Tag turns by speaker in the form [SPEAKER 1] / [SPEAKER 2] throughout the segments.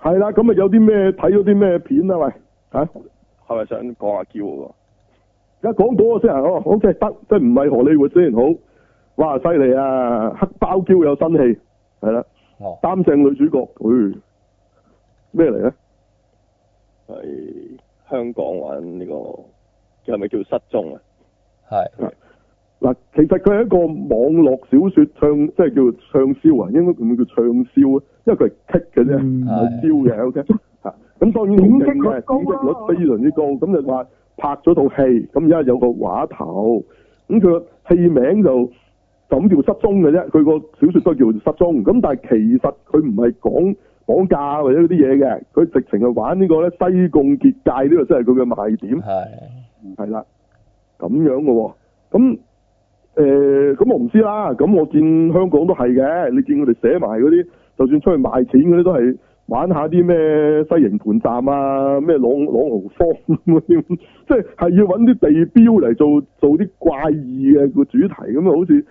[SPEAKER 1] 係啦，咁啊有啲咩睇咗啲咩片啊？喂，嚇、
[SPEAKER 2] 係咪想講阿嬌嗰個？
[SPEAKER 1] 而家講嗰個先啊，哦，OK 得，即係唔係荷里活先好，哇，犀利啊！黑包嬌有新戲，係啦，
[SPEAKER 3] 哦，
[SPEAKER 1] 擔正女主角，佢咩嚟咧？啊
[SPEAKER 2] 係香港揾呢、個係咪叫失蹤啊？
[SPEAKER 3] 係
[SPEAKER 1] 嗱，其實佢係一個網絡小説暢，即係叫暢銷啊，應該唔叫暢銷啊，因為佢係棘嘅啫，唔
[SPEAKER 4] 嗯
[SPEAKER 1] 係銷嘅，OK 嚇。咁當然好勁
[SPEAKER 4] 點擊率
[SPEAKER 1] 嘅，
[SPEAKER 4] 高啊
[SPEAKER 1] 點擊率非常之高。咁就話拍咗套戲，咁而家有個畫頭，咁佢個戲名就就咁叫失蹤嘅啫，佢個小説都叫失蹤。咁但係其實佢唔係講綁架或者嗰啲嘢嘅，佢直情係玩呢個咧西貢結界呢個真係佢嘅賣點。
[SPEAKER 3] 係
[SPEAKER 1] 係啦，咁樣嘅喎、咁誒咁我唔知啦，咁我見香港都係嘅，你見佢哋寫埋嗰啲，就算出去賣錢嗰啲都係玩下啲咩西營盤站啊，咩朗朗豪坊嗰啲，即係係要揾啲地標嚟做做啲怪異嘅個主題咁啊，好似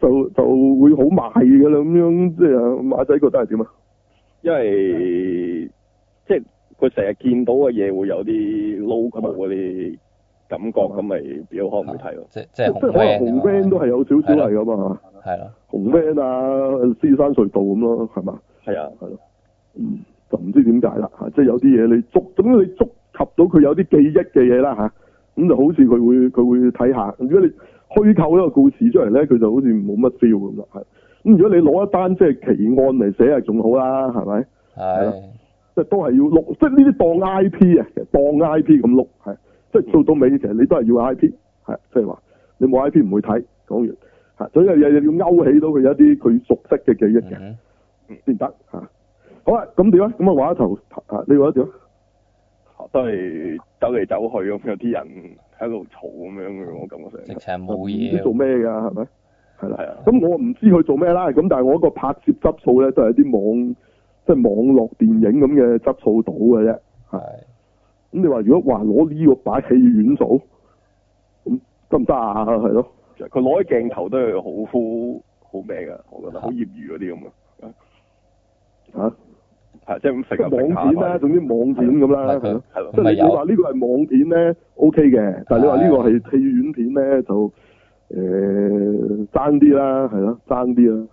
[SPEAKER 1] 就就會好賣嘅啦咁樣，即係馬仔覺得係點啊？
[SPEAKER 2] 因為即係佢成日見到嘅嘢會有啲 local 嗰啲感覺，咁咪表可唔會睇咯？
[SPEAKER 3] 即即
[SPEAKER 1] 即
[SPEAKER 3] 係
[SPEAKER 1] 係
[SPEAKER 3] 紅
[SPEAKER 1] 可能
[SPEAKER 3] van 啊
[SPEAKER 1] 紅 van 都係啊有少少係咁嘛，
[SPEAKER 3] 係咯，
[SPEAKER 1] 紅 van 啊，獅山隧道咁咯，係嘛？
[SPEAKER 2] 係啊，
[SPEAKER 1] 嗯，就唔知點解啦嚇，即係有啲嘢你觸，總之你觸及到佢有啲記憶嘅嘢啦嚇，咁、就好似佢會佢會睇下。如果你虛構一個故事出嚟咧，佢就好似冇乜 feel 咁啦，係。咁如果你攞一單即係奇案嚟寫係仲好啦，係咪？
[SPEAKER 3] 係
[SPEAKER 1] 即係都係要碌，即係呢啲當 I P 啊，其實當 I P 咁碌，係即係到到尾其實你都係要 I P，係即係話你冇 I P 唔會睇。講完嚇，所以又又要勾起到佢有一啲佢熟悉嘅記憶嘅。
[SPEAKER 3] 嗯
[SPEAKER 1] 先得嚇。好啦，咁點啊？咁啊畫頭啊，你覺得點啊？
[SPEAKER 2] 都係走嚟走去咁，有啲人喺度嘈咁樣嘅，我感覺
[SPEAKER 3] 直
[SPEAKER 2] 上
[SPEAKER 3] 情係冇
[SPEAKER 1] 唔知做
[SPEAKER 3] 嘢，
[SPEAKER 1] 咩㗎？係咪？係
[SPEAKER 2] 係
[SPEAKER 1] 啦。
[SPEAKER 2] 啊，
[SPEAKER 1] 咁我唔知佢做咩啦。咁但係我個拍攝質素咧，都係啲網即係網絡電影咁嘅質素到嘅啫。
[SPEAKER 3] 係
[SPEAKER 1] 咁你話如果話攞呢個擺戲院做，咁得唔得啊？係咯，
[SPEAKER 2] 佢攞啲鏡頭都係好敷好咩㗎，我覺得好業餘嗰啲咁啊，
[SPEAKER 1] 嚇
[SPEAKER 2] 係即係咁
[SPEAKER 1] 啊即係
[SPEAKER 2] 揈下揈
[SPEAKER 1] 網片啦，
[SPEAKER 2] 下，
[SPEAKER 1] 總之網片咁啦，
[SPEAKER 3] 係
[SPEAKER 1] 啊係咯。
[SPEAKER 2] 係咯
[SPEAKER 1] 即係
[SPEAKER 3] 咁咪
[SPEAKER 1] 你你話
[SPEAKER 3] 有
[SPEAKER 1] 呢個係網片咧 OK 嘅，但係你話呢個係戲院片咧就誒爭啲啦，係咯爭啲啦。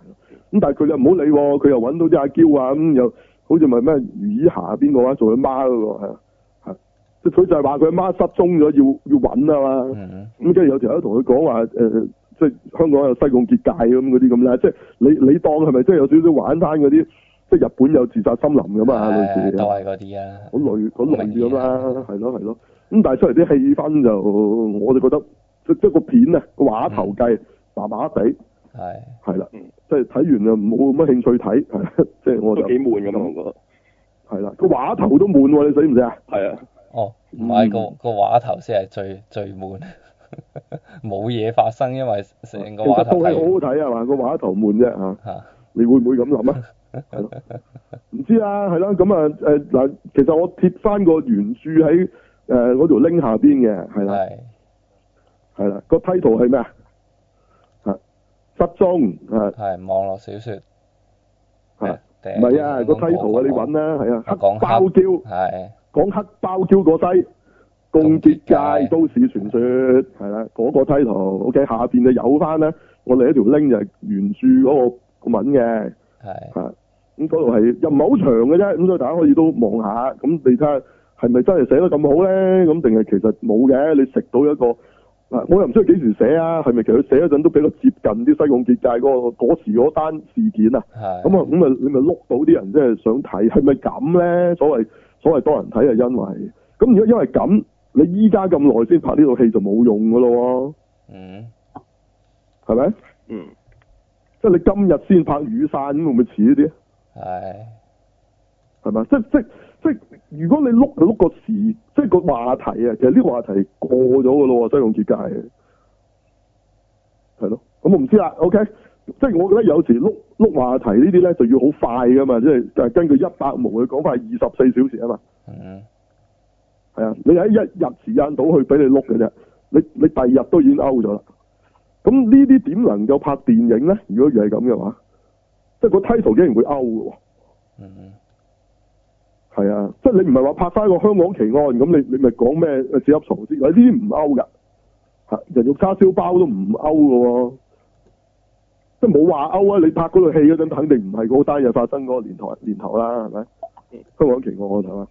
[SPEAKER 1] 咁但係佢又唔好理喎，佢又揾到啲阿嬌啊咁又好似咪咩余以霞邊個啊做佢媽嗰個係啊係啊即係佢就係話佢阿媽失蹤咗要要揾啊嘛。
[SPEAKER 3] 嗯
[SPEAKER 1] 咁跟住有條友同佢講話誒，即係香港有西貢結界咁嗰啲咁啦，即係你你當係咪即係有少少玩翻嗰啲即係日本有自殺森林咁啊類似
[SPEAKER 3] 係都係嗰啲啊
[SPEAKER 1] 好，類嗰類咁啦，係咯係咯。咁但係出嚟啲氣氛就，我就覺得即即個片啊個畫頭計麻麻地，
[SPEAKER 3] 係
[SPEAKER 1] 係啦
[SPEAKER 2] 嗯，
[SPEAKER 1] 即係睇完就冇乜興趣睇，係啦即係我就
[SPEAKER 2] 都幾悶咁啊，我覺得
[SPEAKER 1] 係啦，個畫頭都悶喎，你死唔死啊？
[SPEAKER 2] 係啊，
[SPEAKER 3] 哦，唔係
[SPEAKER 1] 嗯
[SPEAKER 3] 個個畫頭先係最最悶， 冇嘢發生，因為成
[SPEAKER 1] 其
[SPEAKER 3] 個畫
[SPEAKER 1] 實
[SPEAKER 3] 頭
[SPEAKER 1] 套戲 好
[SPEAKER 3] 睇
[SPEAKER 1] 好睇係啊嘛，個畫頭悶啫嚇，
[SPEAKER 3] 嚇
[SPEAKER 1] 你會唔會咁諗啊？係咯，唔知啊，係啦，咁啊誒嗱，其實我貼翻個原著喺誒嗰條 link 下邊嘅，係啦。
[SPEAKER 3] 係
[SPEAKER 1] 係啦，個 title 係咩啊？啊，失蹤啊，
[SPEAKER 3] 係網絡小説
[SPEAKER 1] 係
[SPEAKER 3] 定
[SPEAKER 1] 唔係啊？個 title 啊，你揾
[SPEAKER 3] 啦，
[SPEAKER 1] 啦，係啊，黑
[SPEAKER 3] 講黑
[SPEAKER 1] 包嬌，
[SPEAKER 3] 係
[SPEAKER 1] 講黑包嬌個西，共結界
[SPEAKER 3] 界
[SPEAKER 1] 都市傳說，係啦，嗰個 title，OK，下邊就有翻啦。我哋一條 link 就係原著嗰個個文嘅，
[SPEAKER 3] 係
[SPEAKER 1] 啊，咁嗰度係又唔係好長嘅啫，咁所以大家可以都望下，咁你睇下係咪真係寫得咁好咧？咁定係其實冇嘅，你食到一個嗱，我又唔知佢幾時寫啊，係咪其實佢寫嗰陣都比較接近啲西貢結界嗰、個嗰時嗰單事件啊？
[SPEAKER 3] 係
[SPEAKER 1] 咁啊，咁啊，你咪碌到啲人即係想睇，係咪咁咧？所謂所謂多人睇啊係因為咁，如果因為咁，你依家咁耐先拍呢套戲就冇用噶咯
[SPEAKER 3] 嗯
[SPEAKER 1] 喎，係咪？
[SPEAKER 2] 嗯，
[SPEAKER 1] 即係你今日先拍雨傘，咁會唔會遲啲？
[SPEAKER 3] 係
[SPEAKER 1] 係咪？即即即如果你碌就碌個時，即係個話題啊，其實呢個話題過咗嘅咯喎，西貢結界係咯。咁我唔知啦，OK。即係我覺得有時碌碌話題呢啲咧就要好快噶嘛，即係就係根據一百毛嘅講法，二十四小時啊嘛，
[SPEAKER 3] 嗯
[SPEAKER 1] 係啊，你喺一日時間到去俾你碌嘅啫，你你第二日都已經 out 咗啦。咁呢啲點能夠拍電影咧？如果係咁嘅話，即係個 title 竟然會 out 嘅喎。
[SPEAKER 3] 嗯
[SPEAKER 1] 係啊，即係你唔係話拍翻個香港奇案咁，你你咪講咩呃誒紙盒藏屍嗱呢啲唔勾㗎，嚇人肉叉燒包都唔勾㗎喎，即係冇話勾啊！你拍嗰套戲嗰陣，肯定唔係嗰單嘢發生嗰個年頭年頭啦，係咪？香港奇案係嘛？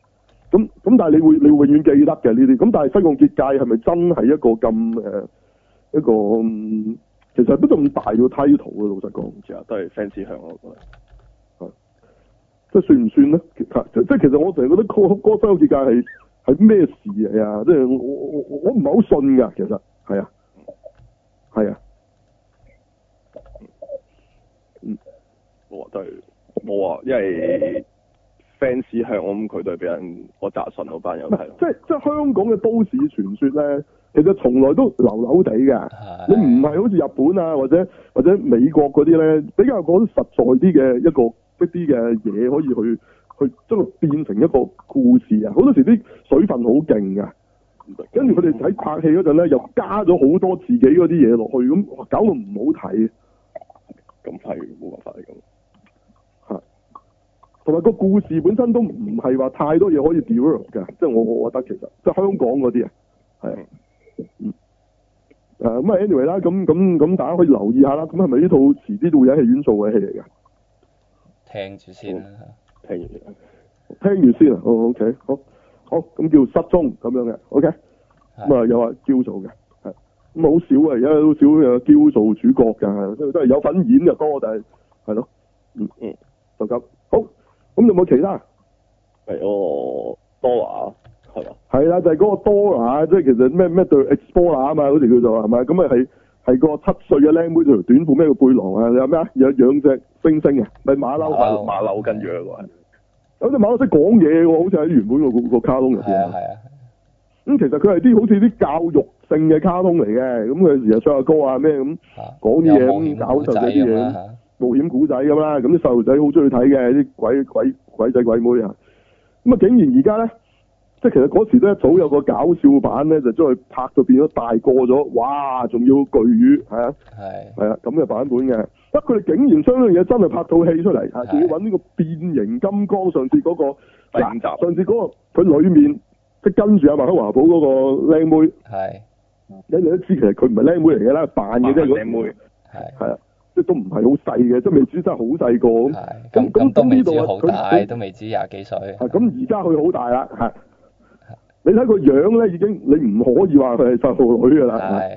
[SPEAKER 1] 咁咁但係你會你會永遠記得嘅呢啲，咁但係西貢結界係咪真係一個咁誒、呃一個、嗯其實都咁大個 title 嘅，老實講。
[SPEAKER 2] 唔知啊，都係 fans 向我覺得。
[SPEAKER 1] 即係算唔算咧？其實即係其實我成日覺得歌歌手世界係係咩事嚟啊？即係我我我我唔係好信㗎，其實係啊，係啊，
[SPEAKER 2] 我都係冇啊，因為 fans 向我咁，佢都係俾人我扎信嗰班友
[SPEAKER 1] 唔係
[SPEAKER 2] 睇咯。
[SPEAKER 1] 即係即係香港嘅都市傳說咧，其實從來都流流地㗎。
[SPEAKER 3] 係
[SPEAKER 1] 你唔係好似日本啊，或者或者美國嗰啲咧，比較講實在啲嘅一個一啲嘅嘢可以去去將佢變成一個故事啊！好多時啲水分好勁㗎。 跟住佢哋喺拍戲嗰陣咧，又加咗好多自己嗰啲嘢落去，咁哇搞到唔好睇。
[SPEAKER 2] 咁係冇辦法嚟咁。
[SPEAKER 1] 同埋個故事本身都唔係話太多嘢可以 develop 嘅，即係我我覺得其實即係香港嗰啲啊，係啊，嗯，誒咁啊 anyway 啦，咁咁咁大家可以留意下啦，咁係咪呢套遲啲都會喺戲院做嘅戲嚟㗎？
[SPEAKER 3] 聽住先啦。
[SPEAKER 2] 聽完
[SPEAKER 1] 聽完先啊，好 OK，好，好咁叫失蹤咁樣嘅，OK，
[SPEAKER 3] 係
[SPEAKER 1] 咁啊又話叫做嘅，係咁啊好少啊，而家好少有叫做主角㗎，都都係有份演嘅多，但係係咯，嗯
[SPEAKER 2] 嗯，
[SPEAKER 1] 就咁，好，咁有冇其他？
[SPEAKER 2] 係我多啊，係嘛？
[SPEAKER 1] 係啦，就係、嗰個 Dora，即係其實咩咩對 Explorer 啊嘛，好似叫做係咪？咁啊係係個七歲嘅僆妹條短褲咩個背囊啊？有咩啊？有養隻猩猩啊，咪馬
[SPEAKER 3] 馬
[SPEAKER 1] 騮
[SPEAKER 3] 騮
[SPEAKER 1] 啊？
[SPEAKER 2] 馬騮跟住嗰個人，
[SPEAKER 1] 有隻馬騮識講嘢喎，好似喺原本個個個卡通入
[SPEAKER 3] 係啊
[SPEAKER 1] 邊。
[SPEAKER 3] 係啊，
[SPEAKER 1] 咁其實佢係啲好似啲教育性嘅卡通嚟嘅，咁佢時日唱下歌啊咩咁
[SPEAKER 3] 嚇
[SPEAKER 1] 講啲嘢
[SPEAKER 3] 有冒險
[SPEAKER 1] 搞
[SPEAKER 3] 故
[SPEAKER 1] 就
[SPEAKER 3] 仔
[SPEAKER 1] 嗰啲嘢
[SPEAKER 3] 咁啊啦嚇
[SPEAKER 1] 冒險古仔咁啦，咁啲細路仔好中意睇嘅啲鬼鬼鬼仔鬼妹啊，咁啊竟然而家咧，即係其實嗰時都一早有個搞笑版咧，就將佢拍到變咗大個咗，哇，仲要巨魚係啊！
[SPEAKER 3] 係
[SPEAKER 1] 係啊，咁嘅版本嘅。得佢哋竟然將呢樣嘢真係拍套戲出嚟，啊
[SPEAKER 3] 係
[SPEAKER 1] 仲要揾呢個變形金剛上次嗰、個
[SPEAKER 2] 第五集
[SPEAKER 1] 上次嗰、個佢裡面即係跟住阿麥克華寶嗰個靚妹，
[SPEAKER 3] 係
[SPEAKER 1] 你你都知其實佢唔係靚妹嚟嘅啦，扮嘅啫。
[SPEAKER 2] 靚妹，
[SPEAKER 3] 係
[SPEAKER 1] 係啊，即係都唔係好細嘅，即係未至於真係好細個咁。
[SPEAKER 3] 係
[SPEAKER 1] 咁
[SPEAKER 3] 咁
[SPEAKER 1] 咁
[SPEAKER 3] 咁都未
[SPEAKER 1] 呢度
[SPEAKER 3] 知
[SPEAKER 1] 啊
[SPEAKER 3] 好
[SPEAKER 1] 佢
[SPEAKER 3] 大，
[SPEAKER 1] 佢
[SPEAKER 3] 都未知廿幾歲。
[SPEAKER 1] 啊，咁而家佢好大啦，係。你睇佢樣咧，已經你唔可以話佢係細路女㗎啦。
[SPEAKER 3] 係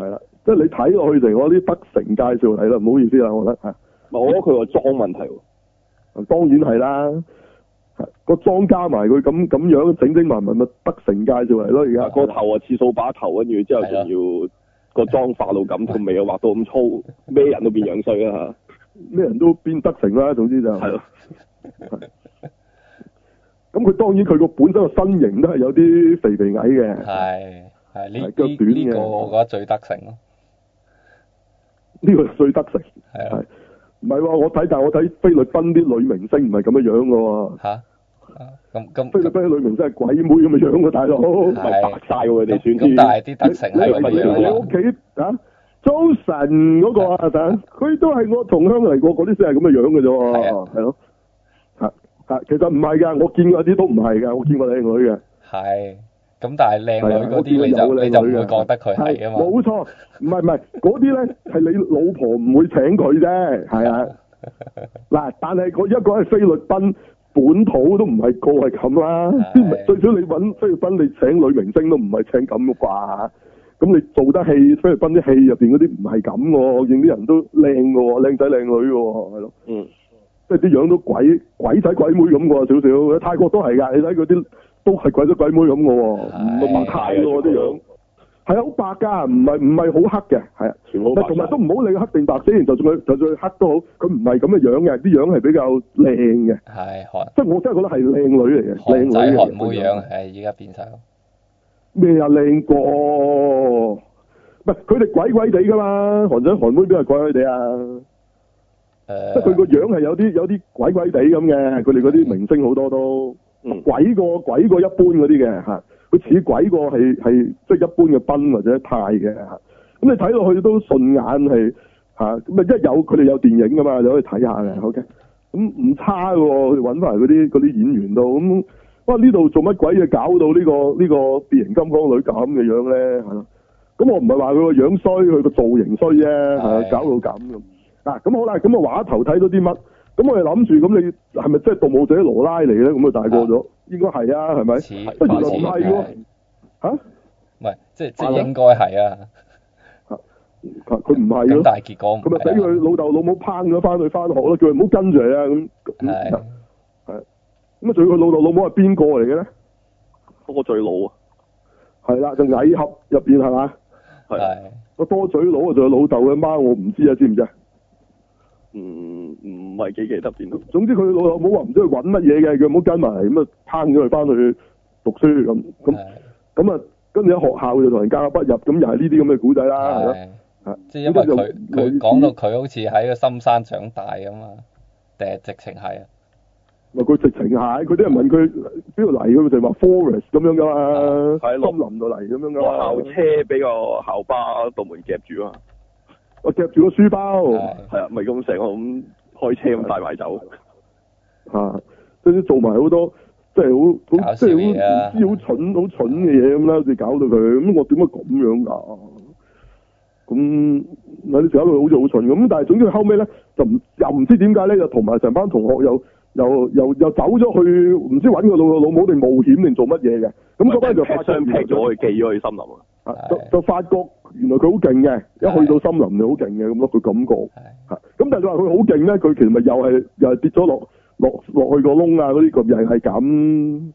[SPEAKER 1] 係啦，即係你睇落去嚟，我啲不成介紹嚟啦，唔好意思啦，我覺得嚇。
[SPEAKER 2] 唔係我覺得佢個裝問題喎，
[SPEAKER 1] 當然係啦，係個莊加埋佢咁咁樣整整埋埋咪得成介紹嚟咯，而家
[SPEAKER 2] 個頭啊似掃把頭，跟住之後仲要個妝化到咁，個尾又啊畫到咁 粗，咩人都變樣衰啦
[SPEAKER 1] 咩人都變得成啦，總之就
[SPEAKER 2] 嚇，係咯，
[SPEAKER 1] 咁佢當然佢個本身個身形都係有啲肥肥矮嘅，
[SPEAKER 3] 係係呢
[SPEAKER 1] 係腳短
[SPEAKER 3] 呢呢個
[SPEAKER 1] 嘅
[SPEAKER 3] 我覺得最得勝咯，
[SPEAKER 1] 呢個最得成。
[SPEAKER 3] 係啊
[SPEAKER 1] 係唔係喎，我睇但係我睇菲律賓啲女明星唔係咁樣樣嘅喎，
[SPEAKER 3] 吓啊咁咁
[SPEAKER 1] 菲律賓啲女明星係鬼妹咁嘅樣嘅大佬。
[SPEAKER 2] 咪白晒喎佢哋
[SPEAKER 3] 咁
[SPEAKER 2] 算
[SPEAKER 3] 咁但係
[SPEAKER 2] 啲，
[SPEAKER 3] 啲得勝
[SPEAKER 1] 你
[SPEAKER 3] 啊係
[SPEAKER 2] 咪
[SPEAKER 3] 咁
[SPEAKER 1] 你
[SPEAKER 2] 樣
[SPEAKER 1] 你
[SPEAKER 2] 啦
[SPEAKER 1] 屋
[SPEAKER 3] 樣
[SPEAKER 1] 企啊？早晨嗰個啊，阿等佢都係我同鄉嚟過嗰啲先係咁嘅樣嘅啫
[SPEAKER 3] 係
[SPEAKER 1] 喎
[SPEAKER 3] 啊，
[SPEAKER 1] 係咯，嚇嚇，其實唔係㗎，我見過啲都唔係㗎，我見過靚女嘅，
[SPEAKER 3] 係咁但係靚
[SPEAKER 1] 係
[SPEAKER 3] 女
[SPEAKER 1] 啊
[SPEAKER 3] 嗰
[SPEAKER 1] 我見
[SPEAKER 3] 啲
[SPEAKER 1] 過
[SPEAKER 3] 你
[SPEAKER 1] 有
[SPEAKER 3] 就
[SPEAKER 1] 靚
[SPEAKER 3] 你就唔
[SPEAKER 1] 女
[SPEAKER 3] 會
[SPEAKER 1] 嘅
[SPEAKER 3] 覺得佢係啊嘛，
[SPEAKER 1] 冇錯，唔係唔係嗰啲咧係你老婆唔會請佢啫，係 啊，嗱，但係佢一個係菲律賓。本土都唔係個係咁啦，
[SPEAKER 3] 係
[SPEAKER 1] 最少你揾菲律賓你請女明星都唔係請咁嘅啩，咁你做得戲菲律賓啲戲入邊嗰啲唔係咁嘅喎，我見啲人都靚嘅喎，靚仔靚女嘅喎，係咯。
[SPEAKER 2] 嗯，
[SPEAKER 1] 即係啲樣都鬼鬼仔鬼妹咁喎，少少。泰國都係㗎，你睇嗰啲都係鬼仔鬼妹咁嘅喎，唔
[SPEAKER 3] 係
[SPEAKER 1] 唔太嘅喎啲樣。係啊，好白㗎，唔係唔係好黑嘅，係啊。
[SPEAKER 2] 全部白晒
[SPEAKER 1] 同埋都唔好理佢黑定白先，就算佢就算佢黑都好，佢唔係咁嘅樣嘅，啲樣係比較靚嘅。
[SPEAKER 3] 係韓
[SPEAKER 1] 即係我真係覺得係靚女嚟嘅，靚
[SPEAKER 3] 韓
[SPEAKER 1] 女
[SPEAKER 3] 仔
[SPEAKER 1] 嚟
[SPEAKER 3] 韓
[SPEAKER 1] 嘅
[SPEAKER 3] 妹樣，啊係依家變晒咯，
[SPEAKER 1] 咩啊靚過？唔係佢哋鬼鬼地㗎嘛，韓仔韓妹邊係鬼鬼地啊？
[SPEAKER 3] 呃
[SPEAKER 1] 即係佢個
[SPEAKER 3] 誒
[SPEAKER 1] 樣係有啲有啲鬼鬼地咁嘅，佢哋嗰啲明星好多都
[SPEAKER 2] 嗯
[SPEAKER 1] 鬼過鬼過一般嗰啲嘅嚇，佢似鬼過係係即係一般嘅賓或者泰嘅嚇，咁你睇落去都順眼係嚇，咁啊一有佢哋有電影噶嘛，你可以睇下嘅，OK。咁唔差嘅喎，佢哋揾翻嚟嗰啲嗰啲演員度咁，哇呢度做乜鬼嘢搞到呢、個呢、個變形金剛女咁嘅樣咧？係咯，咁我唔係話佢個樣衰，佢個造型衰啫，係啊
[SPEAKER 3] 係
[SPEAKER 1] 搞到咁咁。嗱咁好啦，咁我話頭睇到啲乜？咁我哋諗住咁你係咪即係盜墓者羅拉嚟咧？咁啊大個咗，應該係啊，係咪？
[SPEAKER 3] 似
[SPEAKER 1] 不如
[SPEAKER 3] 快
[SPEAKER 1] 就
[SPEAKER 3] 似
[SPEAKER 1] 唔係
[SPEAKER 3] 係
[SPEAKER 1] 喎，嚇
[SPEAKER 3] 唔係即即
[SPEAKER 1] 係咯
[SPEAKER 3] 應該係啊，
[SPEAKER 1] 佢唔係
[SPEAKER 3] 咁
[SPEAKER 1] 咯。
[SPEAKER 3] 但係結果唔
[SPEAKER 1] 咁咪俾
[SPEAKER 3] 係啊
[SPEAKER 1] 佢老豆老母抨咗翻去翻學咯，叫佢唔好跟住嚟啊咁。咁
[SPEAKER 3] 係
[SPEAKER 1] 咁啊，仲要佢老豆老母係邊個嚟嘅咧？
[SPEAKER 2] 嗰個最老啊，
[SPEAKER 1] 係啦，就蟻俠入邊係嘛？
[SPEAKER 2] 係，
[SPEAKER 3] 係
[SPEAKER 1] 個多嘴佬啊，仲有老豆嘅媽，我唔知啊，知唔知啊？
[SPEAKER 2] 嗯，唔係幾記得邊度，
[SPEAKER 1] 總之佢老豆老母話唔知佢揾乜嘢嘅，佢唔好跟埋，咁啊抨咗佢翻去讀書咁嗯咁
[SPEAKER 3] 係
[SPEAKER 1] 咁啊，跟住喺學校就同人格格不入，咁又係呢啲咁嘅古仔啊啦，係咯。
[SPEAKER 3] 係
[SPEAKER 1] 係
[SPEAKER 3] 即因為
[SPEAKER 1] 咁就
[SPEAKER 3] 佢佢
[SPEAKER 1] 類
[SPEAKER 3] 講到
[SPEAKER 1] 似
[SPEAKER 3] 佢好似喺個深山長大咁啊，定係直情係啊？
[SPEAKER 1] 咪佢直情係，佢啲人問佢邊度嚟，佢就話 forest 咁樣噶嘛，
[SPEAKER 2] 係落
[SPEAKER 1] 森林度嚟咁樣噶
[SPEAKER 2] 個
[SPEAKER 1] 嘛
[SPEAKER 2] 校。車俾個校巴道門夾住啊嘛，
[SPEAKER 1] 我夾住個書包。
[SPEAKER 3] 係
[SPEAKER 2] 係啊，咪咁成個咁開車咁帶 埋走，
[SPEAKER 1] 嚇，即係做埋好多即係好好
[SPEAKER 3] 搞
[SPEAKER 1] 即
[SPEAKER 3] 笑
[SPEAKER 1] 係
[SPEAKER 3] 嘢
[SPEAKER 1] 好
[SPEAKER 3] 啊
[SPEAKER 1] 唔知好蠢好蠢嘅嘢咁啦，好似搞到佢咁，我點解咁樣㗎？咁嗱，你條友佢好似好蠢咁，但係總之佢後尾咧就唔又唔知點解咧，就同埋成班同學又又又又走咗去，唔知揾個老老母定冒險定做乜嘢嘅。咁嗰班就
[SPEAKER 2] 劈
[SPEAKER 1] 發
[SPEAKER 2] 箱
[SPEAKER 1] 覺
[SPEAKER 2] 劈咗佢，寄咗去森林啊，
[SPEAKER 1] 啊就就發覺原來佢好勁嘅，一去到森林就好勁嘅咁咯，佢感覺。
[SPEAKER 3] 係
[SPEAKER 1] 嚇咁但係你話佢好勁咧，佢其實咪又係又係跌咗落落落去個窿啊嗰啲咁，又係咁。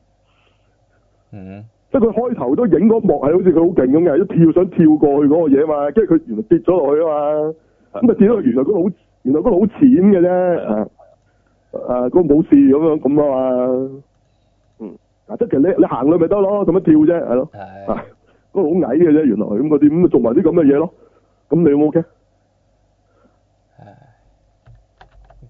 [SPEAKER 3] 嗯
[SPEAKER 1] 即係佢開頭都影嗰幕係好似佢好勁咁嘅，一跳想跳過去嗰個嘢嘛，跟住佢原來跌咗落去啊嘛，咁啊跌咗落去原來嗰度好原來嗰度好淺嘅啫，啊啊嗰個冇事咁樣咁啊嘛，
[SPEAKER 2] 嗯，
[SPEAKER 1] 啊即係其實你你行落去咪得咯，咁樣跳啫，係咯，
[SPEAKER 3] 係
[SPEAKER 1] 啊嗰度好矮嘅啫，原來咁嗰啲咁啊做埋啲咁嘅嘢咯，咁你 O 唔 OK？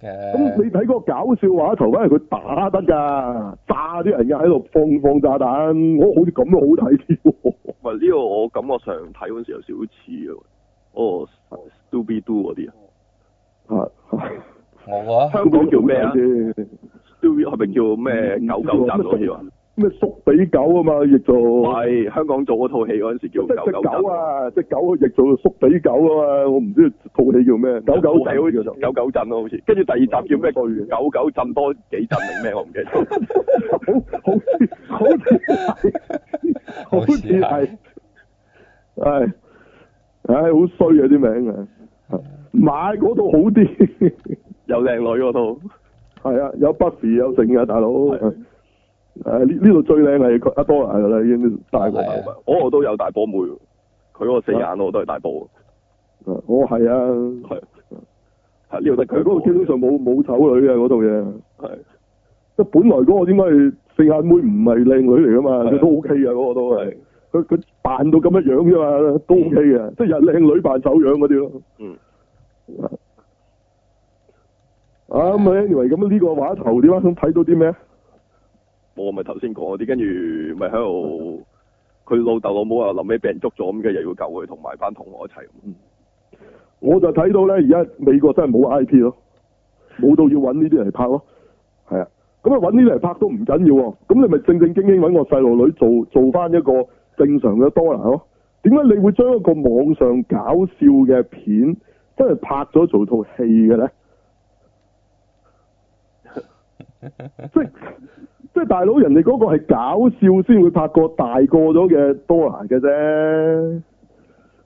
[SPEAKER 1] 咁
[SPEAKER 3] 嘅
[SPEAKER 1] 你睇嗰個搞笑話頭，反而佢打得㗎，炸啲人嘅喺度放放炸彈，我好似咁都好睇啲喎。
[SPEAKER 2] 喂呢個我感覺上睇嗰陣時有少少似啊，哦 s t u b i d o 嗰啲啊
[SPEAKER 1] 啊
[SPEAKER 3] 我覺
[SPEAKER 2] 香港叫咩啊
[SPEAKER 1] 咩
[SPEAKER 2] s t u b i d 係咪叫咩狗狗集嗰嗯條啊？
[SPEAKER 1] 縮比狗啊嘛，亦做
[SPEAKER 2] 唔係香港做嗰套戲嗰陣
[SPEAKER 1] 即
[SPEAKER 2] 時叫
[SPEAKER 1] 係
[SPEAKER 2] 狗
[SPEAKER 1] 只
[SPEAKER 2] 狗集
[SPEAKER 1] 狗，啊，只狗亦做縮比狗啊嘛，我唔知套戲叫咩，狗狗
[SPEAKER 2] 係
[SPEAKER 1] 仔
[SPEAKER 2] 好
[SPEAKER 1] 叫
[SPEAKER 2] 似
[SPEAKER 1] 做
[SPEAKER 2] 狗狗鎮咯，好似跟住第二集叫 咩？
[SPEAKER 1] 對嘅
[SPEAKER 2] 狗狗鎮多幾鎮定咩？我唔記得咗。
[SPEAKER 1] 好好似好似係，好似係，係，唉，好衰啊啲名啊，買嗰度好啲。
[SPEAKER 2] 有靚女嗰套，
[SPEAKER 1] 係啊，有 Buffy 有剩啊，大佬。
[SPEAKER 2] 係
[SPEAKER 1] 誒呢呢度最靚係阿多蘭噶啦，已經大個
[SPEAKER 3] 係啊
[SPEAKER 2] 我我都有大波妹，佢嗰個四眼我都係大波，
[SPEAKER 1] 我係啊，
[SPEAKER 2] 係係呢度得
[SPEAKER 1] 佢
[SPEAKER 2] 佢
[SPEAKER 1] 嗰度基本上冇冇醜女嘅啊嗰套嘢，
[SPEAKER 2] 係
[SPEAKER 1] 即係本來嗰個應該係四眼妹唔係靚女嚟噶嘛，
[SPEAKER 3] 啊
[SPEAKER 2] 係
[SPEAKER 1] 佢都 OK 嘅嗰個都係
[SPEAKER 2] 係。
[SPEAKER 1] 佢佢扮到咁嘅樣啫嘛，都 OK 嘅，即係又係靚女扮醜樣嗰啲咯。
[SPEAKER 2] 嗯
[SPEAKER 1] 啊咁啊，anyway，咁呢個話頭點啊？咁睇到啲咩？
[SPEAKER 2] 我咪頭先講嗰啲，跟住咪喺度佢老豆老母啊，臨尾俾人捉咗咁，跟住又要救佢，同埋班同學一齊。
[SPEAKER 1] 我就睇到咧，而家美國真係冇 I P 咯，冇到要揾呢啲嚟拍咯，係啊，咁啊揾呢啲嚟拍都唔緊要喎，咁你咪正正經經揾個細路女做做翻一個正常嘅多蘭咯。點解你會將一個網上搞笑嘅片真係拍咗做套戲嘅咧？即即係大佬，人哋嗰個係搞笑先會拍個大個咗嘅多蘭嘅啫。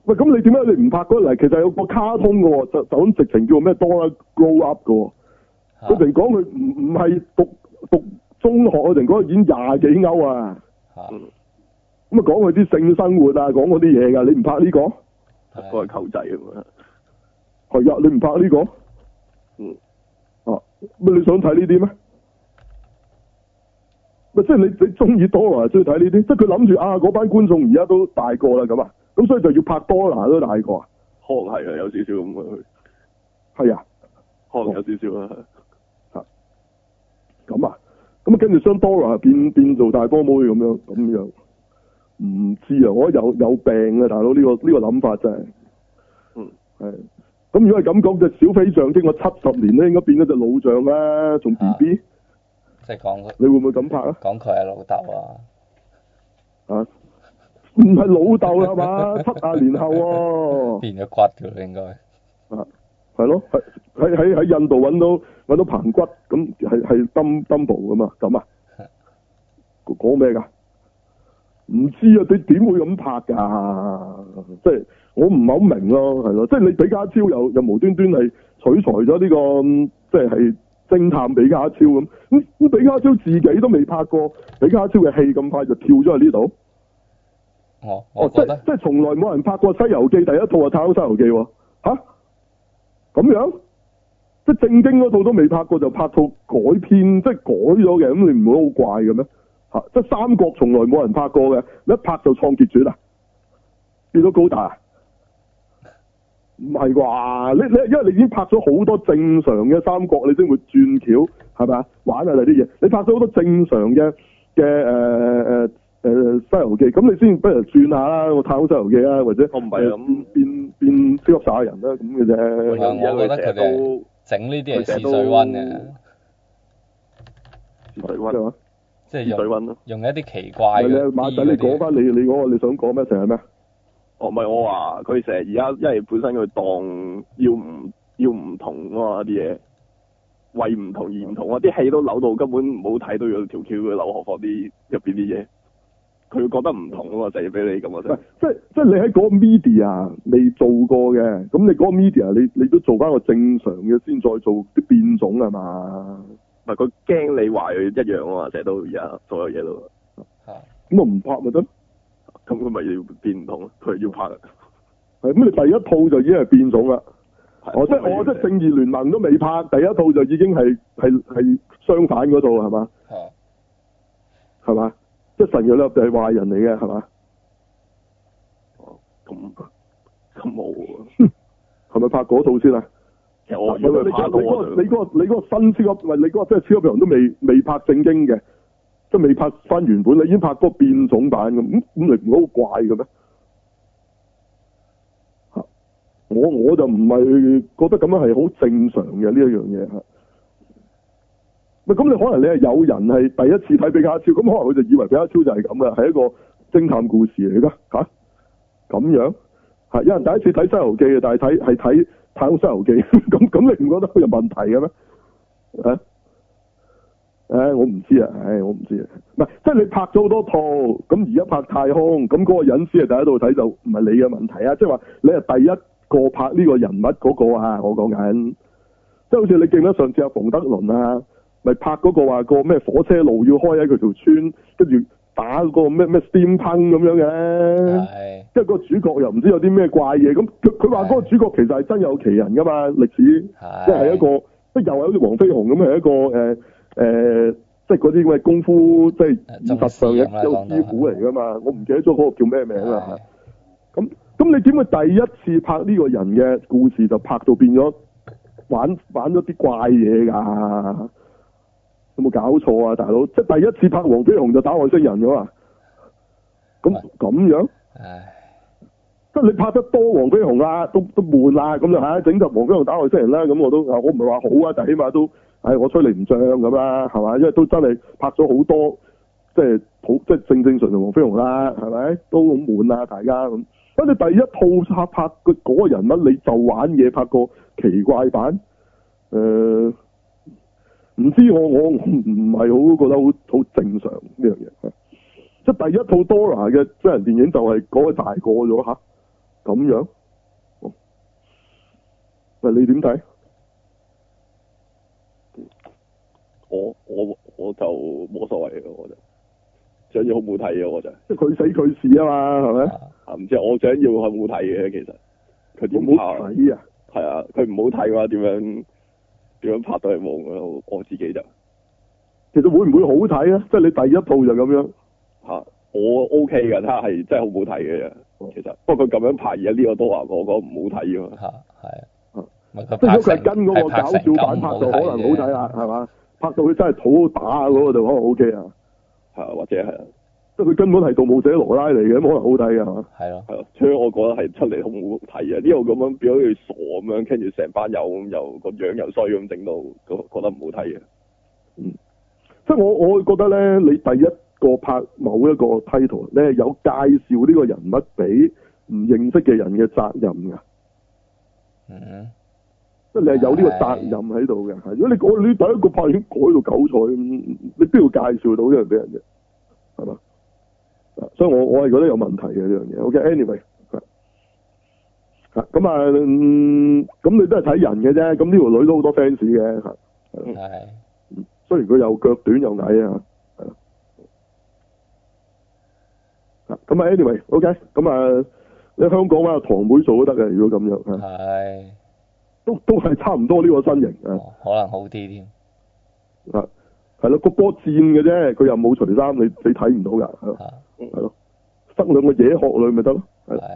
[SPEAKER 1] 喂，咁你點解你唔拍嗰個嚟？其實有個卡通嘅喎，就就咁直情叫咩多啦 grow up 嘅喎。
[SPEAKER 3] 啊
[SPEAKER 1] 佢成講佢唔唔係讀讀中學，佢成講佢演廿幾歐啊。咁啊講佢啲性生活啊，講嗰啲嘢㗎。你唔拍呢、個？
[SPEAKER 2] 嗰個舅仔咁樣，
[SPEAKER 1] 係啊，你唔拍呢、個？
[SPEAKER 2] 嗯，
[SPEAKER 1] 啊，乜你想睇呢啲咩？咪即係你你中意多啦，中意睇呢啲，即係佢諗住啊嗰班觀眾而家都大個啦咁啊，咁所以就要拍多啦都大個啊，
[SPEAKER 2] 可能係啊，有少少咁樣，
[SPEAKER 1] 係啊。
[SPEAKER 2] 可能有少少啦。
[SPEAKER 1] 咁啊，咁啊跟住將 Dora 變變做大波妹咁樣咁樣，唔知啊，我有有病啊，大佬呢、個呢、個諗法真係，
[SPEAKER 2] 嗯
[SPEAKER 1] 係，咁如果係咁講，隻小飛象經過七十年咧，應該變咗隻老象啦，仲 B B，
[SPEAKER 3] 即係講佢
[SPEAKER 1] 你會唔會咁拍啊？
[SPEAKER 3] 講佢係老豆啊，
[SPEAKER 1] 啊，唔係老豆啦嘛，七啊年後喎、
[SPEAKER 3] 變咗骨噶啦應該。
[SPEAKER 1] 啊，係咯，喺喺喺喺印度揾到揾到棚骨，咁係係登登部噶嘛，咁啊，講講咩㗎？唔知啊，你點會咁拍㗎？即係我唔係好明咯，係咯，即係你比家超又又無端端係取材咗呢、個嗯即係係偵探比家超咁，咁咁比家超自己都未拍過比家超嘅戲，咁快就跳咗去呢度。
[SPEAKER 3] 我
[SPEAKER 1] 哦
[SPEAKER 3] 我，
[SPEAKER 1] 即
[SPEAKER 3] 覺
[SPEAKER 1] 係
[SPEAKER 3] 得
[SPEAKER 1] 即係從來冇人拍過《西遊記》第一套啊，《太空西遊記》喎，吓咁樣，即係正經嗰套都未拍過就拍套改編，即係改咗嘅，咁你唔會好怪嘅咩？吓、啊即係三國從來冇人拍過嘅，你一拍就創傑傳啊，變咗高達啊，唔係啩？你你因為你已經拍咗好多正常嘅三國，你先會轉橋係咪啊？玩下第啲嘢，你拍咗好多正常嘅嘅誒誒。誒、西遊記》，咁你先不如轉下啦，我太空西遊記》啊，或者
[SPEAKER 2] 我唔係諗
[SPEAKER 1] 變變超級殺人啦，咁嘅啫。
[SPEAKER 2] 我
[SPEAKER 3] 我覺得佢哋
[SPEAKER 2] 都
[SPEAKER 3] 整呢啲係
[SPEAKER 2] 佢成
[SPEAKER 3] 試
[SPEAKER 2] 日都
[SPEAKER 3] 水温嘅，
[SPEAKER 2] 水
[SPEAKER 1] 係
[SPEAKER 2] 温，
[SPEAKER 1] 嘛
[SPEAKER 3] 即係
[SPEAKER 2] 試水
[SPEAKER 3] 用
[SPEAKER 2] 温咯。
[SPEAKER 3] 用一啲奇
[SPEAKER 1] 唔
[SPEAKER 3] 怪
[SPEAKER 1] 係
[SPEAKER 3] 嘅
[SPEAKER 1] 你
[SPEAKER 3] 啲
[SPEAKER 1] 馬仔，你
[SPEAKER 3] 嗰啲
[SPEAKER 1] 講翻你你嗰個你想講咩成係咩？
[SPEAKER 2] 哦，唔係我話佢成日而家，因為本身佢當要唔要唔同啊嘛啲嘢，為唔同而唔同啊，啲戲都扭到根本冇睇到有條橋嘅扭，何況啲入邊啲嘢，佢覺得唔同啊嘛，就係俾你咁啊
[SPEAKER 1] 唔係，即係即係你喺嗰個 media 未做過嘅，咁你嗰個 media 你你都做翻個正常嘅先，再做啲變種係嘛？
[SPEAKER 2] 唔係佢驚你話佢一樣啊嘛，成日都而家所有嘢都，
[SPEAKER 1] 咁
[SPEAKER 3] 嚇
[SPEAKER 1] 啊我唔拍咪得？
[SPEAKER 2] 咁佢咪要變唔同咯，佢要拍。
[SPEAKER 1] 係咁，你第一套就已經係變種啦。哦，即係我即係
[SPEAKER 2] 係
[SPEAKER 1] 正義聯盟都未拍，第一套就已經係係係相反嗰套係嘛？
[SPEAKER 3] 嚇
[SPEAKER 1] 係嘛？即係神嘅粒就係壞人嚟嘅係嘛？
[SPEAKER 2] 哦咁咁冇啊。
[SPEAKER 1] 係咪拍嗰套先啊？
[SPEAKER 2] 其實
[SPEAKER 1] 你
[SPEAKER 2] 我如果
[SPEAKER 1] 你
[SPEAKER 2] 佢拍到我
[SPEAKER 1] 嗰個你
[SPEAKER 2] 就，
[SPEAKER 1] 嗰個你嗰個新超級，唔係你嗰個即係超級人都未未拍正經嘅，即係未拍翻原本，你已經拍嗰個變種版咁，咁咁你唔好怪嘅咩？嚇我我就唔係覺得咁樣係好正常嘅呢一樣嘢嚇。喂，咁你可能你係有人係第一次睇比卡超，咁可能佢就以為比卡超就係咁嘅，係一個偵探故事嚟噶嚇，咁樣嚇啊有人第一次睇《西遊記》嘅，但係睇係睇《太空西遊記》， 咁咁你唔覺得佢有問題嘅咩？啊？唉、我唔知啊，唉、我唔知啊，唔係，即係你拍咗好多套，咁而家拍太空，咁嗰個隱私係第一度睇就唔係你嘅問題啊，即係話你係第一個拍呢個人物嗰個啊，我講緊，即係好似你記唔記得上次阿馮德倫啊，咪拍嗰個話個咩火車路要開喺佢條村，跟住打嗰個咩咩 steam 噴咁樣嘅。
[SPEAKER 3] 係
[SPEAKER 1] 即係個主角又唔知有啲咩怪嘢，咁佢佢話嗰個主角其實係真有其人噶嘛，歷史
[SPEAKER 3] 係
[SPEAKER 1] 即係一個即係又係好似黃飛鴻咁係一個誒誒、呃即係嗰啲咁嘅功夫即係現實上
[SPEAKER 3] 宗師咁啦
[SPEAKER 1] 嘅有
[SPEAKER 3] 講到
[SPEAKER 1] 師傅嚟噶嘛，我唔記得咗嗰個叫咩名啦
[SPEAKER 3] 係。
[SPEAKER 1] 咁咁你點會第一次拍呢個人嘅故事就拍到變咗玩玩咗啲怪嘢㗎？有冇搞錯啊，大佬？即係第一次拍黃飛鴻就打外星人㗎嘛？咁咁樣？
[SPEAKER 3] 唉
[SPEAKER 1] 即係你拍得多黃飛鴻啦，都都悶啦，咁就唉整集黃飛鴻打外星人啦，咁我都啊我唔係話好啊，但起碼都唉我吹你唔漲咁啦，係嘛？因為都真係拍咗好多，即係好即係正正常常黃飛鴻啦，係咪？都好悶啦，大家咁。咁你第一套拍拍個嗰個人物，你就玩嘢拍個奇怪版，誒、唔知我我我唔係好覺得好好正常呢樣嘢。即係第一套 Dora 嘅真人電影就係嗰個大個咗吓。咁樣，哦喂，你點睇？
[SPEAKER 2] 我我我就冇所謂嘅，我就想要好唔好睇嘅，我就
[SPEAKER 1] 即係佢死佢事啊嘛，係咪？
[SPEAKER 3] 啊
[SPEAKER 2] 啊唔知我想要好唔好睇嘅，其實佢點
[SPEAKER 1] 我
[SPEAKER 2] 拍
[SPEAKER 1] 好
[SPEAKER 2] 啊？
[SPEAKER 1] 睇啊！
[SPEAKER 2] 係啊，佢唔好睇嘅話，點樣點樣拍都係冇嘅。我我自己就
[SPEAKER 1] 其實會唔會好睇啊？即係你第一套就咁樣，
[SPEAKER 2] 嚇、我 OK 嘅，睇下係真係好唔好睇嘅
[SPEAKER 1] 哦
[SPEAKER 2] 啫。其實不過佢咁樣拍，而家呢個都話我講唔好睇啊嘛。
[SPEAKER 3] 嚇係
[SPEAKER 1] 嗯，
[SPEAKER 3] 唔係佢
[SPEAKER 1] 即係
[SPEAKER 3] 拍
[SPEAKER 1] 如果佢係跟嗰
[SPEAKER 3] 成
[SPEAKER 1] 個
[SPEAKER 3] 係拍
[SPEAKER 1] 搞
[SPEAKER 3] 成
[SPEAKER 1] 笑版
[SPEAKER 3] 咁
[SPEAKER 1] 拍
[SPEAKER 3] 好
[SPEAKER 1] 就可能
[SPEAKER 3] 睇
[SPEAKER 1] 好睇啦，係嘛？拍到佢真係好好打嗰個就可能 O K 啊。
[SPEAKER 2] 係啊，或者係
[SPEAKER 1] 即係佢根本係盜墓者羅拉嚟嘅，咁可能好睇嘅係嘛？
[SPEAKER 3] 係咯，
[SPEAKER 2] 係咯，所以我覺得係出嚟好冇睇啊！呢個咁樣變咗佢傻咁樣，跟住成班友咁又個樣又衰咁，整到覺覺得唔好睇嘅。啊
[SPEAKER 1] 嗯即係我我覺得咧，你第一個拍某一個 title 咧，有介紹呢個人物俾唔認識嘅人嘅責任㗎，
[SPEAKER 3] 嗯，
[SPEAKER 1] 即係你係有呢個責任喺度嘅。如果你講你第一個拍已經改到九彩咁，你邊度介紹到呢樣俾人啫？係嘛？啊所以我我係覺得有問題嘅呢樣嘢。OK，anyway，、啊咁啊，嗯咁、你都係睇人嘅啫。咁呢條女都好多 fans 嘅嚇
[SPEAKER 3] 係
[SPEAKER 1] 雖然佢又腳短又矮啊，係啦。啊咁啊，anyway，OK，、咁啊，你香港揾阿堂妹做都得嘅，如果咁樣啊，
[SPEAKER 3] 係，
[SPEAKER 1] 都都係差唔多呢個身形啊，
[SPEAKER 3] 哦可能好啲添，
[SPEAKER 1] 啊，係咯，個波戰嘅啫，佢又冇除衫，你你睇唔到㗎，係咯
[SPEAKER 3] 嚇
[SPEAKER 1] 係咯，塞兩個野殼女咪得咯，係咯，
[SPEAKER 3] 係，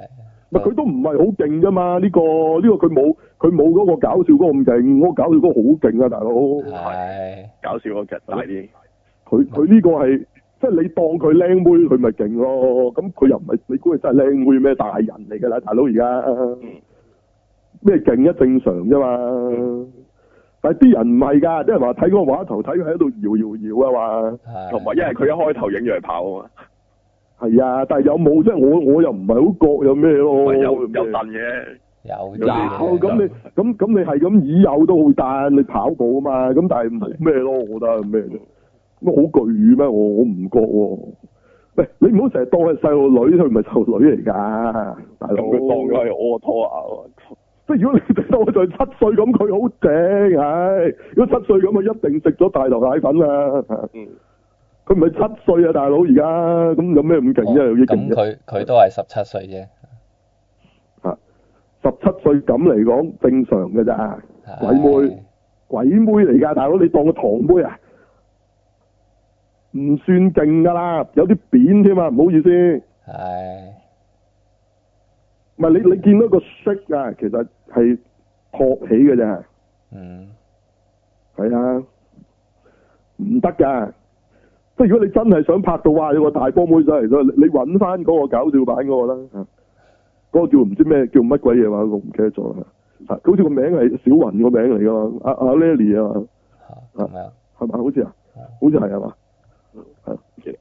[SPEAKER 1] 咪佢都唔係好勁啫嘛，呢、個呢、個佢冇佢冇嗰個搞笑嗰個咁勁，嗰、個搞笑嗰個好勁啊，大佬。
[SPEAKER 3] 係
[SPEAKER 2] 搞笑個劇大啲，
[SPEAKER 1] 佢佢呢個係即係你當佢靚妹，佢咪勁咯。咁佢又唔係你估佢真係靚妹咩？大人嚟㗎啦，大佬而家
[SPEAKER 2] 嗯
[SPEAKER 1] 咩勁一正常啫嘛。但係啲人唔係㗎，啲人話睇嗰個畫頭，睇佢喺度搖搖搖啊
[SPEAKER 3] 係，
[SPEAKER 2] 同埋因為佢一開頭影咗係炮啊
[SPEAKER 1] 話係啊，但係有冇即係我我又唔係好覺有咩
[SPEAKER 2] 嘛，
[SPEAKER 1] 咯。
[SPEAKER 2] 咪哦有有燉嘅，
[SPEAKER 3] 有啲
[SPEAKER 1] 有
[SPEAKER 3] 嘅
[SPEAKER 1] 咁你咁咁你係咁以有都好彈，你跑步啊嘛，咁但係冇咩咯，我覺得咩啫？乜好巨乳咩？我我唔覺喎。喂，你唔好成日當佢係細路女，佢唔係細路女嚟㗎，大
[SPEAKER 2] 咁佢當
[SPEAKER 1] 佬
[SPEAKER 2] 佢。係我個拖啊！
[SPEAKER 1] 即係如果你當佢就七歲咁，佢好正，唉！如果七歲咁，佢一定食咗大頭奶粉啦。
[SPEAKER 2] 嗯，
[SPEAKER 1] 佢唔係七歲啊，大佬而家咁有咩咁勁啫？有
[SPEAKER 3] 哦
[SPEAKER 1] 啲勁
[SPEAKER 3] 咁
[SPEAKER 1] 啫。
[SPEAKER 3] 佢佢都係十七歲啫，
[SPEAKER 1] 十七歲咁嚟講正常㗎咋。
[SPEAKER 3] 係
[SPEAKER 1] 鬼妹鬼妹嚟噶，大佬你當個堂妹啊？唔算勁噶啦，有啲扁添啊，唔好意思。
[SPEAKER 3] 係
[SPEAKER 1] 唔係你你見到個色啊，其實係托起嘅啫，
[SPEAKER 3] 嗯
[SPEAKER 1] 係啊，唔得噶。即係如果你真係想拍到哇有個大波妹上嚟咗，你你揾翻嗰個搞笑版嗰個啦嚇，嗰、個叫唔知咩叫乜鬼嘢話，我唔記得咗啦嚇。佢好似個名係小雲個名嚟噶嘛，阿阿 Lily 啊嘛。
[SPEAKER 3] 嚇咁樣
[SPEAKER 1] 係咪？好似啊
[SPEAKER 3] 嗯，
[SPEAKER 1] 好似係係嘛？係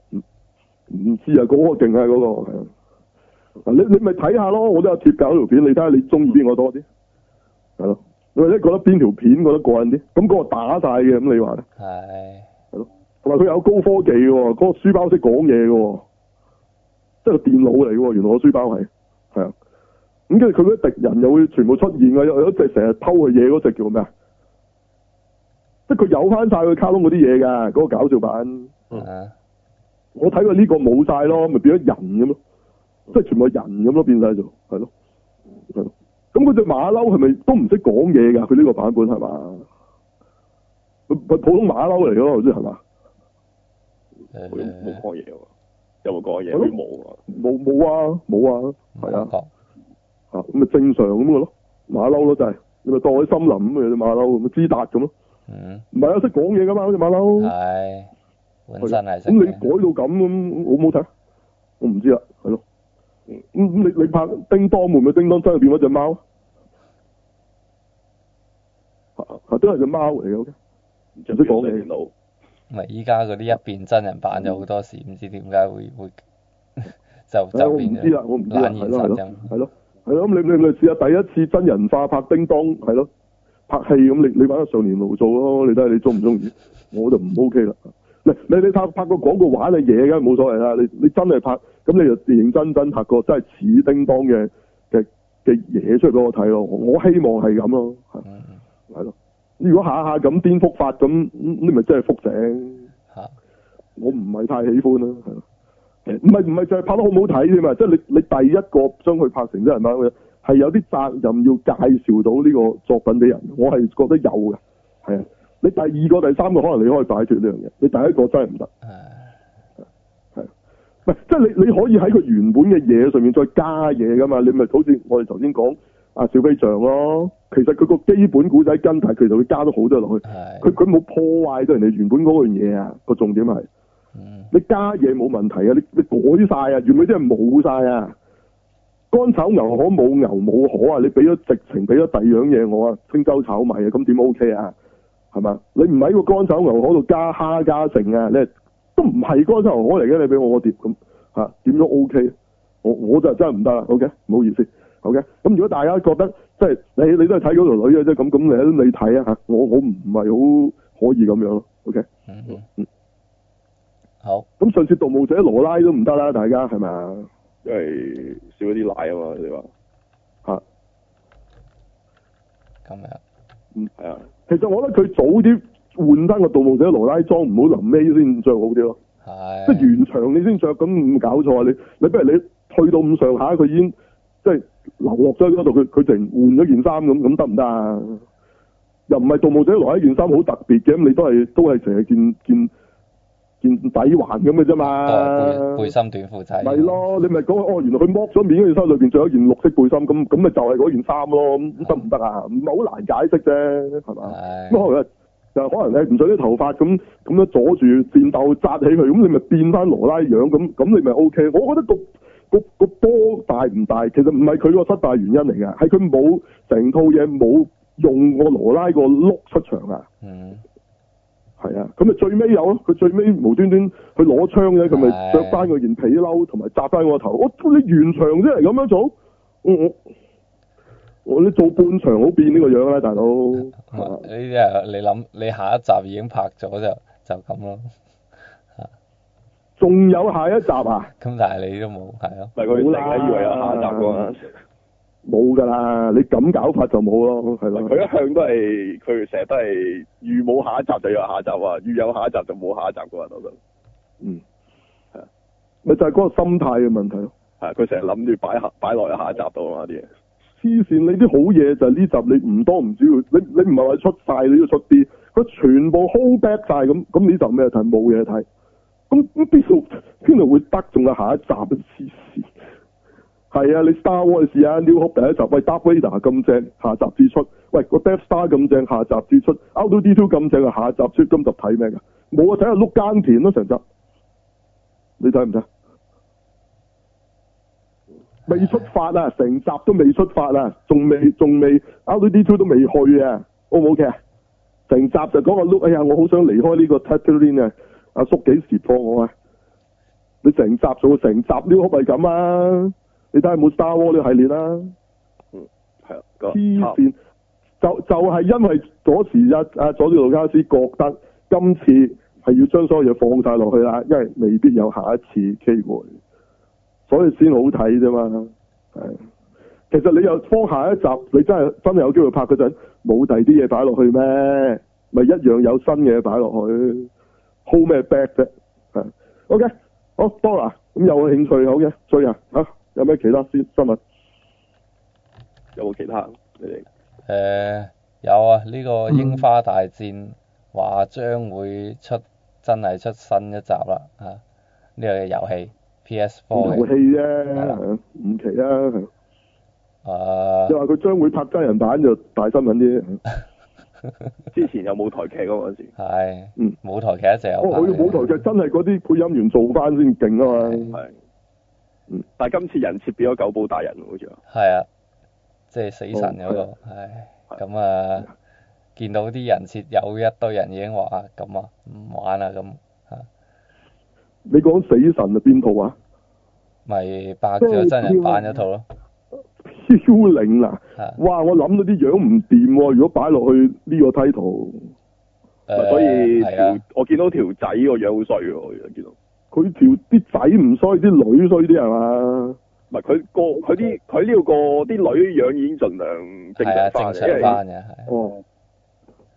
[SPEAKER 1] 唔唔知啊，嗰、個勁啊，嗰、個係啊嗱你你咪睇下咯，我都有貼搞條片，你睇下你中意邊個多啲，係咯？你或者覺得邊條片覺得過癮啲？咁嗰個打晒嘅，咁你話咧？
[SPEAKER 3] 係
[SPEAKER 1] 同埋佢有高科技嘅喎，嗰、個書包識講嘢嘅喎，即係個電腦嚟嘅喎。原來個書包係係啊，咁跟住佢嗰啲敵人又會全部出現嘅，有有一隻成日偷佢嘢嗰隻叫咩啊？即係佢有翻晒佢卡通嗰啲嘢㗎，嗰、個搞笑版。
[SPEAKER 3] 啊
[SPEAKER 1] 我睇過呢個冇晒咯，咪變咗人咁咯，即係全部係人咁咯，變晒就係咯，係咯。咁佢只馬騮係咪都唔識講嘢㗎？佢呢個版本係嘛？佢佢普通馬騮嚟㗎咯，即係嘛？
[SPEAKER 3] 誒
[SPEAKER 2] 佢冇講嘢喎，有冇講嘢？佢冇啊，
[SPEAKER 1] 冇冇啊，冇啊，係啊
[SPEAKER 3] 唔，覺哦
[SPEAKER 1] 嚇咁咪正常咁嘅咯，馬騮咯就係，你咪當佢森林咁嘅隻馬騮咁，知達咁咯，
[SPEAKER 3] 嗯
[SPEAKER 1] 唔係啊，識講嘢噶嘛，好似馬騮，
[SPEAKER 3] 係本
[SPEAKER 1] 係
[SPEAKER 3] 身
[SPEAKER 1] 啊
[SPEAKER 3] 啊係識
[SPEAKER 1] 咁你
[SPEAKER 3] 嘅
[SPEAKER 1] 改到咁咁好唔好睇？我唔知啊，係咯，咁咁你你拍叮當會唔會叮當真係變咗只貓？啊係係啊都係只貓嚟嘅，OK，
[SPEAKER 2] 唔
[SPEAKER 1] 唔識講嘢
[SPEAKER 2] 電腦
[SPEAKER 3] 咪依家嗰啲一變真人版咗好多時，唔知點解會會 就
[SPEAKER 1] 唉
[SPEAKER 3] 就
[SPEAKER 1] 啊我
[SPEAKER 3] 變
[SPEAKER 1] 唔知啦，我唔知啦，
[SPEAKER 3] 懶
[SPEAKER 1] 係
[SPEAKER 3] 現
[SPEAKER 1] 咯係
[SPEAKER 3] 實
[SPEAKER 1] 咯
[SPEAKER 3] 咁。
[SPEAKER 1] 係咯係咯，咁你你你試下第一次真人化拍叮當係咯，拍戲咁你你揾個上年奴做咯，你睇下你中唔中意？我就唔 OK 啦。你你你拍拍個廣告玩嘅嘢梗係冇所謂啦，你你真係拍咁你就認真真拍個真係似叮當嘅嘅嘅嘢出嚟俾我睇咯。我我希望係咁咯，係
[SPEAKER 3] 嗯
[SPEAKER 1] 係咯。如果下下咁顛覆法咁，咁嗯你咪真係覆井。
[SPEAKER 3] 嚇
[SPEAKER 1] 我唔係太喜歡啦，係咯。唔係唔係就係拍得好唔好睇啫嘛，即係你你第一個將佢拍成真人版嘅，係有啲責任要介紹到呢個作品俾人，我係覺得有嘅，係啊。你第二個、第三個可能你可以擺脱呢樣嘢，你第一個真係唔得，
[SPEAKER 3] 唉
[SPEAKER 1] 唔係即係你你可以喺佢原本嘅嘢上面再加嘢噶嘛，你咪好似我哋頭先講啊小飛象咯，其實佢個基本古仔跟，但係佢就會加咗好多落去。
[SPEAKER 3] 係
[SPEAKER 1] 佢佢冇破壞到人哋原本嗰樣嘢啊，個重點係
[SPEAKER 3] 嗯
[SPEAKER 1] 你加嘢冇問題啊，你你改晒啊，原本啲係冇晒啊。乾炒牛河冇牛冇河啊！你俾咗直情俾咗第二樣嘢我啊，清州炒米啊，咁點 OK 啊？係嘛？你唔喺個乾炒牛河度加蝦加成啊，你係都唔係乾炒牛河嚟嘅，你俾我個碟咁嚇點都 OK。我我就真係唔得啦，OK，唔好意思，OK。咁如果大家覺得即係你你都係睇嗰條女嘅啫，咁咁你你睇啊嚇，我我唔係好可以咁樣咯，OK。
[SPEAKER 3] 嗯嗯，好，
[SPEAKER 1] 咁上次盜墓者羅拉都唔得啦，大家係咪啊？
[SPEAKER 2] 因為少咗啲奶啊嘛，你話
[SPEAKER 1] 嚇
[SPEAKER 3] 咁樣
[SPEAKER 2] 係啊，
[SPEAKER 1] 其實我覺得佢早啲換翻個盜墓者羅拉裝，唔好臨尾先着好啲咯。即係
[SPEAKER 3] 係，
[SPEAKER 1] 完場你先着，咁唔搞錯啊！你你不如你去到咁上下，佢已經即係流落咗喺嗰度，佢佢突然換咗件衫咁，咁得唔得啊？又唔係盜墓者羅拉件衫好特別嘅，咁你都係都係成日件件件底環咁嘅啫嘛。
[SPEAKER 3] 都係哦啊背背心短褲仔，
[SPEAKER 1] 啊咪，咯，你咪講哦，原來佢剝咗面嗰件衫裏邊仲有一件綠色背心，咁咁咪就係嗰件衫咯，咁得唔得啊？唔係好難解釋啫，係嘛？
[SPEAKER 3] 係，
[SPEAKER 1] 咁可能就可能你唔想啲頭髮咁咁樣阻住戰鬥扎起佢，咁你咪變翻羅拉樣，咁咁你咪 O K。我覺得個個個波大唔大，其實唔係佢個失敗原因嚟嘅，係佢冇成套嘢冇用個羅拉個碌出場啊。
[SPEAKER 3] 嗯，
[SPEAKER 1] 係啊，咁咪最尾有咯，佢最尾無端端佢攞槍嘅，佢咪
[SPEAKER 3] 係
[SPEAKER 1] 着翻嗰件皮褸，同埋扎翻我個頭。我你完場啫，係咁樣做，我我我你做半場好變呢個樣啦，大佬。
[SPEAKER 3] 咁啊
[SPEAKER 1] 係
[SPEAKER 3] 呢啲係你諗，你下一集已經拍咗就就咁咯，
[SPEAKER 1] 仲有下一集啊？
[SPEAKER 3] 咁但係你都冇，係咯，
[SPEAKER 2] 但係佢
[SPEAKER 1] 好
[SPEAKER 2] 成
[SPEAKER 1] 啦
[SPEAKER 2] 日以為有下集啊㗎嘛，
[SPEAKER 1] 冇㗎啦，你咁搞法就冇咯，係
[SPEAKER 2] 佢
[SPEAKER 1] 咯。
[SPEAKER 2] 一向都係佢成日都係預冇下一集就有下一集啊，預有下一集就冇下一集㗎嘛，我覺得
[SPEAKER 1] 嗯，係啊咪就係嗰個心態嘅問題咯。
[SPEAKER 2] 係啊佢成日諗住擺下擺落去下一集度啊嘛啲嘢，
[SPEAKER 1] 黐線，你啲好嘢就係呢集你唔多唔少，你你唔係話出晒，你要出啲，佢全部 hold back 晒咁，咁呢集咩睇？冇嘢睇，咁咁邊度邊度會得？仲有下一集啊！黐線，係啊，你 Star Wars 試下 New Hope 第一集，喂 Darth Vader 咁正，下集至出；喂個 Death Star 咁正，下集至出；Out D Two 咁正啊，下集出。今集睇咩㗎？冇啊，睇下碌耕田咯，成集。你睇唔睇？未出發啊，成集都未出發啊，仲未仲未 Out D Two 都未去啊，O 唔 OK 啊？成集就講個 look，哎呀，我好想離開呢個 Tatooine 啊！阿叔幾時放我啊？你成集做到成集呢個咪咁啊！你睇下有冇 Star War 呢個系列啦、
[SPEAKER 2] 係啊，個
[SPEAKER 1] 黐
[SPEAKER 2] 差唔
[SPEAKER 1] 線，就就係、因為嗰時阿阿佐治盧卡斯覺得今次係要將所有嘢放晒落去啦，因為未必有下一次機會，所以先好睇啫嘛。係，其實你又放下一集，你真係真係有機會拍嗰陣，冇第二啲嘢擺落去咩？咪一樣有新嘅嘢擺落去，hold 咩 back 啫？係，OK，好 Dora，咁有興趣好嘅追啊嚇，有咩其他先新聞？
[SPEAKER 2] 有冇其他你哋？
[SPEAKER 3] 誒、有啊，呢、個櫻花大戰話將會出真係出新一集啦嚇，呢、個遊戲
[SPEAKER 2] 哦
[SPEAKER 3] PS4
[SPEAKER 1] 遊
[SPEAKER 3] 嘅，
[SPEAKER 1] 戲啫，係啊唔奇啦。係
[SPEAKER 3] 啊
[SPEAKER 1] 你話佢將會拍真人版就大新聞啲。
[SPEAKER 2] 之前有舞台劇嗰陣時，
[SPEAKER 3] 係
[SPEAKER 1] 嗯，
[SPEAKER 3] 舞台劇一直有
[SPEAKER 1] 哦，佢
[SPEAKER 3] 拍嘅
[SPEAKER 1] 舞台劇真係嗰啲配音員做翻先勁啊嘛。
[SPEAKER 2] 係
[SPEAKER 1] 嗯，
[SPEAKER 2] 但係今次人設變咗九保大人喎好似啊，
[SPEAKER 3] 係啊，即係死神嗰、
[SPEAKER 1] 哦
[SPEAKER 3] 個，唉，咁啊，見到啲人設有一堆人已經話咁啊，唔玩啦咁嚇，
[SPEAKER 1] 你講死神係邊套啊？
[SPEAKER 3] 咪拍咗真人版一套咯
[SPEAKER 1] 飄零啊！
[SPEAKER 3] 嚇，誒、
[SPEAKER 1] 哇，我諗到啲樣唔掂喎。如果擺落去呢個 title，
[SPEAKER 2] 所以
[SPEAKER 3] 係啊
[SPEAKER 2] 條，我見到條仔個樣好衰喎，我原來見到。
[SPEAKER 1] 佢條啲仔唔衰，啲女衰啲係嘛？
[SPEAKER 2] 唔係佢個佢啲佢呢個啲女樣已經盡量正
[SPEAKER 3] 係啊，
[SPEAKER 2] 常翻
[SPEAKER 3] 正常
[SPEAKER 2] 嚟，
[SPEAKER 3] 翻嘅係啊。
[SPEAKER 1] 哦，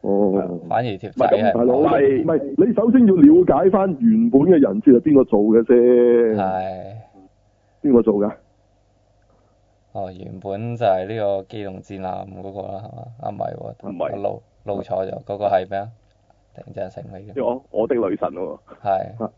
[SPEAKER 1] 哦。
[SPEAKER 3] 反而條
[SPEAKER 2] 唔係
[SPEAKER 3] 仔
[SPEAKER 2] 咁
[SPEAKER 3] 係
[SPEAKER 1] 大佬，唔
[SPEAKER 2] 但係
[SPEAKER 1] 係你首先要了解翻原本嘅人設係邊個做嘅先？
[SPEAKER 3] 係
[SPEAKER 1] 邊個做㗎？
[SPEAKER 3] 哦，原本就係呢個機動戰艦嗰個啦，係嘛？啊唔係喎，
[SPEAKER 2] 唔係
[SPEAKER 3] 我路路錯咗，嗰個係咩啊？突然之間醒
[SPEAKER 2] 因
[SPEAKER 3] 起
[SPEAKER 2] 為
[SPEAKER 3] 嘅，
[SPEAKER 2] 我我的女神喎，
[SPEAKER 3] 係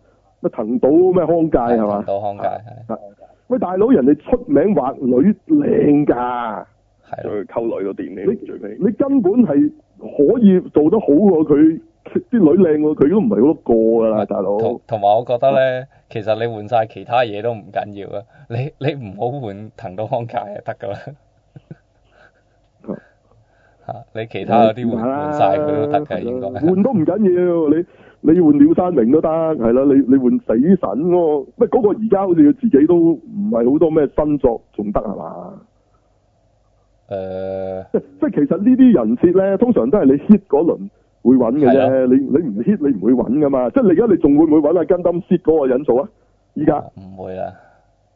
[SPEAKER 1] 乜藤島咩康介係嘛？
[SPEAKER 3] 到康界係
[SPEAKER 1] 喂，大佬，人哋出名畫女靚㗎，
[SPEAKER 3] 係咯，
[SPEAKER 2] 佢溝女都掂
[SPEAKER 1] 你
[SPEAKER 2] 你最尾
[SPEAKER 1] 你根本係可以做得好過佢啲女靚喎，佢都唔係好多個㗎啦，
[SPEAKER 3] 咪
[SPEAKER 1] 大佬。
[SPEAKER 3] 同同埋我覺得咧，其實你換晒其他嘢都唔緊要啊， 你你唔好換藤島康介就得㗎啦。 嚇！你其他嗰啲換換晒佢都得㗎，應該係。
[SPEAKER 1] 嗯啊換都唔緊要，你你換廖山明都得，係啦，你你換死神喎，喂嗰個而家好似佢自己都唔係好多咩新作，仲得係嘛？
[SPEAKER 3] 誒
[SPEAKER 1] 即即其實呢啲人設咧，通常都係你 hit 嗰輪會揾嘅
[SPEAKER 3] 係
[SPEAKER 2] 啊
[SPEAKER 1] 啫，你你唔 hit 你唔會揾噶嘛。即係你而家你仲會唔會揾阿跟金 hit 嗰個人做啊？依家
[SPEAKER 3] 唔會啦，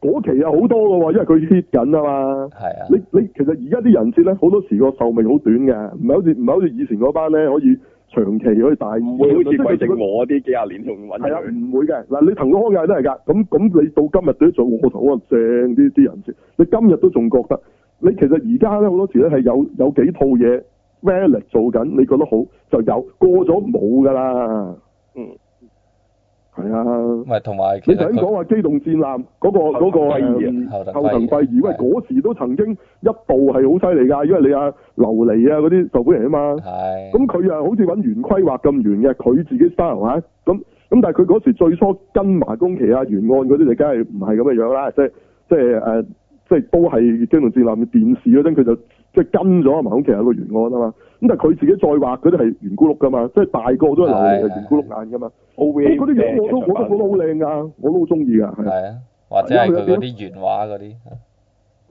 [SPEAKER 1] 嗰期啊好多噶喎，因為佢 hit 緊啊嘛。
[SPEAKER 3] 係啊
[SPEAKER 1] 你，你其實而家啲人設咧，好多時個壽命好短嘅，唔係好似唔係好似以前嗰班咧可以長期可以大熱。
[SPEAKER 2] 唔會好似鬼
[SPEAKER 1] 即係
[SPEAKER 2] 正
[SPEAKER 1] 佢
[SPEAKER 2] 我啲幾廿年仲揾
[SPEAKER 1] 係啊，
[SPEAKER 2] 佢。
[SPEAKER 1] 唔會嘅。嗱，你騰到康界都係㗎。咁咁，你到今日都做我頭啊正啲啲人先。你今日都仲覺得你其實而家咧好多時咧係有有幾套嘢 valid 做緊，你覺得好就有，過咗冇㗎啦。
[SPEAKER 2] 嗯，
[SPEAKER 1] 係啊。
[SPEAKER 3] 咪同埋其
[SPEAKER 1] 你
[SPEAKER 3] 實
[SPEAKER 1] 頭先講
[SPEAKER 3] 佢
[SPEAKER 1] 話機動戰艦嗰、個嗰、個
[SPEAKER 2] 後藤貴
[SPEAKER 1] 誒
[SPEAKER 2] 兒
[SPEAKER 3] 啊後藤
[SPEAKER 1] 後藤
[SPEAKER 3] 貴
[SPEAKER 1] 貴
[SPEAKER 3] 兒
[SPEAKER 1] 兒，喂
[SPEAKER 3] 係
[SPEAKER 1] 嗰時都曾經一度係好犀利㗎，因為你啊琉璃啊嗰啲受歡迎啊嘛。
[SPEAKER 3] 係
[SPEAKER 1] 咁佢又好似揾圓規劃咁圓嘅，佢自己 style 啊，咁咁但係佢嗰時最初跟埋宮崎啊、沿岸嗰啲就梗係唔係咁嘅樣啦，即係即係誒、呃即係都係機動戰艦電視嗰陣佢就即係跟咗啊嘛，宮崎有個沿岸啊嘛，咁但係佢自己再畫嗰啲係圓咕碌噶嘛，即係大個都係流
[SPEAKER 3] 係
[SPEAKER 1] 嚟
[SPEAKER 3] 係
[SPEAKER 1] 係圓咕碌眼噶嘛，
[SPEAKER 2] O
[SPEAKER 1] 咁
[SPEAKER 2] V
[SPEAKER 1] 嗰啲樣我都我都覺得好靚噶，我都好中意噶，係啊
[SPEAKER 3] 係啊，或者係佢嗰啲原畫嗰啲，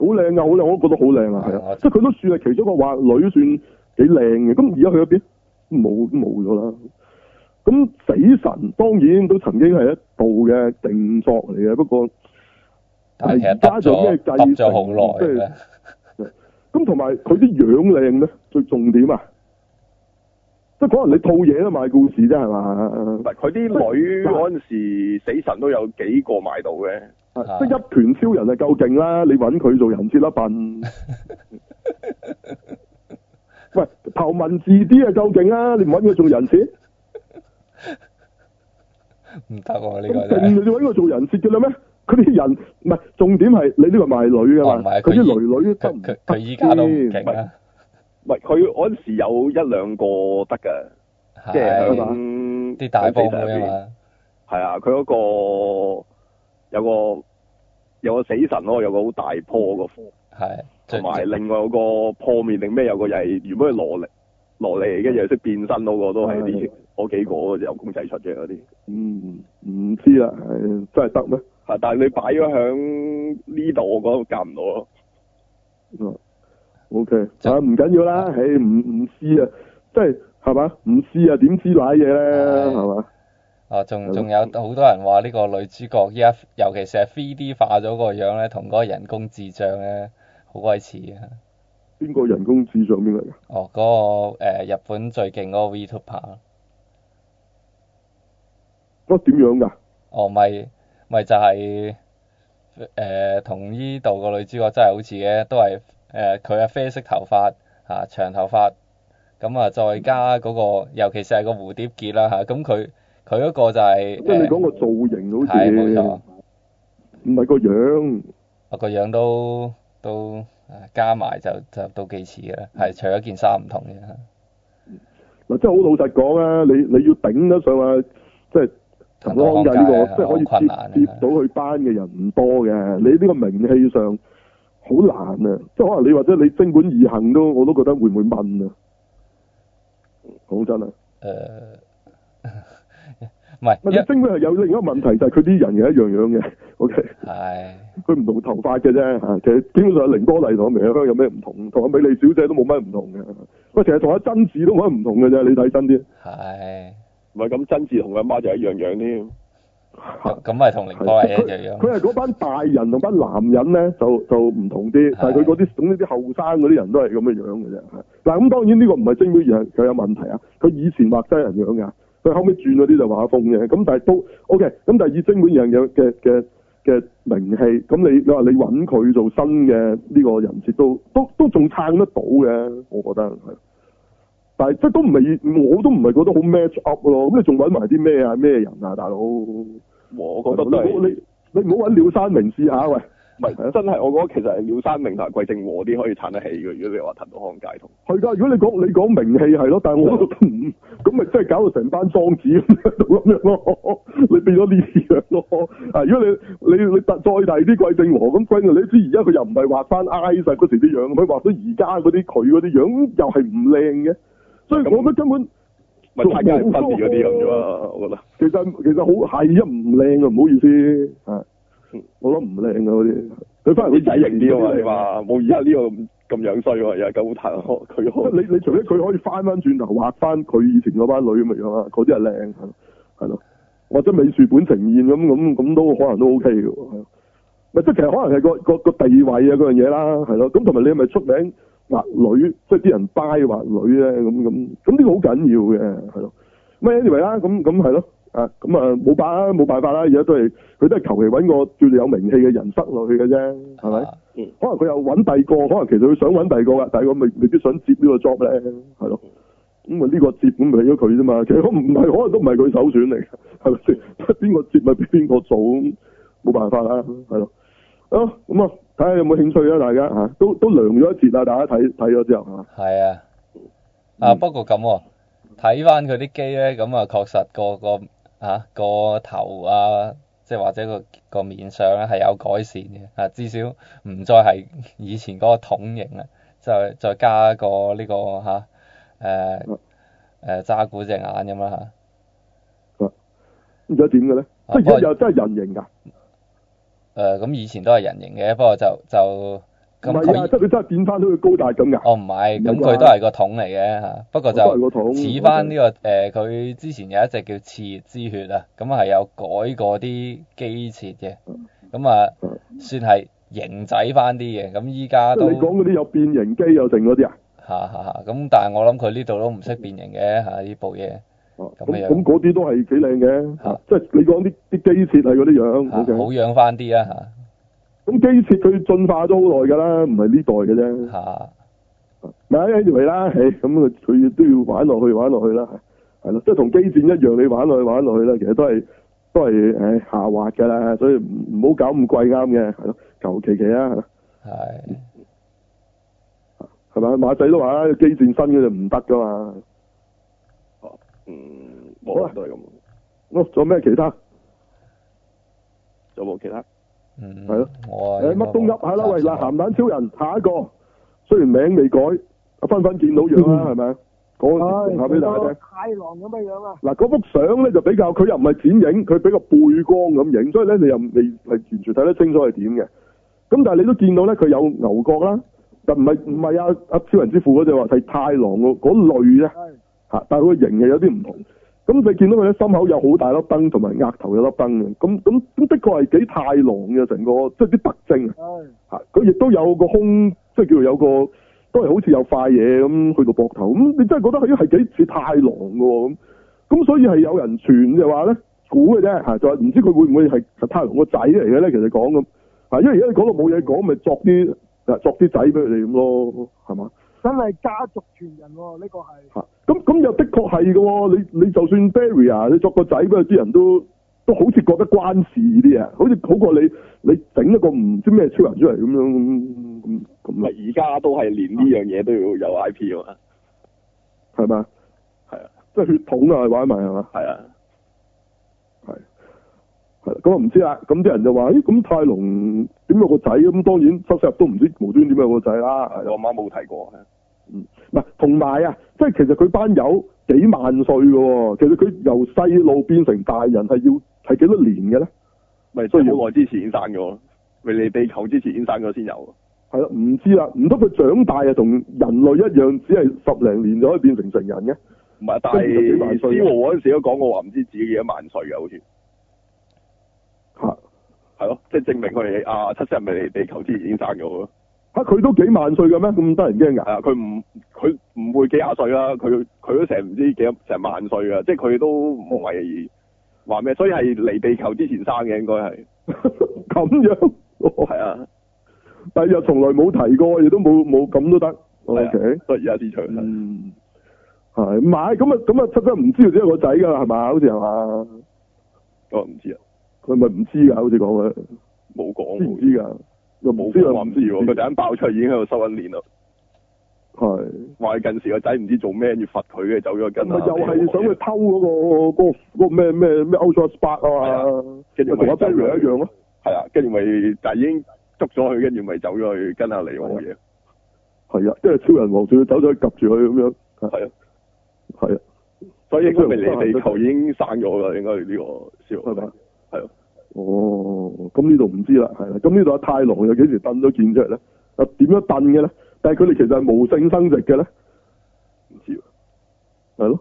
[SPEAKER 1] 好靚啊噶，好靚，我都覺得好靚啊，係
[SPEAKER 3] 係我
[SPEAKER 1] 啊，即係佢都算係其中一個畫女算幾靚嘅。咁而家去咗邊？冇冇咗啦。咁死神當然都曾經係一部嘅定作嚟嘅，不過
[SPEAKER 3] 但係其實
[SPEAKER 1] 但係而家
[SPEAKER 3] 揼
[SPEAKER 1] 就咩
[SPEAKER 3] 咗
[SPEAKER 1] 繼
[SPEAKER 3] 揼咗
[SPEAKER 1] 承
[SPEAKER 3] 好
[SPEAKER 1] 即
[SPEAKER 3] 耐
[SPEAKER 1] 係
[SPEAKER 3] 嘅，
[SPEAKER 1] 咁同埋佢啲樣靚咧，最重點啊，即係可能你套嘢都賣故事啫，係嘛？
[SPEAKER 2] 但佢啲女嗰陣時，死神都有幾個買到嘅。
[SPEAKER 1] 即係一拳超人啊，夠勁啦！你揾佢做人設啦， 笨。喂，頭文字 D 啊，夠勁啦！你唔揾佢做人設？
[SPEAKER 3] 唔得喎呢
[SPEAKER 1] 咁
[SPEAKER 3] 個真
[SPEAKER 1] 定
[SPEAKER 3] 係。
[SPEAKER 1] 你揾佢做人設嘅啦咩？佢啲人唔係重點係你呢個賣女㗎
[SPEAKER 3] 哦唔
[SPEAKER 1] 嘛，
[SPEAKER 3] 係
[SPEAKER 1] 佢
[SPEAKER 3] 佢
[SPEAKER 1] 啲
[SPEAKER 3] 依
[SPEAKER 1] 女女得唔
[SPEAKER 3] 佢佢佢依家都唔
[SPEAKER 1] 得
[SPEAKER 3] 勁啊啦，
[SPEAKER 2] 唔係佢嗰陣時有一兩個得㗎，即
[SPEAKER 3] 係
[SPEAKER 2] 係
[SPEAKER 1] 啊嘛嗯
[SPEAKER 2] 響
[SPEAKER 3] 啲大波妹啊嘛。
[SPEAKER 2] 係啊，佢嗰、個有個有個死神咯，有個好大坡個科，
[SPEAKER 3] 係，最
[SPEAKER 2] 同 埋另外有個破面定咩有個又係原本係羅莉羅莉，跟住又識變身嗰個都係
[SPEAKER 1] 係
[SPEAKER 2] 啲嗰幾個由公仔出嘅嗰啲。
[SPEAKER 1] 嗯，唔知啦，係真係得咩？
[SPEAKER 2] 係，啊但係你擺咗響呢度，我覺得夾唔到咯。
[SPEAKER 1] O K，
[SPEAKER 3] 就
[SPEAKER 1] 哦啊唔緊要啦，唉唔唔知啊，即係係嘛？唔知啊，點知奶嘢咧
[SPEAKER 3] 係
[SPEAKER 1] 係嘛？
[SPEAKER 3] 啊，仲
[SPEAKER 1] 係咯
[SPEAKER 3] 仲有好多人話呢個女主角依家，尤其是係 3D 化咗個樣咧，同嗰個人工智障咧好鬼似啊！
[SPEAKER 1] 邊個人工智障邊個嚟㗎？
[SPEAKER 3] 哦，嗰、個、呃、日本最勁嗰個 Vtuber，啊
[SPEAKER 1] 乜點樣㗎？
[SPEAKER 3] 哦咪咪就係誒同呢度個女主角真係好似嘅，都係誒佢係啡色頭髮嚇、啊長頭髮，咁啊再
[SPEAKER 1] 嗯
[SPEAKER 3] 加嗰、個，尤其是係個蝴蝶結啦嚇，咁佢佢嗰個就係、呃
[SPEAKER 1] 即係你講個造型好
[SPEAKER 3] 係冇錯
[SPEAKER 1] 似，。唔係個樣，
[SPEAKER 3] 我個樣都都啊加埋就就都幾似嘅啦，係除咗件衫唔同嘅。啊
[SPEAKER 1] 嗱，即係好老實講啊，你你要頂得上啊，即係陳康介呢個，即係
[SPEAKER 3] 陳康介啊
[SPEAKER 1] 可以
[SPEAKER 3] 好困難
[SPEAKER 1] 接接
[SPEAKER 3] 啊
[SPEAKER 1] 到佢班嘅人唔多嘅，你呢個名氣上好難啊，即係可能你或者你精本義行都，我都覺得會唔會問啊？講真啊，
[SPEAKER 3] 誒，呃 唔係
[SPEAKER 1] 咪
[SPEAKER 3] 因
[SPEAKER 1] 你精本係有另一個問題，就係佢啲人係一樣樣嘅，OK。
[SPEAKER 3] 係
[SPEAKER 1] 佢唔同頭髮嘅啫嚇，其實基本上係凌波麗同阿明香有咩唔同，同阿美麗小姐都冇乜唔同嘅。啊喂，其實同阿真子都冇乜唔同嘅啫，你睇真啲。
[SPEAKER 3] 係
[SPEAKER 2] 唔係咁，真嗣同佢阿媽就一樣樣添。
[SPEAKER 3] 咁咁咪同凌波麗一樣樣。
[SPEAKER 1] 佢係嗰班大人同班男人咧，就就唔同啲
[SPEAKER 3] 係，
[SPEAKER 1] 但係佢嗰啲總之啲後生嗰啲人都係咁嘅樣嘅啫。嗱咁當然呢個唔係精標人，佢有問題啊。佢以前畫真人樣㗎，佢後尾轉嗰啲就畫風嘅。咁但係都 OK，咁但係以精本人嘅嘅嘅嘅名氣，咁你你話你揾佢做新嘅呢個人設都都都仲撐得到嘅，我覺得係。但係即係都唔係，我都唔係覺得好 match up 咯。咁你仲揾埋啲咩啊咩人啊，大佬？
[SPEAKER 2] 我覺得都
[SPEAKER 1] 你唔好
[SPEAKER 2] 係
[SPEAKER 1] 你你唔好揾廖山明試下喂，
[SPEAKER 2] 唔係啊真係，我覺得其實係廖山明同埋季正和啲可以撐得起嘅。如果你話騰到康界同，
[SPEAKER 1] 係㗎，如果你講你講名氣係咯，但係我覺得唔咁咪真係搞到成班莊子咁樣咁樣咯，你變咗呢樣咯。啊，如果你你你再提啲季正和咁貴你知而家佢又唔係畫翻 I 晒嗰時啲樣，佢畫到而家嗰啲佢嗰啲樣又係唔靚嘅，所以我覺得根本
[SPEAKER 2] 咪大家係分裂嗰啲咁啫嘛。我覺 得
[SPEAKER 1] 其實其實好係一唔靚啊，唔好意思啊
[SPEAKER 2] 嗯，
[SPEAKER 1] 我諗唔靚啊嗰啲，佢翻嚟
[SPEAKER 2] 啲仔型啲啊嘛，你話冇而家呢個咁咁樣衰喎，又係咁騰佢
[SPEAKER 1] 即係
[SPEAKER 2] 好
[SPEAKER 1] 你你除非佢可以翻翻轉頭畫翻佢以前嗰班女咁嘅樣啊，嗰啲係靚係咯係咯，或者美術本呈現咁咁咁都可能都 OK 嘅喎，係咯咪即係其實可能係個個個地位啊嗰樣嘢啦，係咯，咁同埋你係咪出名畫女，即係啲人 buy 畫女咧咁咁，咁呢個好緊要嘅係咯。咁 anyway 啦，咁咁係咯，啊咁啊冇辦啦冇辦法啦，而家都係佢都係求其揾個叫做有名氣嘅人塞落去嘅啫，係咪？
[SPEAKER 3] 啊
[SPEAKER 1] 可能佢又揾第二個，可能其實佢想揾第二個噶，但係佢未未必想接呢個 job 咧，係咯。咁啊呢個接咁咪俾咗佢啫嘛，其實可唔係 可能都唔係佢首選嚟嘅，係咪先？ 得邊個接咪俾邊個做，咁冇辦法啦，係咯。好咁啊，睇下有冇興趣啊，大家嚇都都量咗一截啦，大家睇睇咗之後嚇，
[SPEAKER 3] 係啊，啊
[SPEAKER 1] 嗯
[SPEAKER 3] 不過咁喎，睇翻佢啲機咧，咁啊確實個個啊個頭啊，即係或者個個面相咧係有改善嘅，啊至少唔再係以前嗰個桶型啦，再再加個呢、個嚇誒誒揸古隻眼咁啦啊嚇，
[SPEAKER 1] 咁而家點嘅咧？
[SPEAKER 3] 啊
[SPEAKER 1] 即係
[SPEAKER 3] 不過
[SPEAKER 1] 而家又真係人形㗎，
[SPEAKER 3] 誒咁以前都係人形嘅，不過就就
[SPEAKER 1] 唔
[SPEAKER 3] 咁
[SPEAKER 1] 係啊，即
[SPEAKER 3] 佢
[SPEAKER 1] 係佢真係變翻到佢高大咁㗎。
[SPEAKER 3] 哦唔係，咁佢都係個桶嚟嘅嚇，不過就。
[SPEAKER 1] 都係個桶
[SPEAKER 3] 似翻呢、個誒，佢、之前有一隻叫《熾熱之血》啊，咁係有改過啲機設嘅，咁啊
[SPEAKER 1] 嗯
[SPEAKER 3] 算係型仔翻啲嘅，咁依家
[SPEAKER 1] 即係
[SPEAKER 3] 都
[SPEAKER 1] 你
[SPEAKER 3] 嚇
[SPEAKER 1] 講嗰啲有變形機又剩嗰啲啊？
[SPEAKER 3] 嚇嚇，咁但係我諗佢呢度都唔識變形嘅嚇，呢部嘢
[SPEAKER 1] 哦
[SPEAKER 3] 咁
[SPEAKER 1] 咁
[SPEAKER 3] 樣
[SPEAKER 1] 咁嗰啲都係幾靚嘅，
[SPEAKER 3] 啊
[SPEAKER 1] 即係你講啲啲機設係嗰啲樣
[SPEAKER 3] 嚇
[SPEAKER 1] ，OK。
[SPEAKER 3] 好樣翻啲啊啦
[SPEAKER 1] 咁機設佢進化咗好耐㗎啦，唔係呢代嘅啫
[SPEAKER 3] 嚇。嚇
[SPEAKER 1] 咪 anyway 啦，唉咁佢佢都要玩落去玩落去啦，係咯，即係同機戰一樣，你玩落去玩落去啦，其實都係都係唉下滑㗎啦，所以唔唔好搞咁貴啱嘅，係咯，求其其啊，係咯
[SPEAKER 3] 係
[SPEAKER 1] 係咪？馬仔都話啦，機戰新嗰就唔得㗎嘛。
[SPEAKER 2] 嗯，冇啦，都係咁。
[SPEAKER 1] 咯，仲有咩其他？
[SPEAKER 2] 仲有冇其他？
[SPEAKER 3] 嗯
[SPEAKER 1] 係咯，
[SPEAKER 3] 我
[SPEAKER 1] 誒
[SPEAKER 3] 啊應該
[SPEAKER 1] 乜都噏下啦，
[SPEAKER 3] 冇
[SPEAKER 1] 喂嗱，鹹蛋超人下一個，雖然名未改，阿芬芬見到樣 啦，係咪啊？講下俾大家聽。
[SPEAKER 4] 太郎咁嘅樣啊，
[SPEAKER 1] 嗱，嗰幅相咧就比較，佢又唔係剪影，佢比較背光咁影，所以咧你又未係完全睇得清楚係點嘅。咁但係你都見到咧，佢有牛角啦，就唔係唔係啊阿超人之父嗰只話係太郎嗰嗰類咧
[SPEAKER 4] 係
[SPEAKER 1] 嚇，但係佢個型係有啲唔同。咁你見到佢咧心口有好大粒燈，同埋額頭有粒燈嘅，咁咁咁的確係幾太郎嘅成個，即係啲特徵啊
[SPEAKER 4] 係
[SPEAKER 1] 嚇。佢亦都有個胸，即係叫做有個都係好似有塊嘢咁去到膊頭，咁你真係覺得佢係幾似太郎嘅喎咁。咁所以係有人傳就話咧，估嘅啫啊嚇，就話唔知佢會唔會係太郎個仔嚟嘅咧？其實講咁啊嚇，因為而家你講到冇嘢講，咪作啲啊作啲仔俾佢哋咁咯，係嘛
[SPEAKER 4] 真係家族傳人喎，呢個係
[SPEAKER 1] 嚇？咁咁又的確係嘅喎，你你就算 Barry 啊，你作個仔俾佢啲人都都好似覺得關事啲啊，好似好過你你整一個唔知咩超人出嚟咁樣咁咁咁
[SPEAKER 2] 唔
[SPEAKER 1] 咯，
[SPEAKER 2] 係而家都係連呢
[SPEAKER 1] 啊
[SPEAKER 2] 樣嘢都要有 I P 啊嘛。
[SPEAKER 1] 係咪啊？
[SPEAKER 2] 係啊，
[SPEAKER 1] 即係血統啊，玩埋係嘛？
[SPEAKER 2] 係啊，
[SPEAKER 1] 係啦，咁啊唔知啦，咁啲人就話：，咦，咁泰龍點有個仔？咁當然收收入都唔知無端點有個仔啦。係
[SPEAKER 2] 我
[SPEAKER 1] 咯嗯
[SPEAKER 2] 阿媽冇提過。係啊
[SPEAKER 1] 唔係同埋啊，即係其實佢班友幾萬歲嘅喎，其實佢由細路變成大人係要係幾多年嘅咧？
[SPEAKER 2] 咪即係好耐之前已經生咗咯，咪你地球之前已經生咗先有。
[SPEAKER 1] 係啦，唔知啦，唔通佢長大啊，同人類一樣，只係十零年就可以變成成人嘅？
[SPEAKER 2] 唔係，但
[SPEAKER 1] 跟住就幾萬
[SPEAKER 2] 係
[SPEAKER 1] 歲啊
[SPEAKER 2] 思豪嗰陣時都講過話，唔知自己幾多萬歲嘅，好似
[SPEAKER 1] 嚇、
[SPEAKER 2] 係咯，即係證明佢哋啊七七係咪你地球之前已經生咗咯？
[SPEAKER 1] 嚇佢都幾萬歲嘅咩？咁得人驚㗎？
[SPEAKER 2] 係 啊，佢唔佢唔會幾廿歲啦，佢佢都成唔知幾多成萬歲啊嘅，即係佢都唔係話咩，所以係嚟地球之前生嘅應該係
[SPEAKER 1] 咁樣，
[SPEAKER 2] 係啊，
[SPEAKER 1] 第二日從來冇提過，亦都冇冇咁都得。O
[SPEAKER 2] 係啊
[SPEAKER 1] K。
[SPEAKER 2] 所以而家市場係
[SPEAKER 1] 嗯，系唔係咁啊？咁啊，七七唔知道只有個仔㗎啦，係嘛？好似係嘛？
[SPEAKER 2] 我唔知啊，
[SPEAKER 1] 佢咪唔知㗎？好似講佢
[SPEAKER 2] 冇講
[SPEAKER 1] 知唔
[SPEAKER 2] 喎
[SPEAKER 1] 知㗎？又
[SPEAKER 2] 冇
[SPEAKER 1] 唔知
[SPEAKER 2] 知
[SPEAKER 1] 又
[SPEAKER 2] 我唔知喎，佢突然爆出嚟已經喺度收緊鏈啦，
[SPEAKER 1] 係
[SPEAKER 2] 話佢近時個仔唔知做咩要罰佢嘅，走咗跟
[SPEAKER 1] 咪
[SPEAKER 2] 啊，
[SPEAKER 1] 又
[SPEAKER 2] 俾
[SPEAKER 1] 係
[SPEAKER 2] 老婆
[SPEAKER 1] 想去偷嗰、個嗰、個嗰個咩咩咩 Ultra Spark 啊嘛，
[SPEAKER 2] 跟住
[SPEAKER 1] 咪同阿
[SPEAKER 2] 咪
[SPEAKER 1] b e r r y 一樣咯，
[SPEAKER 2] 係啊，跟住咪但係已經捉咗佢，跟住咪走咗去跟阿李王嘢，
[SPEAKER 1] 係啊，即係超人王仲要走咗去及住佢咁樣，
[SPEAKER 2] 係啊，
[SPEAKER 1] 係啊，
[SPEAKER 2] 所以應該咪嚟地球已經生咗啦，應該呢個
[SPEAKER 1] 係咪
[SPEAKER 2] 笑係啊，
[SPEAKER 1] 哦，咁呢度唔知啦，係啦，咁呢度阿泰龍又幾時燉咗件出嚟咧？啊，點樣燉嘅咧？但係佢哋其實係無性生殖嘅咧，
[SPEAKER 2] 唔知喎
[SPEAKER 1] 係咯，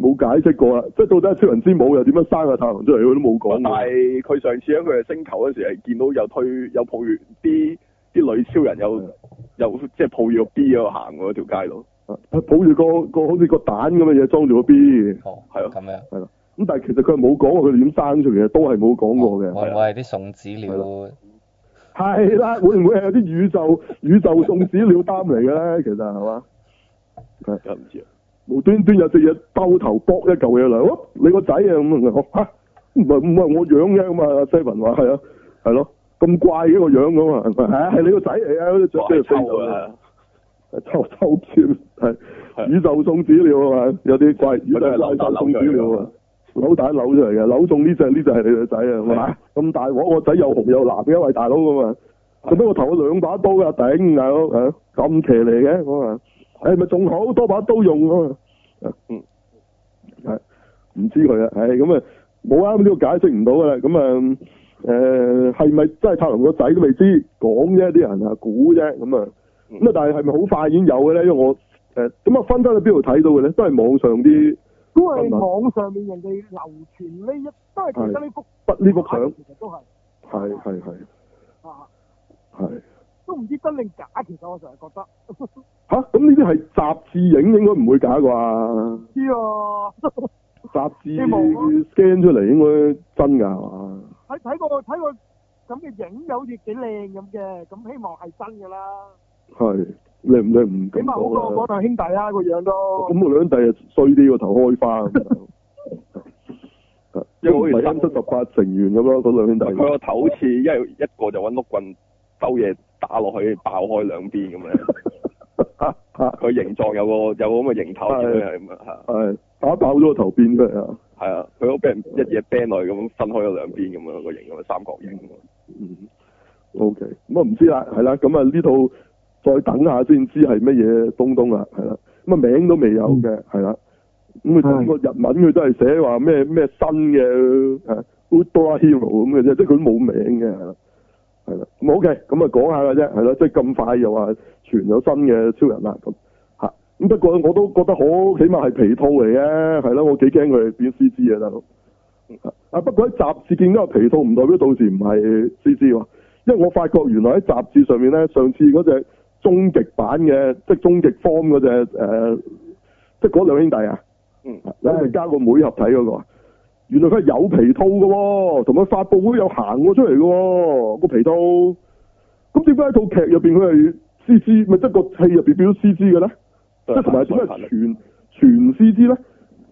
[SPEAKER 1] 冇解釋過啦，即係到底係超人之母又點樣生阿泰龍出嚟，佢都冇講
[SPEAKER 2] 但
[SPEAKER 1] 喎。
[SPEAKER 2] 係佢上次喺佢嘅星球嗰時係見到有推有抱住啲啲女超人有
[SPEAKER 1] 係
[SPEAKER 2] 有即係抱住個 B 喺度行喎條街度，
[SPEAKER 1] 啊抱住個個好似個蛋咁嘅嘢裝住個 B，咁
[SPEAKER 3] 哦，
[SPEAKER 2] 係啊
[SPEAKER 3] 咁樣。
[SPEAKER 1] 但係其實佢係冇講過佢哋點生出嚟嘅，都係啊冇講過
[SPEAKER 2] 哦
[SPEAKER 1] 嘅。
[SPEAKER 3] 會唔會係啲送子料？
[SPEAKER 1] 係啦，會唔會係有啲宇宙宇宙送子鳥擔嚟嘅咧？其實係嘛？
[SPEAKER 2] 真係唔知啊。
[SPEAKER 1] 無端端有隻嘢兜頭搏一嚿嘢嚟，哦你個仔啊咁啊我，嚇唔係唔係我養嘅咁啊，Seven 話係啊，係咯，咁怪嘅個樣咁啊，係啊係你個仔嚟啊，嗰隻雀
[SPEAKER 2] 哇
[SPEAKER 1] 飛
[SPEAKER 2] 係
[SPEAKER 1] 飛
[SPEAKER 2] 抽
[SPEAKER 1] 咗
[SPEAKER 2] 啊！
[SPEAKER 1] 抽抽簽係
[SPEAKER 2] 係
[SPEAKER 1] 宇宙送子鳥啊嘛，有啲怪宇宙
[SPEAKER 2] 佢都係扭
[SPEAKER 1] 怪
[SPEAKER 2] 蛋
[SPEAKER 1] 獸送
[SPEAKER 2] 扭
[SPEAKER 1] 子
[SPEAKER 2] 出嚟
[SPEAKER 1] 鳥啊，扭蛋扭出嚟嘅，扭中呢隻呢隻係你個仔啊，係嘛？咁大鑊，我仔又紅又藍嘅，喂大佬咁啊，咁不過頭有兩把刀啊，頂大佬係咁騎嚟嘅咁啊，誒咪仲好多把刀用啊嘛，
[SPEAKER 2] 嗯
[SPEAKER 1] 係唔知佢啊，係咁啊冇啊，呢個解釋唔到噶啦，咁啊誒係咪真係塔林個仔都未知講啫，啲人啊估啫咁啊。咁啊，但係係咪好快已經有嘅咧？因為我誒咁啊，分分喺邊度睇到嘅咧？都係網上啲
[SPEAKER 4] 都係網上面人哋流傳呢一，都係其實呢幅
[SPEAKER 1] 不呢幅相，
[SPEAKER 4] 其實都係
[SPEAKER 1] 係係係
[SPEAKER 4] 啊，
[SPEAKER 1] 係
[SPEAKER 4] 都唔知真定假。其實我成日覺 得，
[SPEAKER 1] 嚇咁呢啲係雜誌影，應該唔會假啩？
[SPEAKER 4] 知喎，
[SPEAKER 1] 雜
[SPEAKER 4] 希望咯
[SPEAKER 1] 誌 scan 出嚟應該真㗎係嘛？
[SPEAKER 4] 睇睇過睇過咁嘅影又好似幾靚咁嘅，咁希望係真㗎啦。
[SPEAKER 1] 係你唔你唔
[SPEAKER 4] 起
[SPEAKER 1] 敢
[SPEAKER 4] 碼好過
[SPEAKER 1] 講
[SPEAKER 4] 我
[SPEAKER 1] 啦。
[SPEAKER 4] 兩兄弟啦，個樣都
[SPEAKER 1] 咁我兩弟啊衰啲個頭開花 咁。因
[SPEAKER 2] 因為
[SPEAKER 1] 為
[SPEAKER 2] 好
[SPEAKER 1] 好
[SPEAKER 2] 似
[SPEAKER 1] 似三七十八成員咁咯，嗰兩兄弟
[SPEAKER 2] 佢個頭好似一一個就揾碌棍兜嘢打落去，爆開兩邊 咁樣。
[SPEAKER 4] 啊
[SPEAKER 2] 佢形狀有個有個咁嘅形頭
[SPEAKER 1] 係
[SPEAKER 2] 咁樣咁啊，
[SPEAKER 1] 係打爆咗個頭變出嚟啊！
[SPEAKER 2] 係啊，佢都俾人一嘢 ban 落去咁樣分開咗兩邊咁樣個形咁嘅三角形咁樣。
[SPEAKER 1] 嗯，O K，咁啊唔知啦，係啦，咁啊呢套再等下先知係乜嘢東東啦，係啦，咁啊名都未有嘅，係啦，咁佢
[SPEAKER 4] 係
[SPEAKER 1] 個日文佢都係寫話咩咩新嘅誒 Ultra Hero 咁嘅啫，即係佢都冇名嘅，係啦，係啦，咁 O K，咁啊講下嘅啫，係啦，即係咁快又話傳咗新嘅超人啦，咁嚇，咁不過我都覺得好，起碼係皮套嚟嘅，係啦，我幾驚佢變 C G 啊，大佬。啊！不過喺雜誌見到個皮套，唔代表到時唔係 C G 喎，因為我發覺原來喺雜誌上面咧，上次嗰隻終極版嘅，即係終極 form 嗰隻誒，即係嗰兩兄弟啊，
[SPEAKER 2] 嗯，
[SPEAKER 1] 兩兄弟加個妹合體嗰、個啊，原來佢係有皮套嘅喎、同佢發佈會有行過出嚟嘅喎，個皮套。咁點解喺套劇入邊佢係 C G，咪即係個戲入邊變咗 C G 嘅咧？即係同埋點解係全全 C G 咧？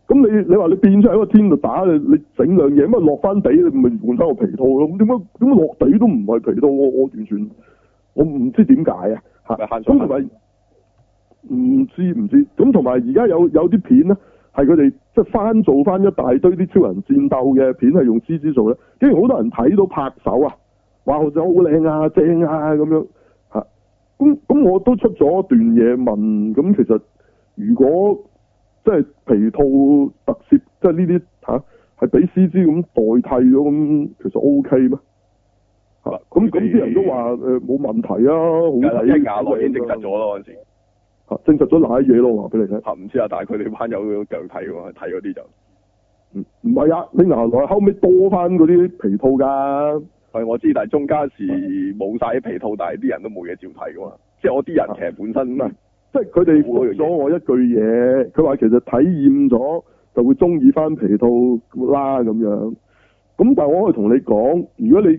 [SPEAKER 1] 咁你你話你變出喺個天度打你，你整兩嘢咁啊落翻地，你咪換翻個皮套咯？咁點解點解落地都唔係皮套？我我完全我唔知點解啊！嚇
[SPEAKER 2] 咪慳咗
[SPEAKER 1] 咁同埋唔知唔知咁同埋而家有有啲片咧，係佢哋即係翻做翻一大堆啲超人戰鬥嘅片係用 C G 做咧，竟然好多人睇到拍手啊！哇，好似好靚啊，正啊咁樣嚇。咁咁我都出咗段嘢問，咁其實如果即係皮套特攝，即係呢啲嚇係俾 C G 咁代替咗，咁其實 O K 咩？
[SPEAKER 2] 啊
[SPEAKER 1] 嚇咁咁啲人都話誒冇問題啊，
[SPEAKER 2] 係
[SPEAKER 1] 好
[SPEAKER 2] 啦，
[SPEAKER 1] 睇。
[SPEAKER 2] 一牙內已經證實咗咯嗰陣時，
[SPEAKER 1] 嚇，啊證實咗賴嘢咯，話俾你聽。
[SPEAKER 2] 嚇唔知啊，但係佢哋班友腳睇喎，睇嗰啲就
[SPEAKER 1] 嗯唔係啊，你牙來後尾多翻嗰啲皮套㗎。
[SPEAKER 2] 係我知，但係中間時冇晒啲皮套，但係啲人都冇嘢照睇噶嘛。即係我啲人其實本身
[SPEAKER 1] 係即係佢哋覆咗我一句嘢，佢話其實體驗咗就會中意翻皮套啦咁樣。咁但係我可以同你講，如果你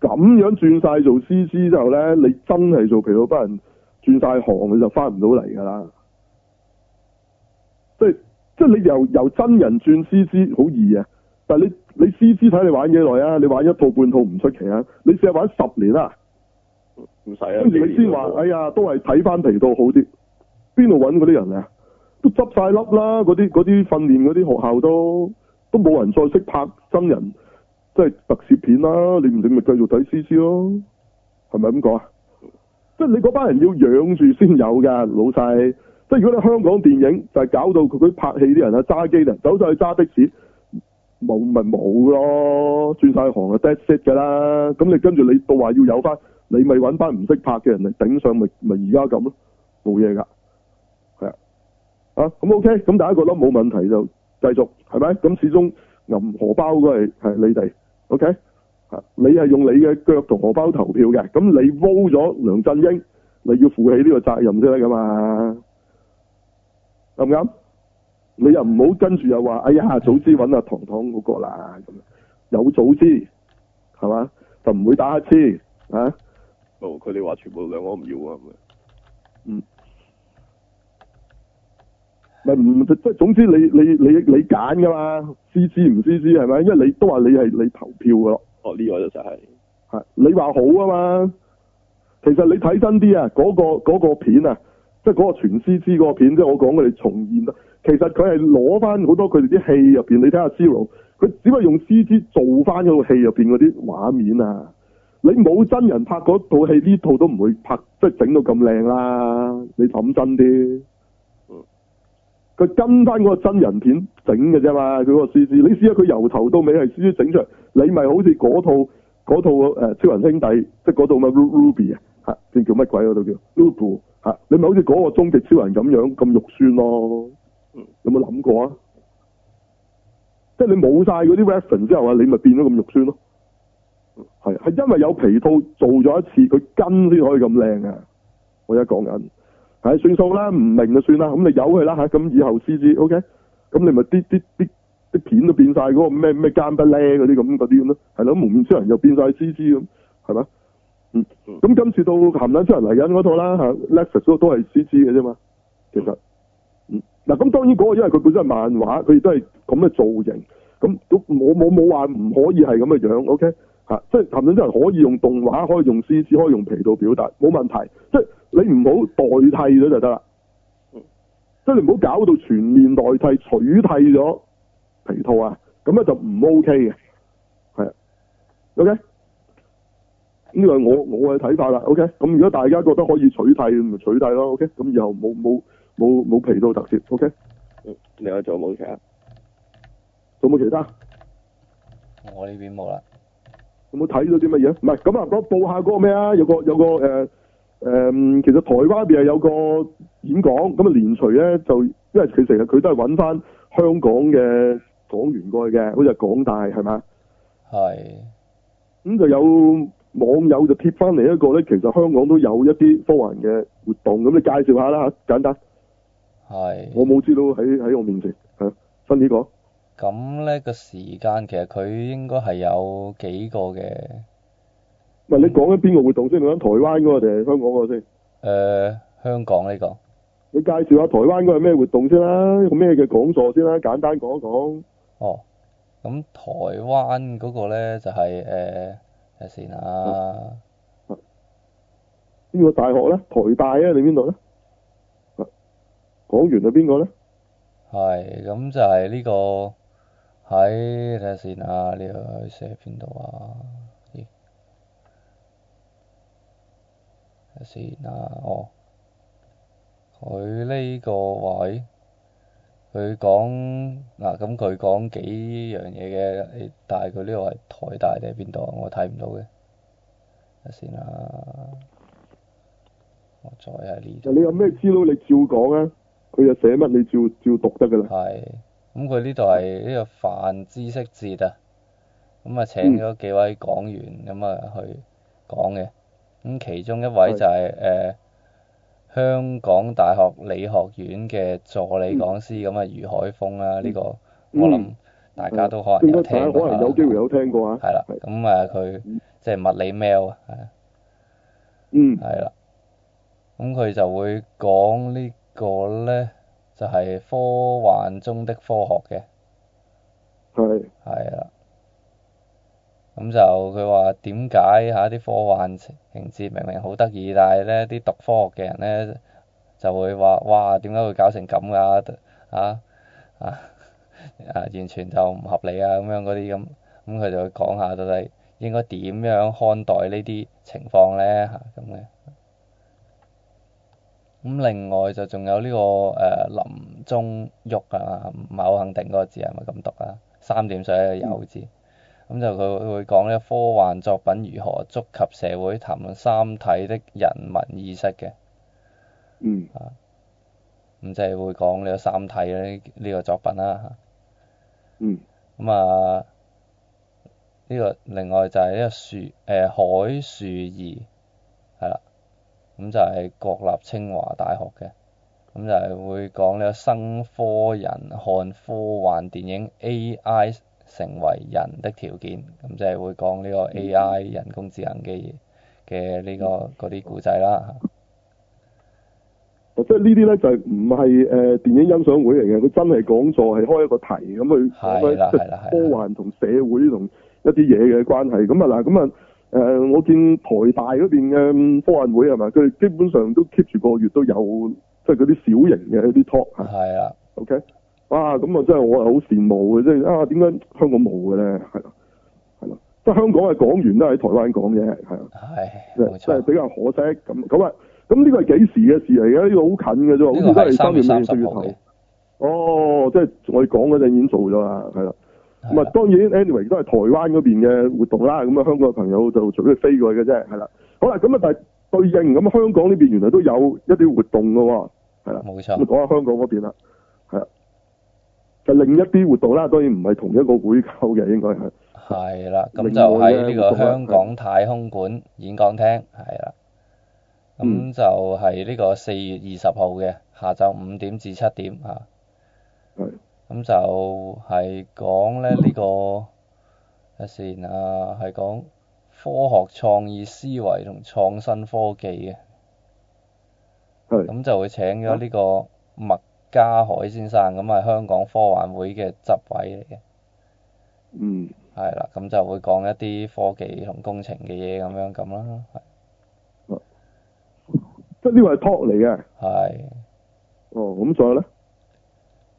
[SPEAKER 1] 咁樣轉晒做 C C 之後咧，你真係做皮套班人轉晒行，你就翻唔到嚟㗎啦。即係即係你由由真人轉 C C 好易啊，但係你你 C C 睇你玩幾耐啊？你玩一套半套唔出奇啊！你試下玩十年啊，
[SPEAKER 2] 唔使啊，
[SPEAKER 1] 跟住你先話，哎呀，都係睇翻皮套好啲。邊度揾嗰啲人啊？都執晒笠啦！嗰啲嗰啲訓練嗰啲學校都都冇人再識拍真人，即係特攝片啦。你唔你咪繼續睇 C C 咯，係咪咁講啊？即係你嗰班人要養住先有㗎，老細。即係如果你香港電影就係搞到佢嗰啲拍戲啲人啊，揸機啲人走晒去揸的士，冇咪冇咯，轉晒行啊 dead set 㗎啦。咁你跟住你到話要有翻，你咪揾班唔識拍嘅人嚟頂上，咪咪而家咁咯，冇嘢㗎，係啊。啊，咁 OK，咁大家覺得冇問題就繼續，係咪？咁始終銀荷包嗰係係你哋，OK？啊你係用你嘅腳同荷包投票嘅，咁你 v 咗梁振英，你要負起呢個責任先得㗎嘛，啱唔啱？你又唔好跟住又話，哎呀，早知揾阿糖糖嗰個啦，咁樣有早知係嘛，就唔會打乞嗤啊！
[SPEAKER 2] 冇哦佢哋話全部兩個唔要啊，咁樣
[SPEAKER 1] 嗯咪唔即係總之你你你你揀噶嘛，知知唔知知係咪？因為你都話你係你投票噶咯。
[SPEAKER 2] 哦呢個就係
[SPEAKER 1] 係你話好啊嘛，其實你睇真啲啊，嗰、個嗰個片啊，即係嗰個全獅子嗰個片，即係我講佢哋重現啦。其實佢係攞翻好多佢哋啲戲入邊，你睇下 Zero，佢只不過用獅子做翻嗰套戲入邊嗰啲畫面啊。你冇真人拍嗰套戲，呢套都唔會拍，即係整到咁靚啦。你諗真啲
[SPEAKER 2] 嗯，
[SPEAKER 1] 佢跟翻嗰個真人片整嘅啫嘛。佢嗰個獅子，你試下佢由頭到尾係獅子整出嚟，你咪好似嗰套。嗰套誒、呃超人兄弟，即係嗰套乜 Ru- Ruby 啊，嚇，定叫乜鬼嗰套叫 Ruby 嚇，你咪好似嗰個終極超人咁樣咁肉酸咯
[SPEAKER 2] 嗯，
[SPEAKER 1] 有冇諗過啊？即係你冇晒嗰啲 reference 之後啊，你咪變咗咁肉酸咯。係係因為有皮套做咗一次，佢跟先可以咁靚啊！我而家講緊，係算數啦，唔明就算啦，咁你由佢啦嚇，咁以後先知 OK，咁你咪啲啲啲啲片都變晒嗰個咩咩奸不咧嗰啲咁嗰啲咁咯，係咯，蒙面超人又變晒 C G 咁，係咪？嗯
[SPEAKER 2] 嗯，
[SPEAKER 1] 咁今次到鹹蛋超人嚟緊嗰套啦嚇 l e x u s 都都係 C G 嘅啫嘛，其實，嗯，嗱咁當然嗰個因為佢本身係漫畫，佢亦都係咁嘅造型，咁都我冇冇話唔可以係咁嘅樣，OK 嚇，即係鹹蛋超人可以用動畫，可以用 C G，可以用皮套表達，冇問題，即係你唔好代替咗就得啦
[SPEAKER 2] 嗯，
[SPEAKER 1] 即係你唔好搞到全面代替取替咗。皮套啊，咁咧就唔 OK 嘅，係啊，OK，呢個係我我嘅睇法啦，OK，咁如果大家覺得可以取替，咪取替咯，OK，咁以後冇冇冇冇皮套特攝，OK，
[SPEAKER 2] 嗯你話仲有冇其他？
[SPEAKER 1] 仲有冇其他？
[SPEAKER 3] 我呢邊冇啦。
[SPEAKER 1] 有冇睇到啲乜嘢？唔係咁啊，講報下嗰個咩啊？有個有個誒誒、嗯其實台灣入邊係有個演講，咁啊連隨咧就因為佢成日佢都係揾翻香港嘅港員過去嘅，好似係港大係咪啊
[SPEAKER 3] 係
[SPEAKER 1] 咁就有網友就貼翻嚟一個咧，其實香港都有一啲科幻嘅活動，咁你介紹下啦嚇，簡單。
[SPEAKER 3] 係。
[SPEAKER 1] 我冇資料喺喺我面前，係分啲講。
[SPEAKER 3] 咁呢個時間其實佢應該係有幾個嘅，誒、
[SPEAKER 1] 唔係你講緊邊個活動先？你講台灣嗰個定係香港嗰個先？
[SPEAKER 3] 呃香港呢、個
[SPEAKER 1] 你介紹下台灣嗰個係咩活動先啦，有咩嘅講座先啦，簡單講一講。
[SPEAKER 3] 哦。咁台灣嗰個咧就係、誒，睇下先啊，
[SPEAKER 1] 邊個大學咧？台大啊，定邊度咧？啊講完係邊個咧？
[SPEAKER 3] 係咁就係呢、個喺睇下先啊，呢、個寫邊度啊？咦，睇下先啊，哦，佢呢個位，佢講嗱咁佢講幾樣嘢嘅，你但係佢呢個係台大定係邊度啊？我睇唔到嘅，睇下先啊，我再喺呢
[SPEAKER 1] 就
[SPEAKER 3] 度。
[SPEAKER 1] 你有咩資料你照講啊？佢就寫乜你照照讀得㗎啦。
[SPEAKER 3] 係，咁佢呢度係呢個泛知識節啊，咁啊請
[SPEAKER 1] 嗯
[SPEAKER 3] 咗幾位講員咁啊去講嘅，咁其中一位就係、誒、香港大學理學院嘅助
[SPEAKER 1] 嗯
[SPEAKER 3] 理講師咁啊余海峰啦，呢、個我諗大家都可能
[SPEAKER 1] 應
[SPEAKER 3] 有
[SPEAKER 1] 該大家
[SPEAKER 3] 聽過
[SPEAKER 1] 可嗯能有機會有嗯聽過啊。
[SPEAKER 3] 係啦，咁啊佢即係物理 mail 啊，係啊
[SPEAKER 1] 嗯，
[SPEAKER 3] 係啦，咁佢就會講呢個咧就係、科幻中的科學嘅。
[SPEAKER 1] 係。
[SPEAKER 3] 係啦，咁就佢話點解嚇啲科幻情節明明好得意，但係咧啲讀科學嘅人咧就會話：哇，點解會搞成咁㗎？啊啊啊！完全就唔合理啊！咁樣嗰啲咁，咁佢就會講下到底應該點樣看待呢啲情況咧嚇咁嘅。咁另外就仲有呢、個誒、呃林中旭啊，唔係好肯定嗰個字係咪咁讀啊？三點水嘅有字。咁就佢佢會講呢科幻作品如何觸及社會，談論三體的人民意識嘅，
[SPEAKER 1] 嗯，
[SPEAKER 3] 咁即係會講呢個三體呢呢個作品啦
[SPEAKER 1] 嗯，
[SPEAKER 3] 咁啊，呢、個另外就係呢個樹誒、海樹兒係啦，咁就係國立清華大學嘅，咁就係會講呢個生科人看科幻電影 AI 成為人的條件，咁即係會講呢個 AI 人工智能嘅嘅呢個嗰啲故仔啦
[SPEAKER 1] 即係呢啲咧就係唔係誒電影欣賞會嚟嘅，佢真係講座係開一個題咁去講返
[SPEAKER 3] 係啦係啦係啦
[SPEAKER 1] 科幻同社會同一啲嘢嘅關係。咁啊嗱，咁啊誒，我見台大嗰邊嘅嗯科幻會係嘛，佢哋基本上都 keep 住個月都有，即係嗰啲小型嘅一啲 talk
[SPEAKER 3] 嚇，
[SPEAKER 1] 嚇。
[SPEAKER 3] 係啦。
[SPEAKER 1] OK，哇！咁啊，真係我係好羨慕嘅，即係啊，點解香港冇嘅咧？係咯，係咯，即係香港係講完都喺台灣講嘅，係啊。
[SPEAKER 3] 係，
[SPEAKER 1] 即
[SPEAKER 3] 冇
[SPEAKER 1] 係
[SPEAKER 3] 錯。
[SPEAKER 1] 比較可惜咁咁啊！咁呢個係幾時嘅事嚟嘅？呢、個好近嘅啫，好
[SPEAKER 3] 呢
[SPEAKER 1] 似
[SPEAKER 3] 個
[SPEAKER 1] 都
[SPEAKER 3] 係
[SPEAKER 1] 係
[SPEAKER 3] 三
[SPEAKER 1] 三
[SPEAKER 3] 月
[SPEAKER 1] 月
[SPEAKER 3] 三
[SPEAKER 1] 尾
[SPEAKER 3] 十
[SPEAKER 1] 四月
[SPEAKER 3] 號
[SPEAKER 1] 頭
[SPEAKER 3] 嘅。，
[SPEAKER 1] 哦，即係我哋講嗰陣已經做咗啦，係啦。咁
[SPEAKER 3] 係
[SPEAKER 1] 啊
[SPEAKER 3] 啦，
[SPEAKER 1] 當然 anyway 都係台灣嗰邊嘅活動啦。咁啊，香港嘅朋友就隨便飛過去嘅啫，係啦。好啦，咁啊，但係對應咁香港呢邊原來都有一啲活動嘅喎，係啦。
[SPEAKER 3] 冇
[SPEAKER 1] 咁啊
[SPEAKER 3] 錯，
[SPEAKER 1] 講下香港嗰邊啦，係啦，就另一啲活動啦，當然唔係同一個會搞嘅，應該係。
[SPEAKER 3] 係啦。咁
[SPEAKER 1] 另
[SPEAKER 3] 就
[SPEAKER 1] 外
[SPEAKER 3] 喺
[SPEAKER 1] 嘅
[SPEAKER 3] 呢
[SPEAKER 1] 活
[SPEAKER 3] 個
[SPEAKER 1] 動啦
[SPEAKER 3] 香港太空館演講廳，係啦。咁
[SPEAKER 1] 嗯
[SPEAKER 3] 就係呢個四月二十號嘅下晝五點至七點嚇。
[SPEAKER 1] 係
[SPEAKER 3] 咁就係講咧呢個睇先啊，係講科學創意思維同創新科技嘅。
[SPEAKER 1] 係
[SPEAKER 3] 咁就會請
[SPEAKER 1] 啊
[SPEAKER 3] 咗呢個麥家海先生，咁係香港科幻會嘅執委嚟嘅。
[SPEAKER 1] 嗯
[SPEAKER 3] 係啦，咁就會講一啲科技同工程嘅嘢咁樣咁啦，
[SPEAKER 1] 即係呢個係 talk 嚟嘅。
[SPEAKER 3] 係。
[SPEAKER 1] 哦，咁仲有咧？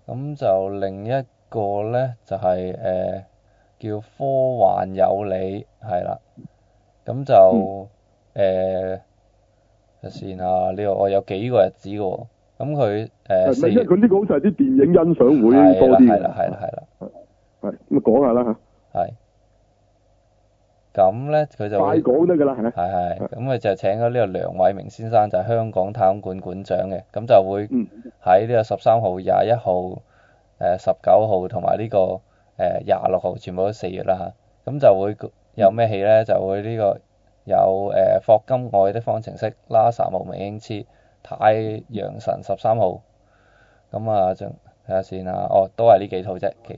[SPEAKER 3] 咁就另一個呢，就係、呃叫科幻有理，係啦。咁就
[SPEAKER 1] 嗯
[SPEAKER 3] 誒、呃睇先啊，呢個我有幾個日子嘅喎。咁佢誒
[SPEAKER 1] 係咪
[SPEAKER 3] 四
[SPEAKER 1] 因為
[SPEAKER 3] 月
[SPEAKER 1] 佢呢個好似係啲電影欣賞會
[SPEAKER 3] 係
[SPEAKER 1] 多
[SPEAKER 3] 啦
[SPEAKER 1] 啲
[SPEAKER 3] 係
[SPEAKER 1] 嘅
[SPEAKER 3] 啦係啦係啦。
[SPEAKER 1] 係咁啊講下啦嚇，
[SPEAKER 3] 係。咁咧，佢就
[SPEAKER 1] 快
[SPEAKER 3] 會哦
[SPEAKER 1] 講得㗎啦，係
[SPEAKER 3] 係係，咁佢就請咗呢個梁偉明先生，就係香港太空館館長嘅，咁就會
[SPEAKER 1] 嗯
[SPEAKER 3] 喺呢個十三號、廿一號、誒十九號同埋呢個誒廿六號，全部都四月啦嚇。咁就會有咩戲咧？就會呢、個有誒、霍金愛的方程式、拉薩無名英雌、太陽神十三號。咁啊，仲睇下先啊，哦，都係呢幾套啫，其實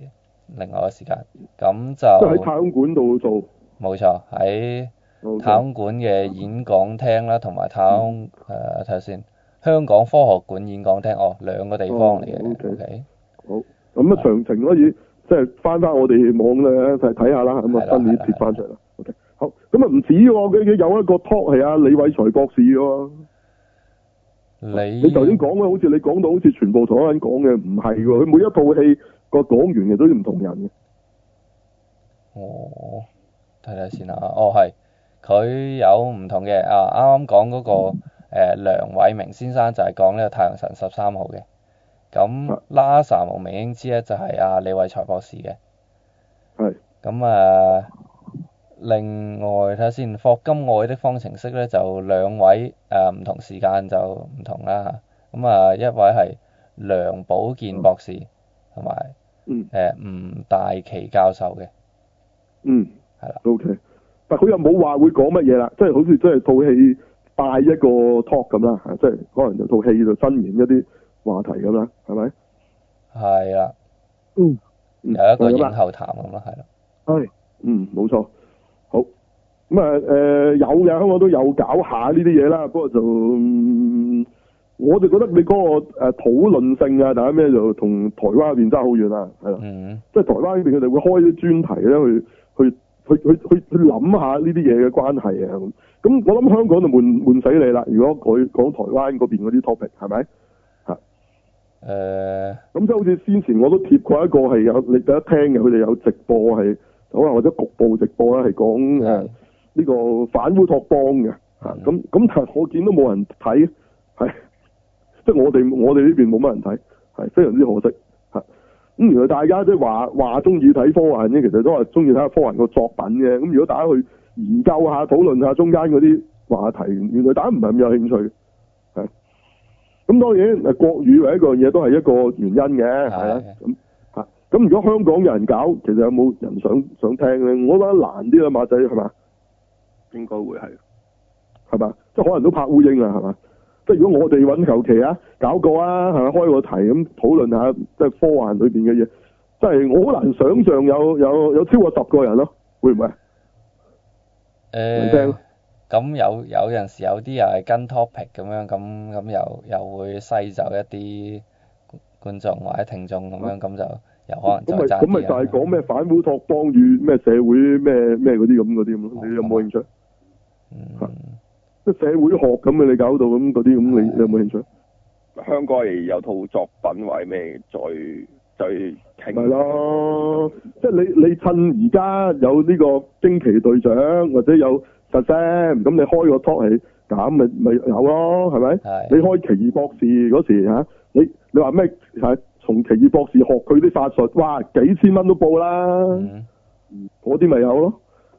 [SPEAKER 3] 另外嘅時間。咁
[SPEAKER 1] 即係喺
[SPEAKER 3] 就
[SPEAKER 1] 太空館度做。哦啊
[SPEAKER 3] 冇錯喺。
[SPEAKER 1] 好
[SPEAKER 3] 太空館嘅演講廳啦，同埋太空
[SPEAKER 1] 嗯
[SPEAKER 3] 誒睇下先，香港科學館演講廳，哦，兩個地方
[SPEAKER 1] 哦
[SPEAKER 3] 嚟嘅
[SPEAKER 1] ，OK
[SPEAKER 3] ，OK，
[SPEAKER 1] 咁啊，詳情可以即係翻翻我哋網咧，就係睇下啦。咁
[SPEAKER 3] 係啦
[SPEAKER 1] 啊，新年貼翻出嚟啦。OK，好。咁啊，唔止喎，佢佢有一個 talk 係阿李偉才博士嘅喎。哦
[SPEAKER 3] 你
[SPEAKER 1] 你頭先講嘅好似你講到好似全部台灣人講嘅唔係喎，佢每一套戲個講員嘅都唔同人嘅。
[SPEAKER 3] 哦，睇睇先啊，哦係，佢有唔同嘅啊，啱啱講嗰個誒梁偉明先生就係講呢個太陽神十三號嘅，咁
[SPEAKER 1] 啊
[SPEAKER 3] 拉薩無名英之咧啊就係阿李偉才博士嘅。
[SPEAKER 1] 係
[SPEAKER 3] 咁啊，另外睇下先，霍金愛的方程式咧就兩位誒唔、同時間就唔同啦嚇。咁啊，一位係梁寶健博士同埋
[SPEAKER 1] 嗯
[SPEAKER 3] 誒吳大奇教授嘅，
[SPEAKER 1] 嗯
[SPEAKER 3] 係啦。
[SPEAKER 1] O K，但佢又冇話會講乜嘢啦，即係好似即係套戲帶一個 talk 咁啦，即係可能就套戲就伸延一啲話題咁啦，係咪？
[SPEAKER 3] 係啦，
[SPEAKER 1] 嗯，
[SPEAKER 3] 有一啊個
[SPEAKER 1] 就係咁
[SPEAKER 3] 影
[SPEAKER 1] 啦，
[SPEAKER 3] 後談咁啦，係啦，
[SPEAKER 1] 係，嗯，冇錯，好。咁啊，誒、有嘅，香港都有搞下呢啲嘢啦，不過就、嗯我就覺得你嗰、個誒、呃討論性啊，定係咩就同台灣嗰邊爭好遠啦，係啦。
[SPEAKER 3] 嗯，
[SPEAKER 1] 即係台灣呢邊佢哋會開啲專題咧去去去去去去諗下呢啲嘢嘅關係啊咁。咁我諗香港就悶悶死你啦。如果佢講台灣嗰邊嗰啲 topic 係咪？
[SPEAKER 3] 誒
[SPEAKER 1] 咁即係好似先前我都貼過一個係有你第一聽嘅，佢哋有直播係可能或者局部直播啦，係講誒
[SPEAKER 3] 係
[SPEAKER 1] 呢個反烏托邦嘅嚇。
[SPEAKER 3] 嗯
[SPEAKER 1] 咁咁但係我見都冇人睇，係 即係我哋我哋呢邊冇乜人睇，係非常之可惜嚇。咁原來大家即係話話中意睇科幻啫，其實都係中意睇下科幻個作品嘅。咁如果大家去研究下、討論下中間嗰啲話題，原來大家唔係咁有興趣嘅。係咁當然誒國語或者嗰樣嘢都係一個原因嘅，係啦
[SPEAKER 3] 係
[SPEAKER 1] 咁嚇。咁如果香港有人搞，其實有冇人想想聽咧？我覺得難啲啦，馬仔係嘛
[SPEAKER 2] 應該會係。
[SPEAKER 1] 係嘛，即係可能都拍烏蠅啊，係嘛？即係如果我哋揾求其啊，搞個啊，係咪開個題咁討論下，即係科幻裏邊嘅嘢，即係我好難想像有有有超過十個人咯，會唔會啊？
[SPEAKER 3] 誒
[SPEAKER 1] 聽，
[SPEAKER 3] 呃咁有有陣時有啲又係跟 topic 咁樣，咁咁又又會篩走一啲觀眾或者聽眾咁樣，咁就有可能
[SPEAKER 1] 咁咪
[SPEAKER 3] 就爭
[SPEAKER 1] 啊咁咪
[SPEAKER 3] 啲
[SPEAKER 1] 就
[SPEAKER 3] 啊
[SPEAKER 1] 係講咩反烏托邦與咩社會咩咩嗰啲咁嗰啲咁咯，你有冇興趣？
[SPEAKER 3] 嗯
[SPEAKER 1] 即係社會學咁嘅，你搞到咁嗰啲咁，你你有冇興趣？
[SPEAKER 2] 香港係有套作品或者咩最最傾
[SPEAKER 1] 咪咯，即係你你趁而家有呢個驚奇隊長或者有 Shazam，咁你開個 talk 係咁咪咪有咯，係咪？你
[SPEAKER 3] 係
[SPEAKER 1] 開奇異博士嗰時嚇、你你話咩係從奇異博士學佢啲法術，哇幾千蚊都報啦。
[SPEAKER 3] 嗯
[SPEAKER 1] 嗰啲咪有咯。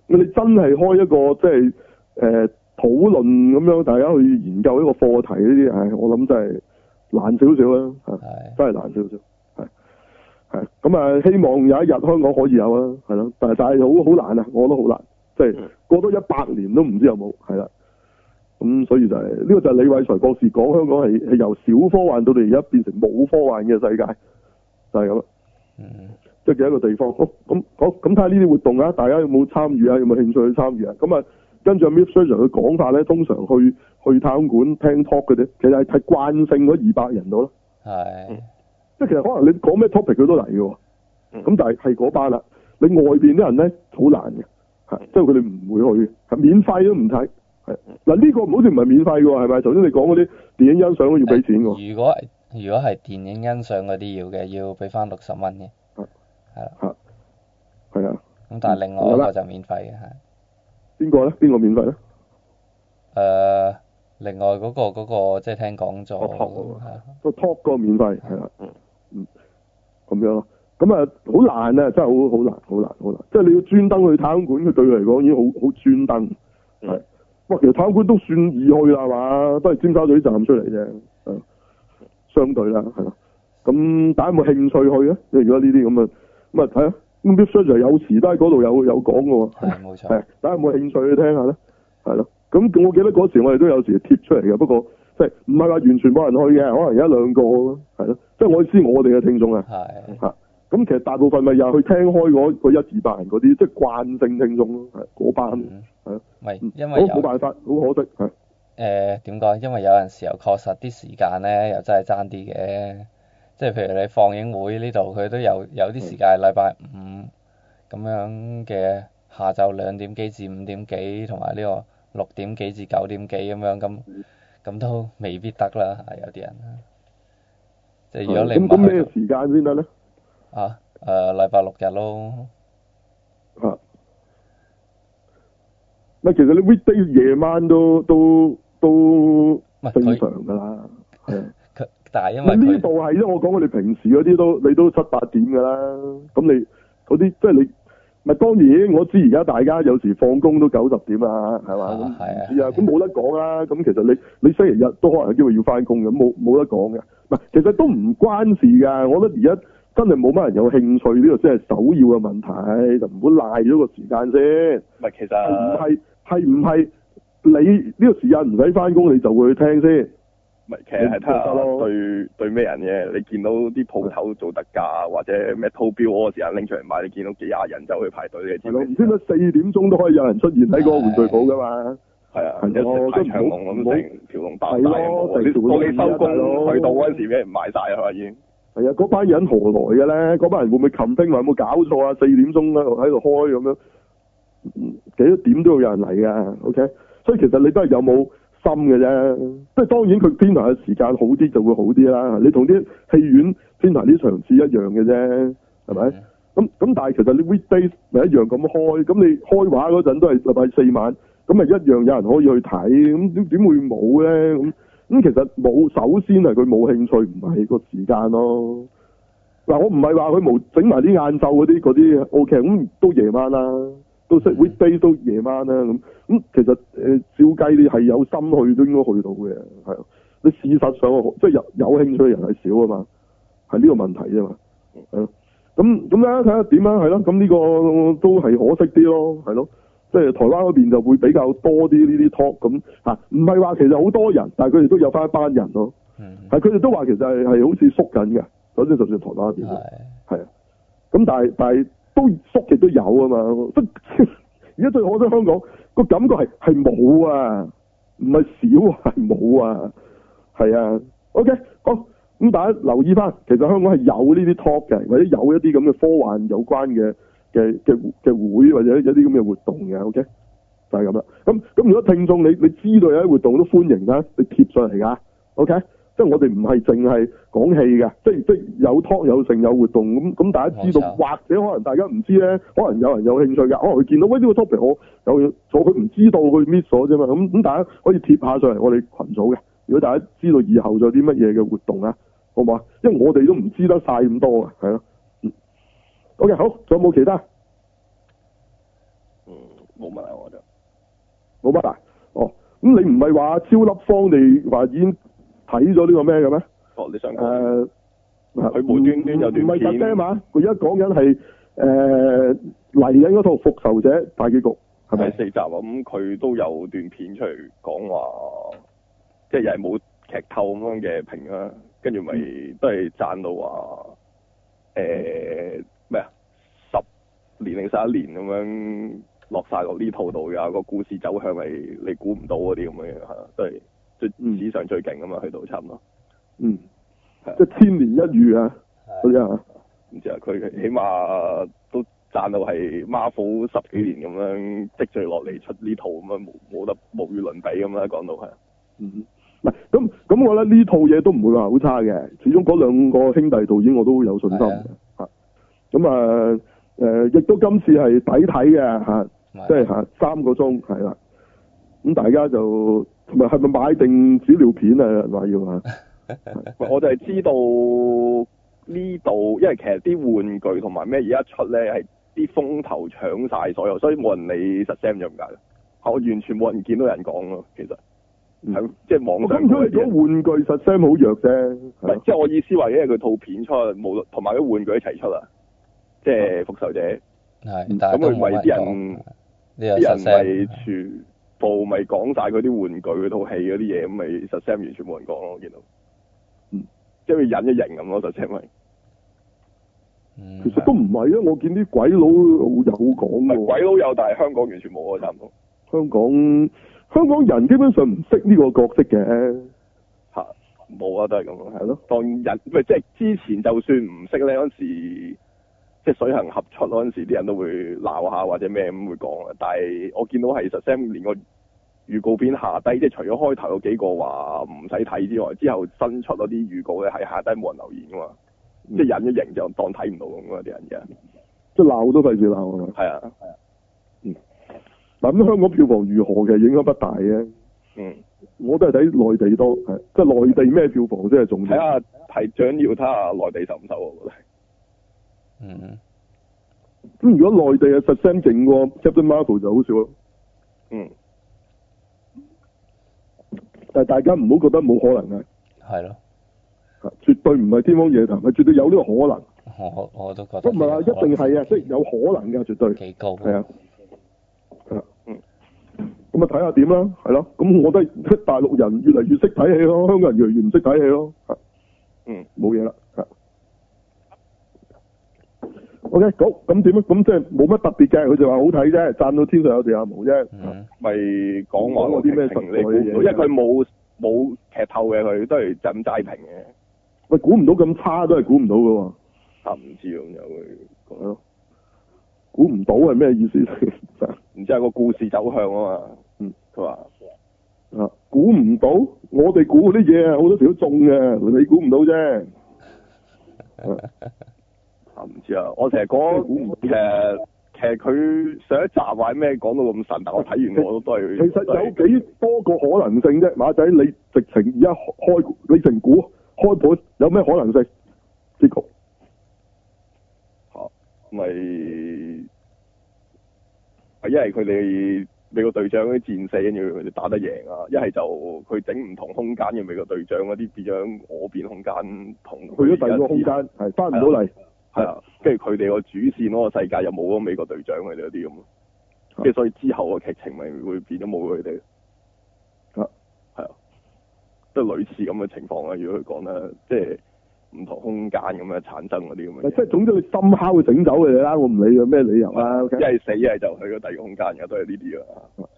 [SPEAKER 1] 你真係開一個即係誒討論咁樣，大家去研究一個課題呢啲，唉，我諗真係難少少啊啦，嚇，
[SPEAKER 3] 係
[SPEAKER 1] 真係難少少，係係咁啊！希望有一日香港可以有啦，係咯，但係但係好好難啊，我都好難，即係
[SPEAKER 2] 嗯
[SPEAKER 1] 過多一百年都唔知有冇，係啦。咁所以就係、呢、個就係李偉才博士講香港係係由小科幻到到而家變成冇科幻嘅世界，就係咁啦。
[SPEAKER 3] 嗯
[SPEAKER 1] 即係嘅一個地方。好咁好咁睇下呢啲活動啊，大家有冇參與啊？有冇興趣去參與啊？咁啊，跟住阿 Miss Sir 佢講法咧，通常去去太空館聽 talk 嘅啫，其實係係慣性嗰二百人度咯。嗯
[SPEAKER 3] 係
[SPEAKER 1] 即係其實可能你講咩 topic 佢都嚟嘅喎。
[SPEAKER 2] 嗯
[SPEAKER 1] 咁但係係嗰班啦，你外邊啲人咧好難嘅，係即係佢哋唔會去嘅，係免費都唔睇。係嗱呢個好似唔係免費嘅喎，係咪？頭先你講嗰啲電影欣賞都要俾錢嘅喎。
[SPEAKER 3] 如果如果係電影欣賞嗰啲要嘅，要俾翻六十蚊嘅，
[SPEAKER 1] 嗯
[SPEAKER 3] 係啦。
[SPEAKER 1] 係啊，
[SPEAKER 3] 咁但係另外
[SPEAKER 1] 好
[SPEAKER 3] 一
[SPEAKER 1] 啦
[SPEAKER 3] 個就免費嘅，係。
[SPEAKER 1] 邊個咧？邊個免費咧？
[SPEAKER 3] 誒，呃另外嗰個嗰個即係聽講座
[SPEAKER 2] 個 talk
[SPEAKER 3] 係啊
[SPEAKER 1] 個 top 個免費係啦
[SPEAKER 2] 嗯，
[SPEAKER 1] 嗯，咁樣咯。咁啊，好難啊，真係好好難，好難，好難。即係你要專登去太空館，佢對佢嚟講已經好好專登。
[SPEAKER 2] 嗯
[SPEAKER 1] 係，哇！其實太空館都算易去啦係嘛，都係尖沙咀站出嚟啫，係相對啦，係咯。咁大家有冇興趣去啊？即係如果呢啲咁啊，咁啊睇下。咁 b i s 有時都喺嗰度有有講嘅喎。
[SPEAKER 3] 係冇錯
[SPEAKER 1] 係，大家有冇興趣去聽下咧？係咯，咁我記得嗰時我哋都有時貼出嚟嘅，不過即係唔係話完全冇人去嘅，可能有一兩個咯，係咯，即係我意思我哋嘅聽眾啊，
[SPEAKER 3] 係
[SPEAKER 1] 嚇，咁其實大部分咪又係去聽開嗰嗰一二百人嗰啲，即係慣性聽眾咯，係嗰班，
[SPEAKER 3] 嗯
[SPEAKER 1] 係啊
[SPEAKER 3] 咪
[SPEAKER 1] 嗯
[SPEAKER 3] 因
[SPEAKER 1] 好
[SPEAKER 3] 為有
[SPEAKER 1] 冇辦法，好可惜，係
[SPEAKER 3] 誒點講？因為有陣時候確實啲時間咧又真係爭啲嘅，即係譬如你放映會呢度佢都有有啲時間係禮拜五咁樣嘅下晝兩點幾至五點幾，同埋呢個六點幾至九點幾咁樣咁，
[SPEAKER 1] 嗯
[SPEAKER 3] 咁都未必得啦，係有啲人。啊即係如果你
[SPEAKER 1] 咁
[SPEAKER 3] 唔
[SPEAKER 1] 咁
[SPEAKER 3] 係
[SPEAKER 1] 咩
[SPEAKER 3] 去
[SPEAKER 1] 時間先得咧？
[SPEAKER 3] 到啊誒禮拜六日咯，
[SPEAKER 1] 嚇，咪其實你 weekday 夜晚都都都
[SPEAKER 3] 唔係
[SPEAKER 1] 正
[SPEAKER 3] 佢
[SPEAKER 1] 常㗎啦，係啊。
[SPEAKER 3] 佢，但係因為
[SPEAKER 1] 呢
[SPEAKER 3] 佢
[SPEAKER 1] 度係啫，我講我哋平時嗰啲都你都七八點㗎啦，咁你嗰啲即係你，咪當然我知而家大家有時放工都九十點啦，係嘛？咁
[SPEAKER 3] 啊係啊
[SPEAKER 1] 唔知啊，咁冇得講啦。咁其實你你星期日都可能有機會要翻工嘅，冇冇得講嘅。唔係，其實都唔關事㗎。我覺得而家真係冇乜人有興趣呢個先係首要嘅問題，就唔好賴咗個時間先。
[SPEAKER 2] 唔係其
[SPEAKER 1] 係
[SPEAKER 3] 啊
[SPEAKER 1] 唔
[SPEAKER 2] 實
[SPEAKER 1] 係係唔係你呢個時間唔使翻工你就會去聽先？
[SPEAKER 2] 唔係其實係睇
[SPEAKER 1] 你唔覺得咯
[SPEAKER 2] 下對對咩人嘅。你見到啲鋪頭做特價或者咩套標嗰個時間拎出嚟賣，你見到幾廿人走去排隊嘅。
[SPEAKER 1] 係咯，唔知點解四點鐘都可以有人出現喺嗰個玩具鋪㗎嘛？
[SPEAKER 2] 係啊，
[SPEAKER 1] 係
[SPEAKER 2] 有
[SPEAKER 1] 咯
[SPEAKER 2] 時排長龍
[SPEAKER 1] 唔好
[SPEAKER 2] 咁成條龍
[SPEAKER 1] 係
[SPEAKER 2] 爆晒
[SPEAKER 1] 咯
[SPEAKER 2] 咁喎。
[SPEAKER 1] 成條龍
[SPEAKER 2] 你到你收
[SPEAKER 1] 大佬
[SPEAKER 2] 工去到嗰陣時，俾人買晒啦已經。
[SPEAKER 1] 係啊，嗰班人何來嘅咧？嗰班人會唔會擒兵話有冇搞錯啊？四點鐘喺度喺度開咁樣，幾多點都要有人嚟嘅，OK。所以其實你都係有冇心嘅啫，即係當然佢編排嘅時間好啲就會好啲啦。你同啲戲院編排啲場次一樣嘅啫，係咪？
[SPEAKER 3] 嗯
[SPEAKER 1] 咁咁但係其實你 weekdays 咪一樣咁開，咁你開畫嗰陣都係禮拜四晚，咁咪一樣有人可以去睇，咁點點會冇咧？咁咁其實冇，首先係佢冇興趣，唔係個時間咯。嗱，我唔係話佢冇整埋啲晏晝嗰啲嗰啲 O K，咁都夜晚啦，都識
[SPEAKER 3] 嗯
[SPEAKER 1] weekday 都夜晚啦，咁咁其實誒、呃照計你係有心去都應該去到嘅，係啊。你事實上即係有有興趣嘅人係少啊嘛，係呢個問題啫嘛，係咯。咁咁咧睇下點啊啦，係咯。咁呢個都係可惜啲咯，係咯。即係台灣嗰邊就會比較多啲呢啲 talk 咁嚇，唔係話其實好多人，但係佢哋都有翻一班人咯。
[SPEAKER 3] 嗯，
[SPEAKER 1] 係佢哋都話其實係係好似縮緊嘅，首先就算台灣嗰邊
[SPEAKER 3] 係
[SPEAKER 1] 係啊。咁但係但係都縮亦都有啊嘛。即 而家最可惜香港個感覺係係冇啊，唔係少係冇啊，係啊。OK，好。咁大家留意翻，其實香港係有呢啲 talk 嘅，或者有一啲咁嘅科幻有關嘅嘅嘅嘅會，或者有啲咁嘅活動嘅。OK，就係咁啦。咁咁如果聽眾你你知道有啲活動都歡迎啦，你貼上嚟㗎。OK，即係我哋唔係淨係講戲嘅，即係即係有 talk 有成有活動咁咁，大家知道
[SPEAKER 3] 冇錯
[SPEAKER 1] 或者可能大家唔知咧，可能有人有興趣㗎，可能佢見到喂呢、個 topic 我有咗佢唔知道佢 miss 咗啫嘛，咁咁大家可以貼下上嚟我哋群組嘅。如果大家知道以後仲有啲乜嘢嘅活動啊，好唔好啊？因為我哋都唔知得晒咁多啊，係咯。嗯 OK，好，仲有冇其他？
[SPEAKER 2] 嗯，冇乜啊，我就
[SPEAKER 1] 冇乜啊？哦，咁你唔係話超粒方你話已經睇咗呢個咩嘅咩？
[SPEAKER 2] 哦，你想
[SPEAKER 1] 誒、
[SPEAKER 2] 講
[SPEAKER 1] 佢
[SPEAKER 2] 佢無端端有段片
[SPEAKER 1] 唔係特爹嘛？佢而家講緊係誒嚟緊嗰套《復仇者大結局》係咪
[SPEAKER 2] 第？四集啊？咁佢都有段片出嚟講話，即係又係冇劇透咁樣嘅評啦，跟住咪都係讚到話誒咩啊？十年定十一年咁樣落晒落呢套度㗎，個故事走向係你估唔到嗰啲咁樣樣係啊都係最
[SPEAKER 1] 嗯
[SPEAKER 2] 史上最勁啊嘛，去到差唔多
[SPEAKER 1] 嗯
[SPEAKER 2] 係啊，
[SPEAKER 1] 即係千年一遇啊！嗰
[SPEAKER 3] 係
[SPEAKER 1] 啲啊，
[SPEAKER 2] 唔知啊，佢起碼都讚到係 Marvel 十幾年咁樣積聚落嚟出呢套咁樣冇冇得無與倫比咁啦，講到係。
[SPEAKER 1] 嗯，唔係咁咁，我覺得呢套嘢都唔會話好差嘅，始終嗰兩個兄弟導演我都有信心
[SPEAKER 3] 係
[SPEAKER 1] 嘅
[SPEAKER 3] 啊
[SPEAKER 1] 嚇。咁啊誒，亦都今次係抵睇嘅嚇，即係嚇三個鐘係啦。咁大家就同埋係咪買定紙尿片啊？話要啊，
[SPEAKER 2] 喂我就係知道呢度，因為其實啲玩具同埋咩而家出咧係啲風頭搶晒所有，所以冇人理實 Sam 就咁解啦。我完全冇人見到人講咯，其實
[SPEAKER 1] 嗯
[SPEAKER 2] 係即係網
[SPEAKER 1] 我
[SPEAKER 2] 上
[SPEAKER 1] 咁所
[SPEAKER 2] 嗰
[SPEAKER 1] 以講
[SPEAKER 2] 啲。
[SPEAKER 1] 玩具實 Sam 好弱啫，
[SPEAKER 2] 唔
[SPEAKER 1] 係
[SPEAKER 2] 啊係
[SPEAKER 1] 啊
[SPEAKER 2] 即係我意思話，因為佢套片出，無論同埋啲玩具一齊出啊，即係復仇者
[SPEAKER 3] 係，但係都冇乜人講呢樣實
[SPEAKER 2] 啲人咪
[SPEAKER 3] 聲
[SPEAKER 2] 全部咪講晒佢啲玩具嗰套戲嗰啲嘢，咁咪實 Sam 完全冇人講咯，我見到。
[SPEAKER 1] 嗯
[SPEAKER 2] 即係佢忍一忍咁咯，實 Sam 咪。
[SPEAKER 3] 嗯
[SPEAKER 1] 其實都唔係啊！我見啲鬼佬有講
[SPEAKER 2] 唔係
[SPEAKER 1] 喎。
[SPEAKER 2] 鬼佬有，但係香港完全冇啊，差唔多。
[SPEAKER 1] 香港香港人基本上唔識呢個角色嘅，
[SPEAKER 2] 嚇冇啊，都係咁咯，係
[SPEAKER 1] 係咯。
[SPEAKER 2] 當人唔係即係之前就算唔識咧，嗰陣時即係水行合出嗰陣時，啲人都會鬧下或者咩咁會講啊。但係我見到係實 Sam 連個預告片下低，即係除咗開頭有幾個話唔使睇之外，之後新出嗰啲預告咧係下低冇人留言噶嘛，
[SPEAKER 1] 嗯
[SPEAKER 2] 即係忍一忍就當睇唔到咁啊啲人嘅，
[SPEAKER 1] 即係鬧都費事鬧係嘛？
[SPEAKER 2] 係啊，
[SPEAKER 1] 嗱咁香港票房如何嘅影響不大嘅，
[SPEAKER 2] 嗯，
[SPEAKER 1] 我都係睇內地多，係即係內地咩票房先係重
[SPEAKER 2] 睇
[SPEAKER 1] 點。
[SPEAKER 2] 下係啊想要睇下內地受唔受啊，我覺得。
[SPEAKER 3] 嗯
[SPEAKER 1] 咁如果內地嘅實 Sam 勁過 Captain Marvel 就好笑咯，
[SPEAKER 2] 嗯，
[SPEAKER 1] 但係大家唔好覺得冇可能嘅，
[SPEAKER 3] 係咯，
[SPEAKER 1] 啊絕對唔係天方夜譚，係絕對有呢個可能。
[SPEAKER 3] 我我都覺
[SPEAKER 1] 都
[SPEAKER 3] 得
[SPEAKER 1] 唔係話一定係啊，即係有可能嘅，絕對。
[SPEAKER 3] 幾高
[SPEAKER 1] 係啊，係啊，
[SPEAKER 2] 嗯
[SPEAKER 1] 咁啊睇下點啦，係咯，咁我覺得大陸人越嚟越識睇戲咯，香港人越嚟越唔識睇戲咯，係
[SPEAKER 2] 嗯，
[SPEAKER 1] 冇嘢啦，啊係。O K，好，咁點啊？咁即係冇乜特別嘅，佢就話好睇啫，讚到天上有地下無啫。
[SPEAKER 3] 嗯
[SPEAKER 2] 咪講話嗰啲咩評你估唔到，因為佢冇冇劇透嘅，佢都係就咁齋評嘅，
[SPEAKER 1] 喂，估唔到咁差都係估唔到嘅喎，
[SPEAKER 2] 啊唔知咁就會
[SPEAKER 1] 係咯，估估唔到係咩意思嚟
[SPEAKER 2] 然之後啊個故事走向啊嘛。
[SPEAKER 1] 嗯，
[SPEAKER 2] 佢話
[SPEAKER 1] 啊？估唔到，我哋估嗰啲嘢啊，好多時都中嘅，你估唔到啫。
[SPEAKER 2] 啊唔知啊，我成日講其實其實佢上一集話咩講到咁神，但我睇完我都係
[SPEAKER 1] 其實有幾多個可能性啫，馬仔，你直情而家開你直情估開盤有咩可能性？結局
[SPEAKER 2] 咪一係佢哋美國隊長嗰啲戰死，跟住佢哋打得贏啊！一係就佢整唔同空間嘅美國隊長嗰啲變咗我變空間同
[SPEAKER 1] 去咗第二個空間，係翻唔到嚟。
[SPEAKER 2] 係啊，跟住佢哋個主線嗰個世界又冇咗美國隊長佢哋嗰
[SPEAKER 1] 啊
[SPEAKER 2] 啲咁，跟住所以之後個劇情咪會變咗冇佢哋。
[SPEAKER 1] 啊，
[SPEAKER 2] 係啊，即係類似咁嘅情況啊！如果佢講得即係唔同空間咁樣產生嗰啲咁
[SPEAKER 1] 嗱
[SPEAKER 2] 嘅嘢。
[SPEAKER 1] 即係總之你深敲佢整走佢哋啦，我唔理有咩理由啦。OK，
[SPEAKER 2] 一係死，一係就去咗第二個空間嘅，都係呢啲啊。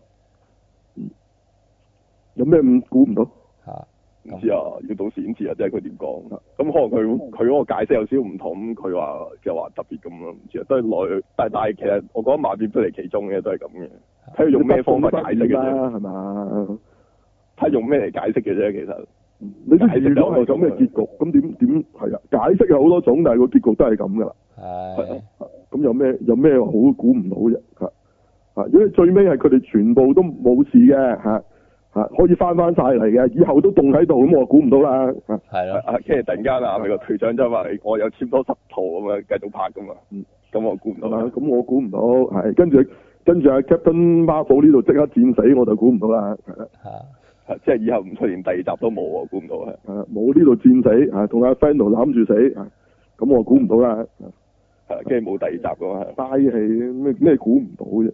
[SPEAKER 1] 有咩唔估唔到？
[SPEAKER 3] 嚇
[SPEAKER 2] 唔知啊，要到時先知啊，即係佢點講。咁可能
[SPEAKER 1] 嗯
[SPEAKER 2] 佢佢嗰個解釋有少少唔同，咁佢話就話特別咁咯，唔知啊，都係內，但係但係其實我覺得萬變不離其宗嘅，都係咁嘅。
[SPEAKER 1] 啊
[SPEAKER 2] 睇佢用咩方法解釋嘅啫，
[SPEAKER 1] 啦，係嘛？
[SPEAKER 2] 睇用咩嚟解釋嘅啫，其實
[SPEAKER 1] 啊嗯你都預咗係咁嘅結局，咁點點係啊？解釋有好多種，但係個結局都係咁噶啦。
[SPEAKER 3] 係
[SPEAKER 1] 啊咁有咩有咩好估唔到啫？嚇嚇，因為最尾係佢哋全部都冇事嘅嚇嚇，可以翻翻晒嚟嘅，以後都凍喺度，咁我估唔到啦嚇。
[SPEAKER 3] 係咯，
[SPEAKER 2] 啊，跟住突然間
[SPEAKER 1] 嗯
[SPEAKER 2] 啊，美國隊長就話我有簽多十套咁樣繼續拍噶嘛
[SPEAKER 1] 嗯，
[SPEAKER 2] 咁我估唔到
[SPEAKER 1] 係
[SPEAKER 2] 啦
[SPEAKER 1] 嘛？。咁我估唔到，係跟住跟住阿 Captain Marvel 呢度即刻戰死，我就估唔到啦。係啦
[SPEAKER 3] 嚇
[SPEAKER 2] 係啊即係以後唔出現第二集都冇啊，估唔到係。
[SPEAKER 1] 係啦冇呢度戰死嚇，同阿 Fando 攬住死嚇，咁我估唔到啦。
[SPEAKER 2] 係跟住冇第二集啊噶嘛。
[SPEAKER 1] 嘥氣咩咩估唔到啫？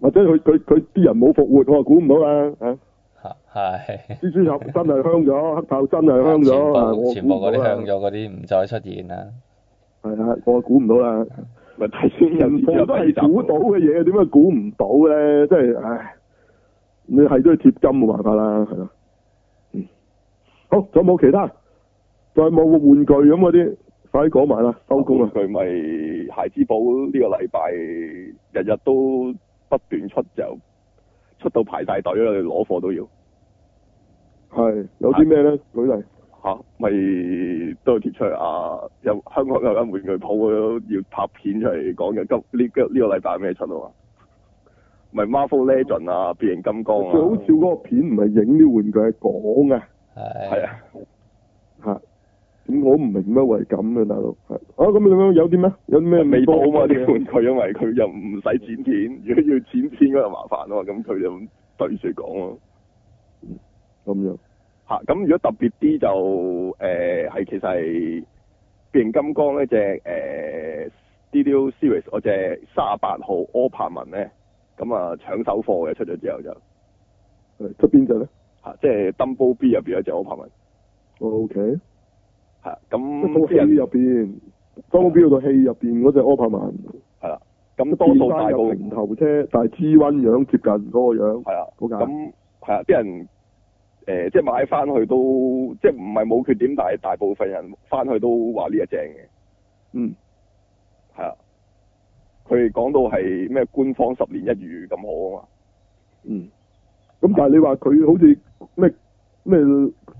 [SPEAKER 1] 或者佢佢佢啲人冇復活，我話估唔到啦嚇。
[SPEAKER 3] 嚇係。
[SPEAKER 1] 蜘蛛俠真係香咗，黑豹真係香
[SPEAKER 3] 全
[SPEAKER 1] 咗，啊
[SPEAKER 3] 部
[SPEAKER 1] 我
[SPEAKER 3] 全部
[SPEAKER 1] 估
[SPEAKER 3] 嗰
[SPEAKER 1] 唔
[SPEAKER 3] 啲
[SPEAKER 1] 到
[SPEAKER 3] 香
[SPEAKER 1] 啦
[SPEAKER 3] 咗嗰啲唔再出現啦，
[SPEAKER 1] 係啊，我估唔到 啦。
[SPEAKER 2] 咪睇先有
[SPEAKER 1] 全部都
[SPEAKER 2] 第二集
[SPEAKER 1] 係估到嘅嘢，點解估唔到咧？即係唉，你係都要貼金冇辦法啦，係咯。嗯，好，仲有冇其他？再冇個玩具咁嗰啲，快啲講埋啦，收工啦。
[SPEAKER 2] 佢咪孩之寶呢個禮拜日日都不斷出就出到排大隊啦，你攞貨都要
[SPEAKER 1] 係有啲咩咧？舉例
[SPEAKER 2] 吓，咪、都要貼出去啊！有香港有間玩具鋪啊要拍片出嚟講嘅，今呢呢個禮拜咩出啊嘛？咪 Marvel Legend 啊，變形金剛啊，
[SPEAKER 1] 最好笑嗰個片唔係影啲玩具，係講嘅
[SPEAKER 2] 係
[SPEAKER 3] 係
[SPEAKER 2] 啊，
[SPEAKER 1] 嚇。咁我唔明乜為咁嘅大佬。係啊，咁你樣有啲咩？有啲咩
[SPEAKER 2] 未到啊嘛
[SPEAKER 1] 嘅
[SPEAKER 2] 啲玩具，因為佢又唔使剪片，如果要剪片嗰就麻煩啊嘛，咁佢就咁對住講咯。
[SPEAKER 1] 咁樣。
[SPEAKER 2] 嚇，咁如果特別啲就誒係、其實係變形金剛呢隻誒 Studio Series 嗰隻三十八號柯柏文咧，咁啊搶手貨嘅出咗之後就嚇、
[SPEAKER 1] 係出邊只咧
[SPEAKER 2] 即係 Dumble B 入邊有隻柯柏文
[SPEAKER 1] ？O K。
[SPEAKER 2] 嚇，
[SPEAKER 1] 一
[SPEAKER 2] 咁
[SPEAKER 1] 套
[SPEAKER 2] 啲
[SPEAKER 1] 戲
[SPEAKER 2] 人
[SPEAKER 1] 入邊，張保鏢套戲入邊嗰只柯柏文，
[SPEAKER 2] 係啦，咁多
[SPEAKER 1] 變
[SPEAKER 2] 數大部
[SPEAKER 1] 返入平頭車，但係黐温樣接近嗰個樣，
[SPEAKER 2] 係啦，
[SPEAKER 1] 嗰架
[SPEAKER 2] 咁係啊，啲人誒、即係買翻去都即係唔係冇缺點，但係大部分人翻去都話呢一正嘅。
[SPEAKER 1] 嗯，
[SPEAKER 2] 係啊，佢哋講到係咩官方十年一遇咁好啊嘛，
[SPEAKER 1] 嗯。咁但係你話佢好似咩咩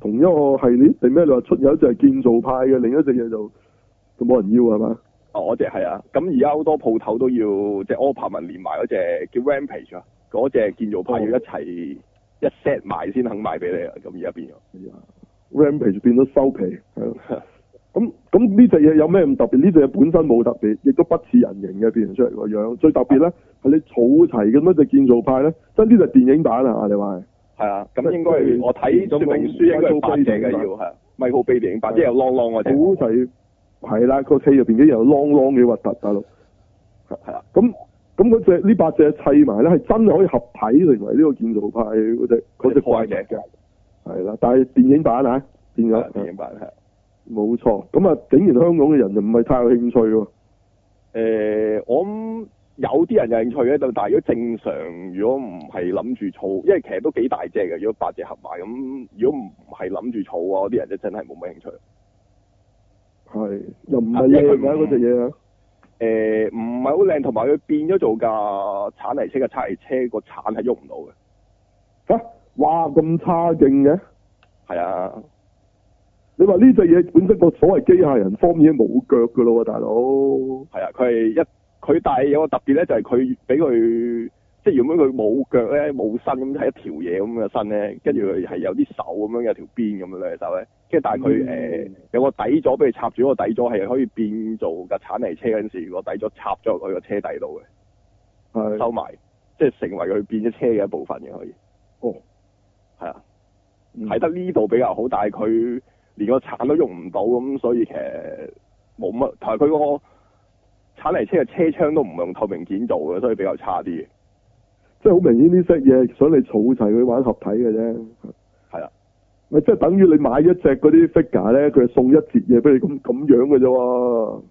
[SPEAKER 1] 同一個系列定咩？你話出有一隻係建造派嘅，另一隻嘢就就冇人要係嘛？
[SPEAKER 2] 啊我只係啊，咁而家好多鋪頭都要即係柯柏文連埋嗰隻叫 Rampage 啊，嗰隻建造派要一齊
[SPEAKER 1] 哦
[SPEAKER 2] 一 set 埋先肯賣俾你啊，咁而家變咗，
[SPEAKER 1] 係啊，Rampage 變咗收皮，係 咯。咁咁呢隻嘢有咩咁特別？呢隻嘢本身冇特別，亦都不似人形嘅變形出嚟個樣。最特別咧係你儲齊咁多隻建造派咧，真呢就係電影版啊！你話係
[SPEAKER 2] 係啊，咁
[SPEAKER 1] 即係
[SPEAKER 2] 應該
[SPEAKER 1] 佢
[SPEAKER 2] 我睇說明書應該係八隻嘅要係啊，Michael Bay 電影版，即係有 long long 嗰隻，
[SPEAKER 1] 好細係啦，個戲入邊啲人啷啷嘅核突，大佬。
[SPEAKER 2] 係啊，
[SPEAKER 1] 咁咁嗰隻呢八隻砌埋咧，係真係可以合體成為呢個建造派嗰隻嗰隻怪物
[SPEAKER 2] 嗰隻
[SPEAKER 1] 嘅，係啦。但係電影版啊，變
[SPEAKER 2] 係啊電
[SPEAKER 1] 咗
[SPEAKER 2] 影版係啊。
[SPEAKER 1] 冇錯。咁啊，竟然香港嘅人就唔係太有興趣喎。
[SPEAKER 2] 誒、呃我諗有啲人有興趣喺度，但係如果正常，如果唔係諗住儲，因為其實都幾大隻嘅。如果八隻合埋咁，如果唔係諗住儲啊，嗰啲人就真係冇乜興趣。
[SPEAKER 1] 係又唔係靚㗎嗰隻嘢啊，
[SPEAKER 2] 誒呃唔係好靚，同埋佢變咗做架鏟泥車嘅鏟泥車個鏟係喐唔到嘅。
[SPEAKER 1] 吓，哇咁差勁嘅！
[SPEAKER 2] 係啊，
[SPEAKER 1] 你話呢隻嘢本身個所謂機械人 form 已經冇腳噶咯喎，大佬。
[SPEAKER 2] 係啊，佢係一佢但係有個特別咧，就係佢俾佢即係原本佢冇腳咧冇身咁係一條嘢咁嘅身咧，跟住佢係有啲手咁樣有條邊咁樣兩隻手咧，跟住但係佢誒有個底座俾佢插住，個底座係可以變做架鏟泥車嗰陣時個底座插咗落去個車底度嘅，
[SPEAKER 1] 係
[SPEAKER 2] 收埋即係成為佢變咗車嘅一部分嘅可以。
[SPEAKER 1] 哦，
[SPEAKER 2] 係啊。
[SPEAKER 1] 嗯
[SPEAKER 2] 睇得呢度比較好，但係佢連個鏟都用唔到，咁所以其實冇乜，同埋佢嗰個鏟泥車嘅車窗都唔係用透明件做嘅，所以比較差啲嘅。
[SPEAKER 1] 即係好明顯呢 set 嘢想你儲齊佢玩合體嘅啫。
[SPEAKER 2] 係啊啦，
[SPEAKER 1] 咪即係等於你買一隻嗰啲 figure 咧，佢係送一節嘢俾你咁咁樣嘅啫喎。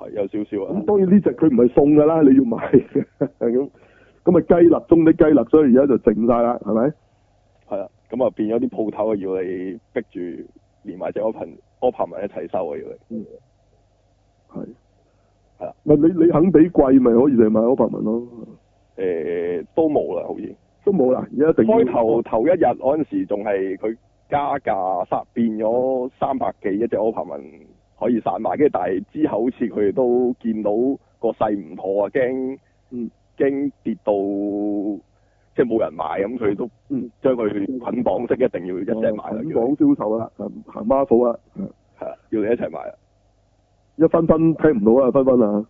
[SPEAKER 2] 係有少少啊
[SPEAKER 1] 咁。當然呢隻佢唔係送㗎啦，你要買嘅 咁。咁咪雞肋中啲雞肋，所以而家就剩晒啦，係咪？
[SPEAKER 2] 係啦，咁啊變咗啲鋪頭啊要你逼住連埋隻 open open 埋一齊收啊要你。
[SPEAKER 1] 嗯係。
[SPEAKER 2] 係啊啦。
[SPEAKER 1] 咪你你肯俾貴，咪可以嚟買嗰百文咯。
[SPEAKER 2] 誒、都冇啦，好似
[SPEAKER 1] 都冇啦，而家一定要
[SPEAKER 2] 開頭頭一日嗰陣時仲係佢加價殺變咗三百幾一隻 OPPO 文可以散賣，跟住但係之後好似佢哋都見到個勢唔妥啊，驚
[SPEAKER 1] 嗯
[SPEAKER 2] 驚跌到即係冇人買咁，佢都
[SPEAKER 1] 嗯
[SPEAKER 2] 將佢捆綁式一定要一隻買啦，
[SPEAKER 1] 捆
[SPEAKER 2] 要
[SPEAKER 1] 綁銷售啦，行 Marvel 啦，
[SPEAKER 2] 係啊要你一齊買啊，
[SPEAKER 1] 一分分聽唔到啊，分分啊，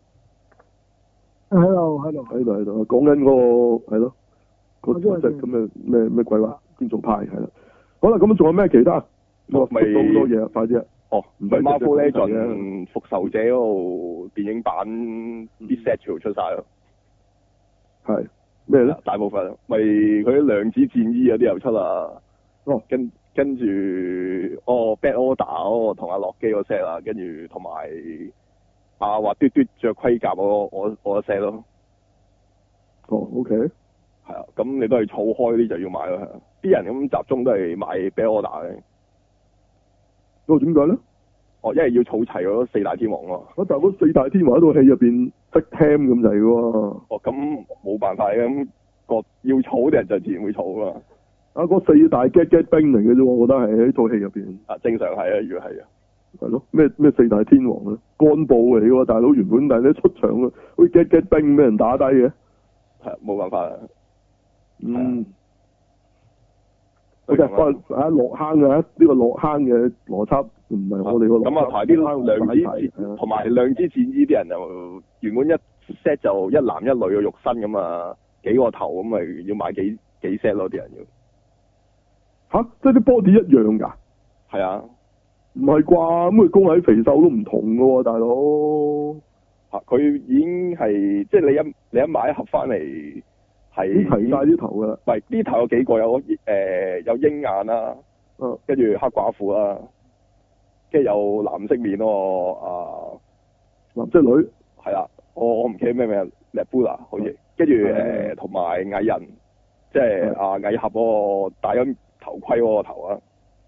[SPEAKER 4] 喺度喺度，
[SPEAKER 1] 喺度喺度講緊嗰個係咯，嗰
[SPEAKER 4] 我知我
[SPEAKER 1] 嗰
[SPEAKER 4] 知
[SPEAKER 1] 隻咁嘅咩咩鬼話觀眾派係啦。好啦，咁仲有咩其他？我
[SPEAKER 2] 啊咪
[SPEAKER 1] 咪好多嘢啊，快啲啊！
[SPEAKER 2] 哦，唔
[SPEAKER 1] 唔
[SPEAKER 2] 係
[SPEAKER 1] 係
[SPEAKER 2] Marvel
[SPEAKER 1] 隻隻都係啊嘅
[SPEAKER 2] Legend 復仇者嗰度電影版
[SPEAKER 1] 嗯
[SPEAKER 2] 啲 set 全部出晒咯。
[SPEAKER 1] 係咩咧？
[SPEAKER 2] 大部分咪佢啲量子戰衣嗰啊啲又出啦。
[SPEAKER 1] 哦
[SPEAKER 2] 跟跟住哦，Bad Order 嗰個同阿洛基嗰 set 啦，跟住同埋阿滑嘟嘟着盔甲嗰個我我 set 咯，
[SPEAKER 1] 哦，OK，
[SPEAKER 2] 係啊，咁你都係儲開啲就要買啦，係啊啲人咁集中都係買 Bad Order 嘅，
[SPEAKER 1] 咁點解咧？啊
[SPEAKER 2] 哦，因為要儲齊嗰四大天王咯，
[SPEAKER 1] 我但係嗰四大天王喺套戲入邊即 Tam 咁滯嘅喎，
[SPEAKER 2] 哦，咁冇辦法嘅，咁個要儲啲人就自然會儲啦，
[SPEAKER 1] 啊嗰四大 get get 兵嚟嘅啫喎，我覺得係喺套戲入邊
[SPEAKER 2] 啊，正常係啊，如果係啊，
[SPEAKER 1] 係咯，咩咩四大天王咧，幹部嚟嘅喎，大佬原本但係咧出場啊，好似 get get 兵俾人打低嘅，
[SPEAKER 2] 係啊冇辦法啦，
[SPEAKER 1] 嗯。
[SPEAKER 2] 所以
[SPEAKER 1] O.K.
[SPEAKER 2] 咁啊
[SPEAKER 1] 啊，落坑嘅呢個落坑嘅邏輯唔係我哋個邏輯
[SPEAKER 2] 咁啊，排啲量子
[SPEAKER 1] 係啊
[SPEAKER 2] 戰同埋量子戰衣啲人就原本一 set 就一男一女嘅肉身咁啊，幾個頭咁咪要買幾幾 set 咯，啲人要
[SPEAKER 1] 吓，即係啲 body 一樣㗎，
[SPEAKER 2] 係啊
[SPEAKER 1] 唔係啩？咁佢高矮肥瘦都唔同嘅喎，大佬。
[SPEAKER 2] 嚇啊佢已經係即係你一你一買一盒翻嚟係
[SPEAKER 1] 已經提晒啲頭㗎啦，
[SPEAKER 2] 唔係呢頭有幾個有誒、呃有鷹眼啦、
[SPEAKER 1] 嗯
[SPEAKER 2] 跟住黑寡婦啦、跟住有藍色面咯啊
[SPEAKER 1] 男即係女，
[SPEAKER 2] 係啦，我我唔記得咩名 l e b u l a 好似，跟住
[SPEAKER 1] 係嗯
[SPEAKER 2] 誒同埋蟻人，即係
[SPEAKER 1] 係
[SPEAKER 2] 啊蟻俠嗰個戴咗頭盔嗰個頭啊，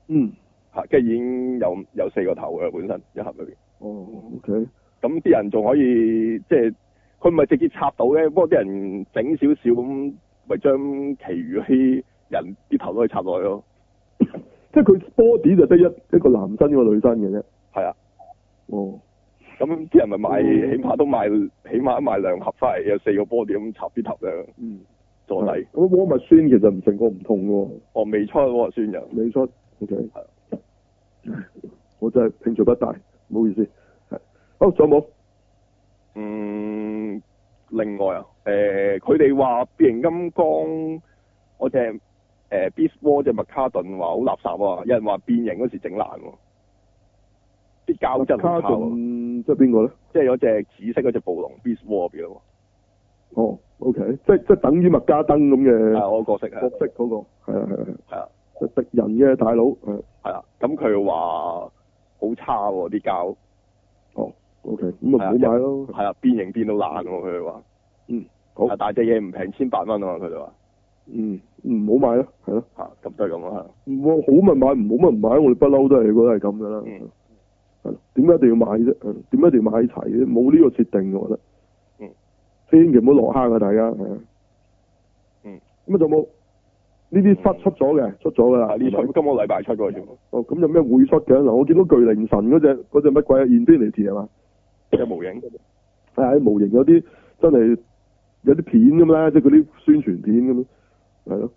[SPEAKER 1] 嗯，
[SPEAKER 2] 嚇，跟住已經有有四個頭嘅本身一盒裏邊，
[SPEAKER 1] 哦，OK，
[SPEAKER 2] 咁啲人仲可以即係佢唔係直接插到嘅，不過啲人整少少咁，咪將其餘嗰啲人啲頭都可以插落去咯，
[SPEAKER 1] 即係佢 body 就得一一個男生一個女生嘅啫，
[SPEAKER 2] 係啊，
[SPEAKER 1] 哦，
[SPEAKER 2] 咁啲人咪買，
[SPEAKER 1] 嗯
[SPEAKER 2] 起碼都買，起碼買兩盒翻嚟，有四個波點咁插啲頭咧，
[SPEAKER 1] 嗯，
[SPEAKER 2] 坐底，
[SPEAKER 1] 咁 w a r m a c h i n 其實唔成個唔同嘅喎，
[SPEAKER 2] 我未出嗰個酸人。
[SPEAKER 1] 你出，OK，我真係興趣不大，唔好意思，係好仲有冇？
[SPEAKER 2] 嗯，另外啊，誒、佢哋話變形金剛嗰隻誒 Beast War 隻麥卡頓話好垃圾啊，有人話變形嗰時整爛喎，啲膠質
[SPEAKER 1] 卡
[SPEAKER 2] 唔靠喎，
[SPEAKER 1] 頓即係邊個咧？
[SPEAKER 2] 即係有隻紫色嗰隻暴龍 Beast War 入邊喎，
[SPEAKER 1] 哦，OK，即即等於麥加登咁
[SPEAKER 2] 係
[SPEAKER 1] 嘅
[SPEAKER 2] 啊我個角色
[SPEAKER 1] 角
[SPEAKER 2] 係
[SPEAKER 1] 色嗰、個，係啊係啊係啊，
[SPEAKER 2] 係啊
[SPEAKER 1] 就敵人嘅大佬，係
[SPEAKER 2] 係啊，咁佢話好差喎啲膠，
[SPEAKER 1] 哦，OK，咁啊唔
[SPEAKER 2] 係啊
[SPEAKER 1] 好買咯，
[SPEAKER 2] 係啊變形變到爛喎，佢哋話，
[SPEAKER 1] 嗯，好
[SPEAKER 2] 啊，但係隻嘢唔平千八蚊啊嘛，佢哋話，啊
[SPEAKER 1] 嗯，唔好買啦，係咯，
[SPEAKER 2] 嚇咁就係咁啦，
[SPEAKER 1] 唔好咪買，唔好咪唔買，我哋不嬲都係覺得係咁噶啦，
[SPEAKER 2] 嗯
[SPEAKER 1] 係咯點解一定要買啫？係咯點解一定要買齊啫？冇呢個設定嘅，我覺得。
[SPEAKER 2] 嗯。
[SPEAKER 1] 千祈唔好落坑啊！大家係啊。
[SPEAKER 2] 嗯。
[SPEAKER 1] 咁啊，仲有冇呢啲忽出咗嘅？出咗㗎啦。
[SPEAKER 2] 啊呢出今個禮拜出嗰個全部，
[SPEAKER 1] 哦，咁有咩會出嘅？嗱，我見到巨靈神嗰只嗰只乜鬼啊？Infinity 係嘛？
[SPEAKER 2] 即係模型。
[SPEAKER 1] 係啊，模型有啲真係有啲片咁啦，即係嗰啲宣傳片咁咯，係咯。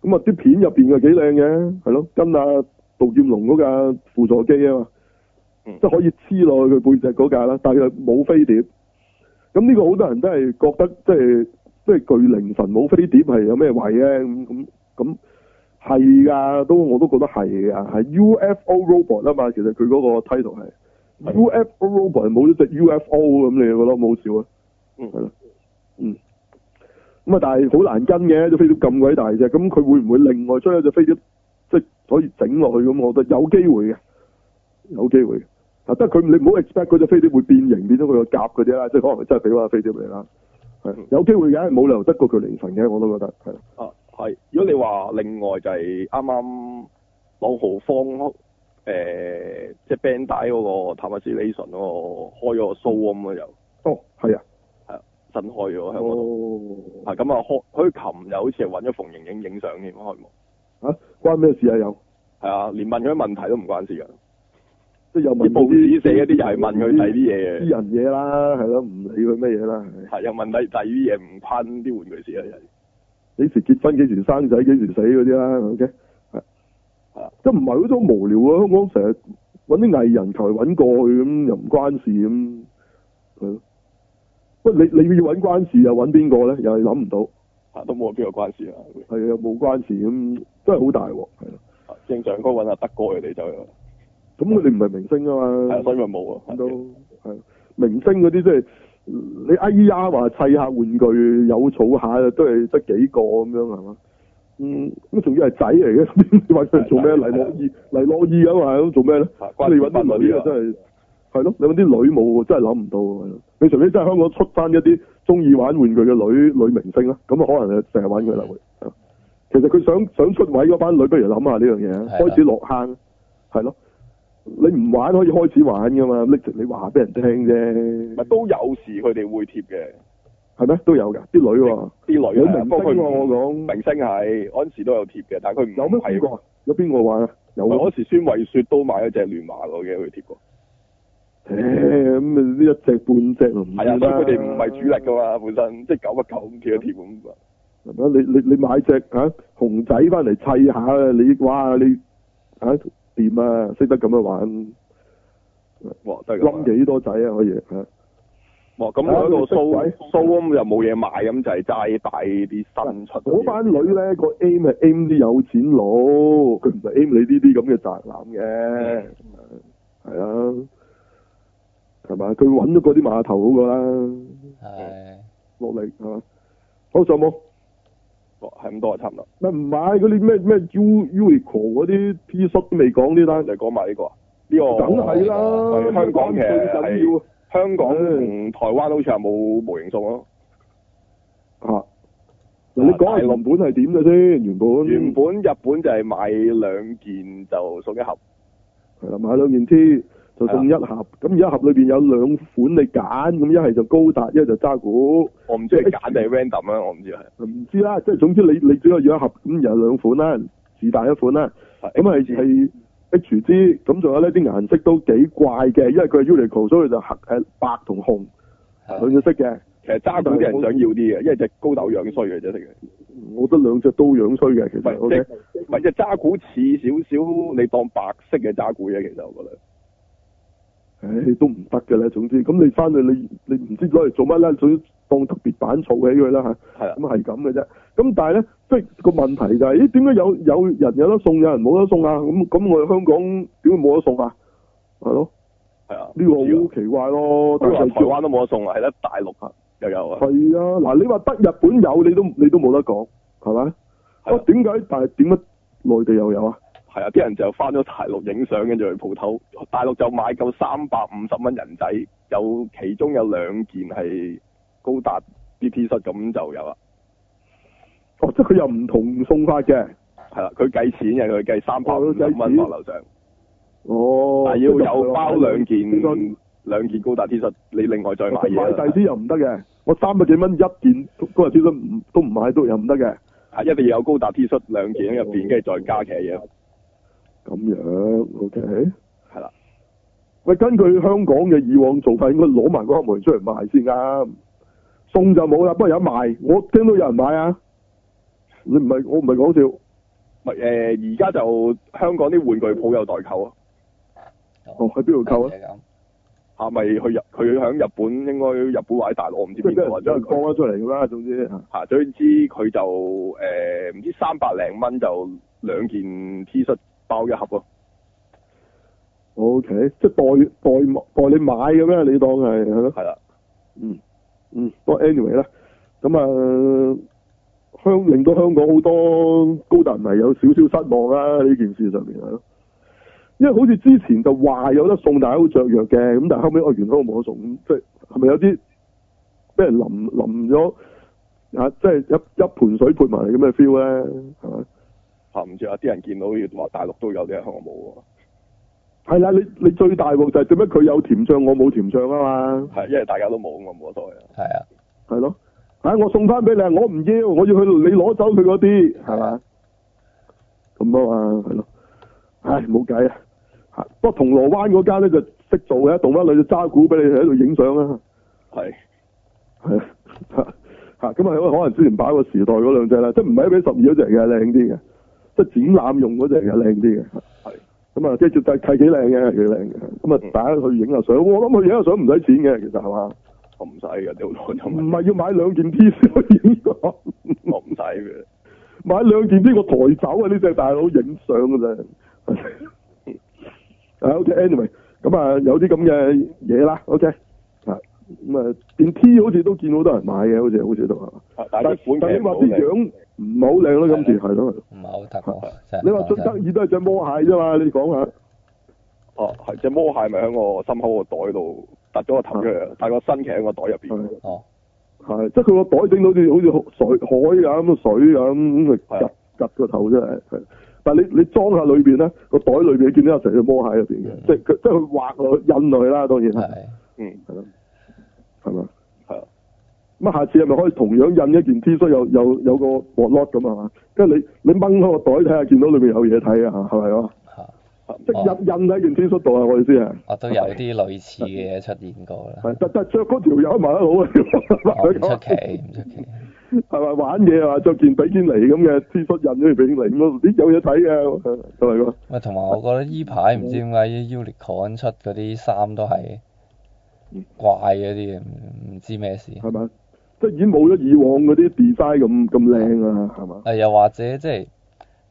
[SPEAKER 1] 咁啊，啲片入邊又幾靚嘅，係咯，跟阿杜劍龍嗰架輔助機啊嘛，
[SPEAKER 2] 嗯
[SPEAKER 1] 即係可以黐落去佢背脊嗰架啦，但係佢冇飛碟。咁呢個好多人都係覺得即係即係巨靈神冇飛碟係有咩謂咧？咁咁咁係㗎，都我都覺得係㗎，係 UFO robot 啊嘛，其實佢嗰個 title 係。
[SPEAKER 2] 係
[SPEAKER 1] UFO robot 冇咗隻 UFO 咁，你覺得冇笑啊？
[SPEAKER 2] 嗯
[SPEAKER 1] 係咯，嗯。咁啊，但係好難跟嘅，隻飛碟咁鬼大隻，咁佢會唔會另外將一隻飛碟即係可以整落去咁？我覺得有機會嘅，有機會嘅。嗱，得佢你唔好 expect 嗰隻飛碟會變形，變咗佢個甲嗰啲啦，即係可能佢真係俾嗰隻飛碟你啦。係
[SPEAKER 2] 嗯
[SPEAKER 1] 有機會嘅，冇理由得過佢凌晨嘅，我都覺得係。
[SPEAKER 2] 啊，係。如果你話另外就係啱啱朗豪坊誒、呃即係 Bandai 嗰個 Tamagotchi 嗰個開咗個 show 咁啊，又
[SPEAKER 1] 哦，係啊，
[SPEAKER 2] 新開咗喺嗰度。
[SPEAKER 1] 哦，
[SPEAKER 2] 係咁啊，開佢琴日好似係揾咗馮盈盈影相添開幕。
[SPEAKER 1] 嚇關咩事啊？有
[SPEAKER 2] 係啊，連問佢啲問題都唔關事㗎。啊
[SPEAKER 1] 即係有問
[SPEAKER 2] 啲報紙寫嗰啲又係問佢第啲
[SPEAKER 1] 私
[SPEAKER 2] 嘢嘅，
[SPEAKER 1] 人嘢啦，係咯，唔理佢乜嘢啦。係
[SPEAKER 2] 係又問第第啲嘢唔關啲玩具事啊，又係
[SPEAKER 1] 幾時結婚、幾時生仔、幾時死嗰啲啦，OK，係
[SPEAKER 2] 啊
[SPEAKER 1] 即係唔係嗰種無聊啊？香港成日揾啲藝人求其揾過去咁，又唔關事咁，係咯。喂，你你要揾關事又揾邊個咧？又係諗唔到，
[SPEAKER 2] 啊都冇邊個關事啊。
[SPEAKER 1] 係又冇關事咁，真係好大鑊，係咯。
[SPEAKER 2] 啊正常應該揾阿德哥佢哋就有，
[SPEAKER 1] 咁佢哋唔係明星啊
[SPEAKER 2] 係啊
[SPEAKER 1] 嘛，
[SPEAKER 2] 所以咪冇啊。
[SPEAKER 1] 咁都係明星嗰啲即係你哎呀話砌下玩具有儲下，都係得幾個咁樣係嘛？嗯，咁仲要係仔嚟嘅， 你話佢做咩？黎諾懿，黎諾懿咁嘛，咁做咩咧？
[SPEAKER 2] 啊關
[SPEAKER 1] 你
[SPEAKER 2] 事
[SPEAKER 1] 揾啲女啊，
[SPEAKER 2] 關
[SPEAKER 1] 真係係咯，你揾啲女冇，真係諗唔到係咯。你除非真係香港出翻一啲中意玩玩具嘅女女明星啦，咁啊可能係成日玩佢啦會。係咯其實佢想想出位嗰班女，不如諗下呢樣嘢，
[SPEAKER 3] 係啊
[SPEAKER 1] 開始落坑，係咯。你唔玩可以開始玩噶嘛？你你話俾人聽啫
[SPEAKER 2] 咪，都有時佢哋會貼嘅
[SPEAKER 1] 係咩？都有㗎，啲女喎，
[SPEAKER 2] 啲女
[SPEAKER 1] 有
[SPEAKER 2] 啊
[SPEAKER 1] 明星
[SPEAKER 2] 不過佢
[SPEAKER 1] 喎，
[SPEAKER 2] 唔
[SPEAKER 1] 我
[SPEAKER 2] 明
[SPEAKER 1] 講
[SPEAKER 2] 星係嗰陣時都有貼嘅，但係佢唔
[SPEAKER 1] 有咩試
[SPEAKER 2] 係
[SPEAKER 1] 過啊？有邊個玩啊？有啊
[SPEAKER 2] 嗰時孫慧雪都買咗隻亂馬佬嘅，佢貼過。
[SPEAKER 1] 誒咁啊呢一隻半隻唔
[SPEAKER 2] 係啊，
[SPEAKER 1] 知
[SPEAKER 2] 所以
[SPEAKER 1] 啦
[SPEAKER 2] 佢哋唔係主力㗎嘛，本身即係九啊九咁貼一貼咁啊。
[SPEAKER 1] 係咪？你你你買隻嚇、啊、熊仔翻嚟砌下啊！你哇你嚇掂啊，識得咁樣玩，
[SPEAKER 2] 哇，真係咁啊
[SPEAKER 1] 冧幾多仔啊可以嚇？
[SPEAKER 2] 哇！咁我喺
[SPEAKER 1] 啊
[SPEAKER 2] 度
[SPEAKER 1] 呢
[SPEAKER 2] show
[SPEAKER 1] 個色鬼
[SPEAKER 2] show 咁又冇嘢買，咁就係齋帶啲新出嘅嘢。
[SPEAKER 1] 嗰班女咧個 aim 係 aim 啲有錢佬，佢唔係 aim 你呢啲咁嘅宅男嘅，
[SPEAKER 2] 嗯
[SPEAKER 1] 係啊，係嘛？佢揾咗嗰啲碼頭好過啦，
[SPEAKER 3] 係
[SPEAKER 1] 落嚟係嘛？好上冇？
[SPEAKER 2] 哇係咁多就差唔多。
[SPEAKER 1] 咪唔買嗰啲咩咩 U Uniqlo 嗰啲 T 恤都未講呢單
[SPEAKER 2] 你，講埋呢個啊？呢個
[SPEAKER 1] 梗係啦，
[SPEAKER 2] 係啊香港
[SPEAKER 1] 最
[SPEAKER 2] 嘅
[SPEAKER 1] 緊要啊！
[SPEAKER 2] 香港同台灣好似係冇模型送咯。
[SPEAKER 1] 啊！嗱，你講下
[SPEAKER 2] 大陸
[SPEAKER 1] 原本係點嘅先？原本
[SPEAKER 2] 原本日本就係買兩件就送一盒，
[SPEAKER 1] 係啦，買兩件 T 就送一
[SPEAKER 2] 嗯
[SPEAKER 1] 盒，咁而一盒裏邊有兩款你揀，咁一係就高達，一係就渣古，
[SPEAKER 2] 我唔知係揀定係 random 啊啦，我唔知係。
[SPEAKER 1] 唔知啦。即係總之你你只可以要一盒，咁有兩款啦，是但一款啦。咁啊係係 H G，咁仲有呢啲顏色都幾怪嘅，因為佢係 Uniqlo，所以就黑誒白同紅兩隻色嘅。
[SPEAKER 2] 其實揸股啲人想要啲嘅，因為隻高豆樣衰嘅啫，識嘅。
[SPEAKER 1] 我覺得兩隻都樣衰嘅，其
[SPEAKER 2] 唔
[SPEAKER 1] 實 O K
[SPEAKER 2] 係。隻唔係隻揸股似少少，你當白色嘅揸股嘢，其實我覺得。
[SPEAKER 1] 唉，都唔得嘅咧。總之，咁你翻去你你唔知攞嚟做乜啦，總之當特別版儲起佢啦嚇。
[SPEAKER 2] 係啊
[SPEAKER 1] 咁，係咁嘅啫。咁但係咧，即係個問題就係、咦？點解有有人有得送，有人冇得送啊？咁咁我哋香港點會冇得送啊？係咯，
[SPEAKER 2] 係啊。
[SPEAKER 1] 呢、個好奇怪咯。
[SPEAKER 2] 都話
[SPEAKER 1] 但係
[SPEAKER 2] 台灣都冇得送啊，係得大陸啊又有啊，
[SPEAKER 1] 係啊，嗱，你話得日本有，你都你都冇得講，係咪？
[SPEAKER 2] 係
[SPEAKER 1] 啊，點解？但係點解內地又有啊？
[SPEAKER 2] 係啊，啲人就翻咗大陸影相，跟住去鋪頭，大陸就買夠三百五十蚊人仔，有其中有兩件係高達啲 T 恤咁就有啦，
[SPEAKER 1] 哦，即係佢又唔同送法嘅。
[SPEAKER 2] 係啦，佢計錢嘅，佢計三百
[SPEAKER 1] 哦
[SPEAKER 2] 五
[SPEAKER 1] 佢
[SPEAKER 2] 十
[SPEAKER 1] 計
[SPEAKER 2] 蚊
[SPEAKER 1] 錢
[SPEAKER 2] 落樓上，
[SPEAKER 1] 哦，
[SPEAKER 2] 但係啊要有包兩
[SPEAKER 1] 呢個
[SPEAKER 2] 件兩件高達 T 恤，你另外再買
[SPEAKER 1] 買
[SPEAKER 2] 嘢啊
[SPEAKER 1] 第
[SPEAKER 2] 啦
[SPEAKER 1] 啲又唔得嘅，我三百幾蚊一件嗰日啲都唔都唔買都又唔得嘅，
[SPEAKER 2] 係一定要有高達 T 恤兩件喺入邊，跟住再加其他嘢，
[SPEAKER 1] 咁樣 OK。
[SPEAKER 2] 係啦。
[SPEAKER 1] 喂，根據香港嘅以往做法，應該攞埋嗰黑門出嚟賣先啱。送就冇啦，不過有得賣，我聽到有人買啊。你唔係我唔係講笑，
[SPEAKER 2] 咪呃誒而家就香港啲玩具鋪有代購啊，
[SPEAKER 1] 哦喺邊度購啊？
[SPEAKER 3] 就係咁
[SPEAKER 2] 嚇咪去日佢喺日本應該日本或者大陸，我唔
[SPEAKER 1] 即
[SPEAKER 2] 知
[SPEAKER 1] 係
[SPEAKER 2] 邊
[SPEAKER 1] 俾
[SPEAKER 2] 度
[SPEAKER 1] 人
[SPEAKER 2] 或者
[SPEAKER 1] 有人
[SPEAKER 2] 佢
[SPEAKER 1] 放 咗出嚟㗎啦，總之啊嚇
[SPEAKER 2] 嚇，總之佢就誒呃唔、知三百零蚊就兩件 T 恤包一盒咯，
[SPEAKER 1] O K，即係代代代你買咁樣，你當係係咯，
[SPEAKER 2] 係啦，
[SPEAKER 1] 嗯嗯，不過 anyway 啦，咁啊香令到香港好多高達迷有少少失望啦呢件事上面係咯，因為好似之前就話有得送，但係好雀躍嘅，咁但係後尾我原來冇得送，咁即係係咪有啲俾人淋淋咗啊？即係一一盆水潑埋嚟咁嘅 feel 咧，係咪？
[SPEAKER 2] 嚇唔知啊，啲人見到要話大陸都有啲喺香港冇喎，
[SPEAKER 1] 係啦，你你最大鑊就係點解佢有甜醬我冇甜醬啊嘛？
[SPEAKER 2] 係因為大家都冇咁我冇所謂啊，
[SPEAKER 3] 係啊，
[SPEAKER 1] 係咯，啊我送翻俾你，我唔要，我要去你攞走佢嗰啲，係嘛？咁啊嘛，係咯，唉冇計啊，嚇不過銅鑼灣嗰間咧就識做嘅，動翻女就揸鼓俾你喺度影相啦，
[SPEAKER 2] 係
[SPEAKER 1] 係啊嚇嚇，咁啊可能之前擺個時代嗰兩隻啦，即係唔係俾十二嗰只嘅靚啲嘅，即係展覽用嗰只嘅靚啲嘅。
[SPEAKER 2] 係
[SPEAKER 1] 咁啊，即係絕對係幾靚嘅，係幾靚嘅。咁啊
[SPEAKER 2] 嗯，
[SPEAKER 1] 大家去影下相，我諗去影下相唔使錢嘅，其實係嘛？
[SPEAKER 2] 我唔使嘅，你好多就
[SPEAKER 1] 唔係要買兩件 T 恤去影㗎，
[SPEAKER 2] 我唔使嘅，
[SPEAKER 1] 買兩件 T 我抬走啊！呢隻大佬影相嘅啫。啊，OK，anyway，咁啊，有啲咁嘅嘢啦，OK，啊，咁啊，件 T 好似都見好多人買嘅，好似好似都係嘛。
[SPEAKER 2] 啊
[SPEAKER 1] 但
[SPEAKER 2] 但係
[SPEAKER 1] 但
[SPEAKER 2] 啲款
[SPEAKER 1] 你
[SPEAKER 2] 其實
[SPEAKER 1] 話
[SPEAKER 2] 唔好
[SPEAKER 1] 啲
[SPEAKER 2] 靚
[SPEAKER 1] 樣唔係好靚咯，今次係咯。
[SPEAKER 3] 唔係好得喎，
[SPEAKER 1] 啊
[SPEAKER 3] 真係
[SPEAKER 1] 你話最得意都係隻魔蟹啫嘛，你講下。
[SPEAKER 2] 哦，係隻魔蟹咪喺我心口個袋度突咗個頭出
[SPEAKER 1] 啊
[SPEAKER 2] 嚟，但係個身其實喺個袋入邊
[SPEAKER 1] 係。
[SPEAKER 3] 哦，
[SPEAKER 1] 係，即係佢個袋整到好似好似水海啊咁水啊咁，
[SPEAKER 2] 係
[SPEAKER 1] 夾夾個頭真係。係但係你你裝下裏邊咧，個袋裏邊你見到有成隻魔蟹入邊嘅
[SPEAKER 3] 嗯，
[SPEAKER 1] 即係佢即係佢畫落去印落去啦，當然係
[SPEAKER 3] 係啊
[SPEAKER 2] 嗯，
[SPEAKER 1] 係咯，係嘛？
[SPEAKER 2] 係啊，
[SPEAKER 1] 咁啊，下次係咪可以同樣印一件 T 恤有有有個 w a 咁啊嘛？跟住你你掹開個袋睇下，見到裏邊有嘢睇啊，係咪啊？
[SPEAKER 3] 嚇，
[SPEAKER 1] 即係印印喺件 T 恤度啊！我意思係，
[SPEAKER 3] 我都有啲類似嘅嘢出現過啦，
[SPEAKER 1] 係但但着嗰條友咪得好啊！
[SPEAKER 3] 我唔 出奇，唔出奇，
[SPEAKER 1] 係咪玩嘢啊？着件比堅尼咁嘅 T 恤印咗條比堅尼咁咯，咦有嘢睇嘅，係咪個？啊
[SPEAKER 3] 咪同埋我覺得依排唔知點解 Unicorn 出嗰啲衫都係怪嗰啲，唔唔知咩事。
[SPEAKER 1] 係咪？啊即係已經冇咗以往嗰啲 design 咁咁靚啊，係嘛？
[SPEAKER 3] 誒又或者即係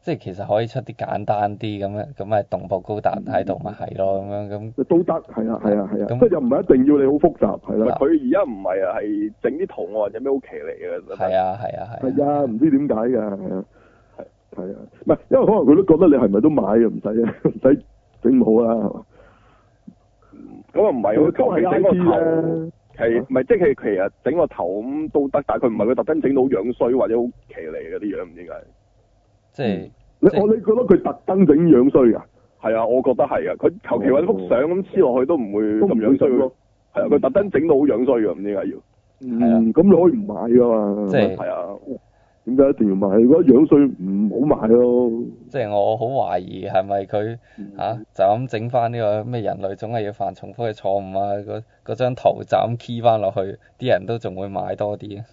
[SPEAKER 3] 即係其實可以出啲簡單啲咁樣，咁咪動步高達喺度咪係咯咁樣咁
[SPEAKER 1] 都得，係啊，係啊，係啊，
[SPEAKER 3] 咁
[SPEAKER 1] 即係又唔係一定要你好複雜，係
[SPEAKER 2] 唔係
[SPEAKER 1] 啦，
[SPEAKER 2] 佢而家唔係啊，係整啲圖案有咩好奇嚟嘅？
[SPEAKER 3] 係啊係啊
[SPEAKER 1] 係
[SPEAKER 3] 係
[SPEAKER 1] 啊，唔知點解㗎，係啊，係啊，唔係因為可能佢都覺得你係咪都買啊？唔使啊， 唔使整冇啊，係嘛？
[SPEAKER 2] 咁啊唔係，
[SPEAKER 1] 都
[SPEAKER 2] 佢求其
[SPEAKER 1] 係
[SPEAKER 2] 整
[SPEAKER 1] I
[SPEAKER 2] 個
[SPEAKER 1] P
[SPEAKER 2] 頭，
[SPEAKER 1] 咧，
[SPEAKER 2] 係唔係即係其實整個頭咁都得，
[SPEAKER 1] 啊
[SPEAKER 2] 但係佢唔係佢特登整到好樣衰或者好奇嚟嘅啲樣，唔知點解。
[SPEAKER 3] 即係
[SPEAKER 1] 你
[SPEAKER 3] 即係
[SPEAKER 1] 我你覺得佢特登整樣衰㗎？
[SPEAKER 2] 係啊，我覺得係啊，佢求其揾幅相咁黐落去都唔會
[SPEAKER 1] 都唔
[SPEAKER 2] 咁
[SPEAKER 1] 會
[SPEAKER 2] 樣衰
[SPEAKER 1] 咁
[SPEAKER 2] 嘅
[SPEAKER 1] 咯。
[SPEAKER 2] 係啊，佢特登整到好樣衰嘅，唔知點解要。
[SPEAKER 3] 啊
[SPEAKER 1] 嗯，咁你可以唔買㗎嘛？
[SPEAKER 3] 即係
[SPEAKER 2] 係啊，
[SPEAKER 1] 點解一定要買？如果樣衰唔好買咯。
[SPEAKER 3] 即係我好懷疑係咪佢嚇就咁整翻呢個咩人類總係要犯重複嘅錯誤啊？嗰嗰張圖就咁 key 翻落去，啲人都仲會買多啲啊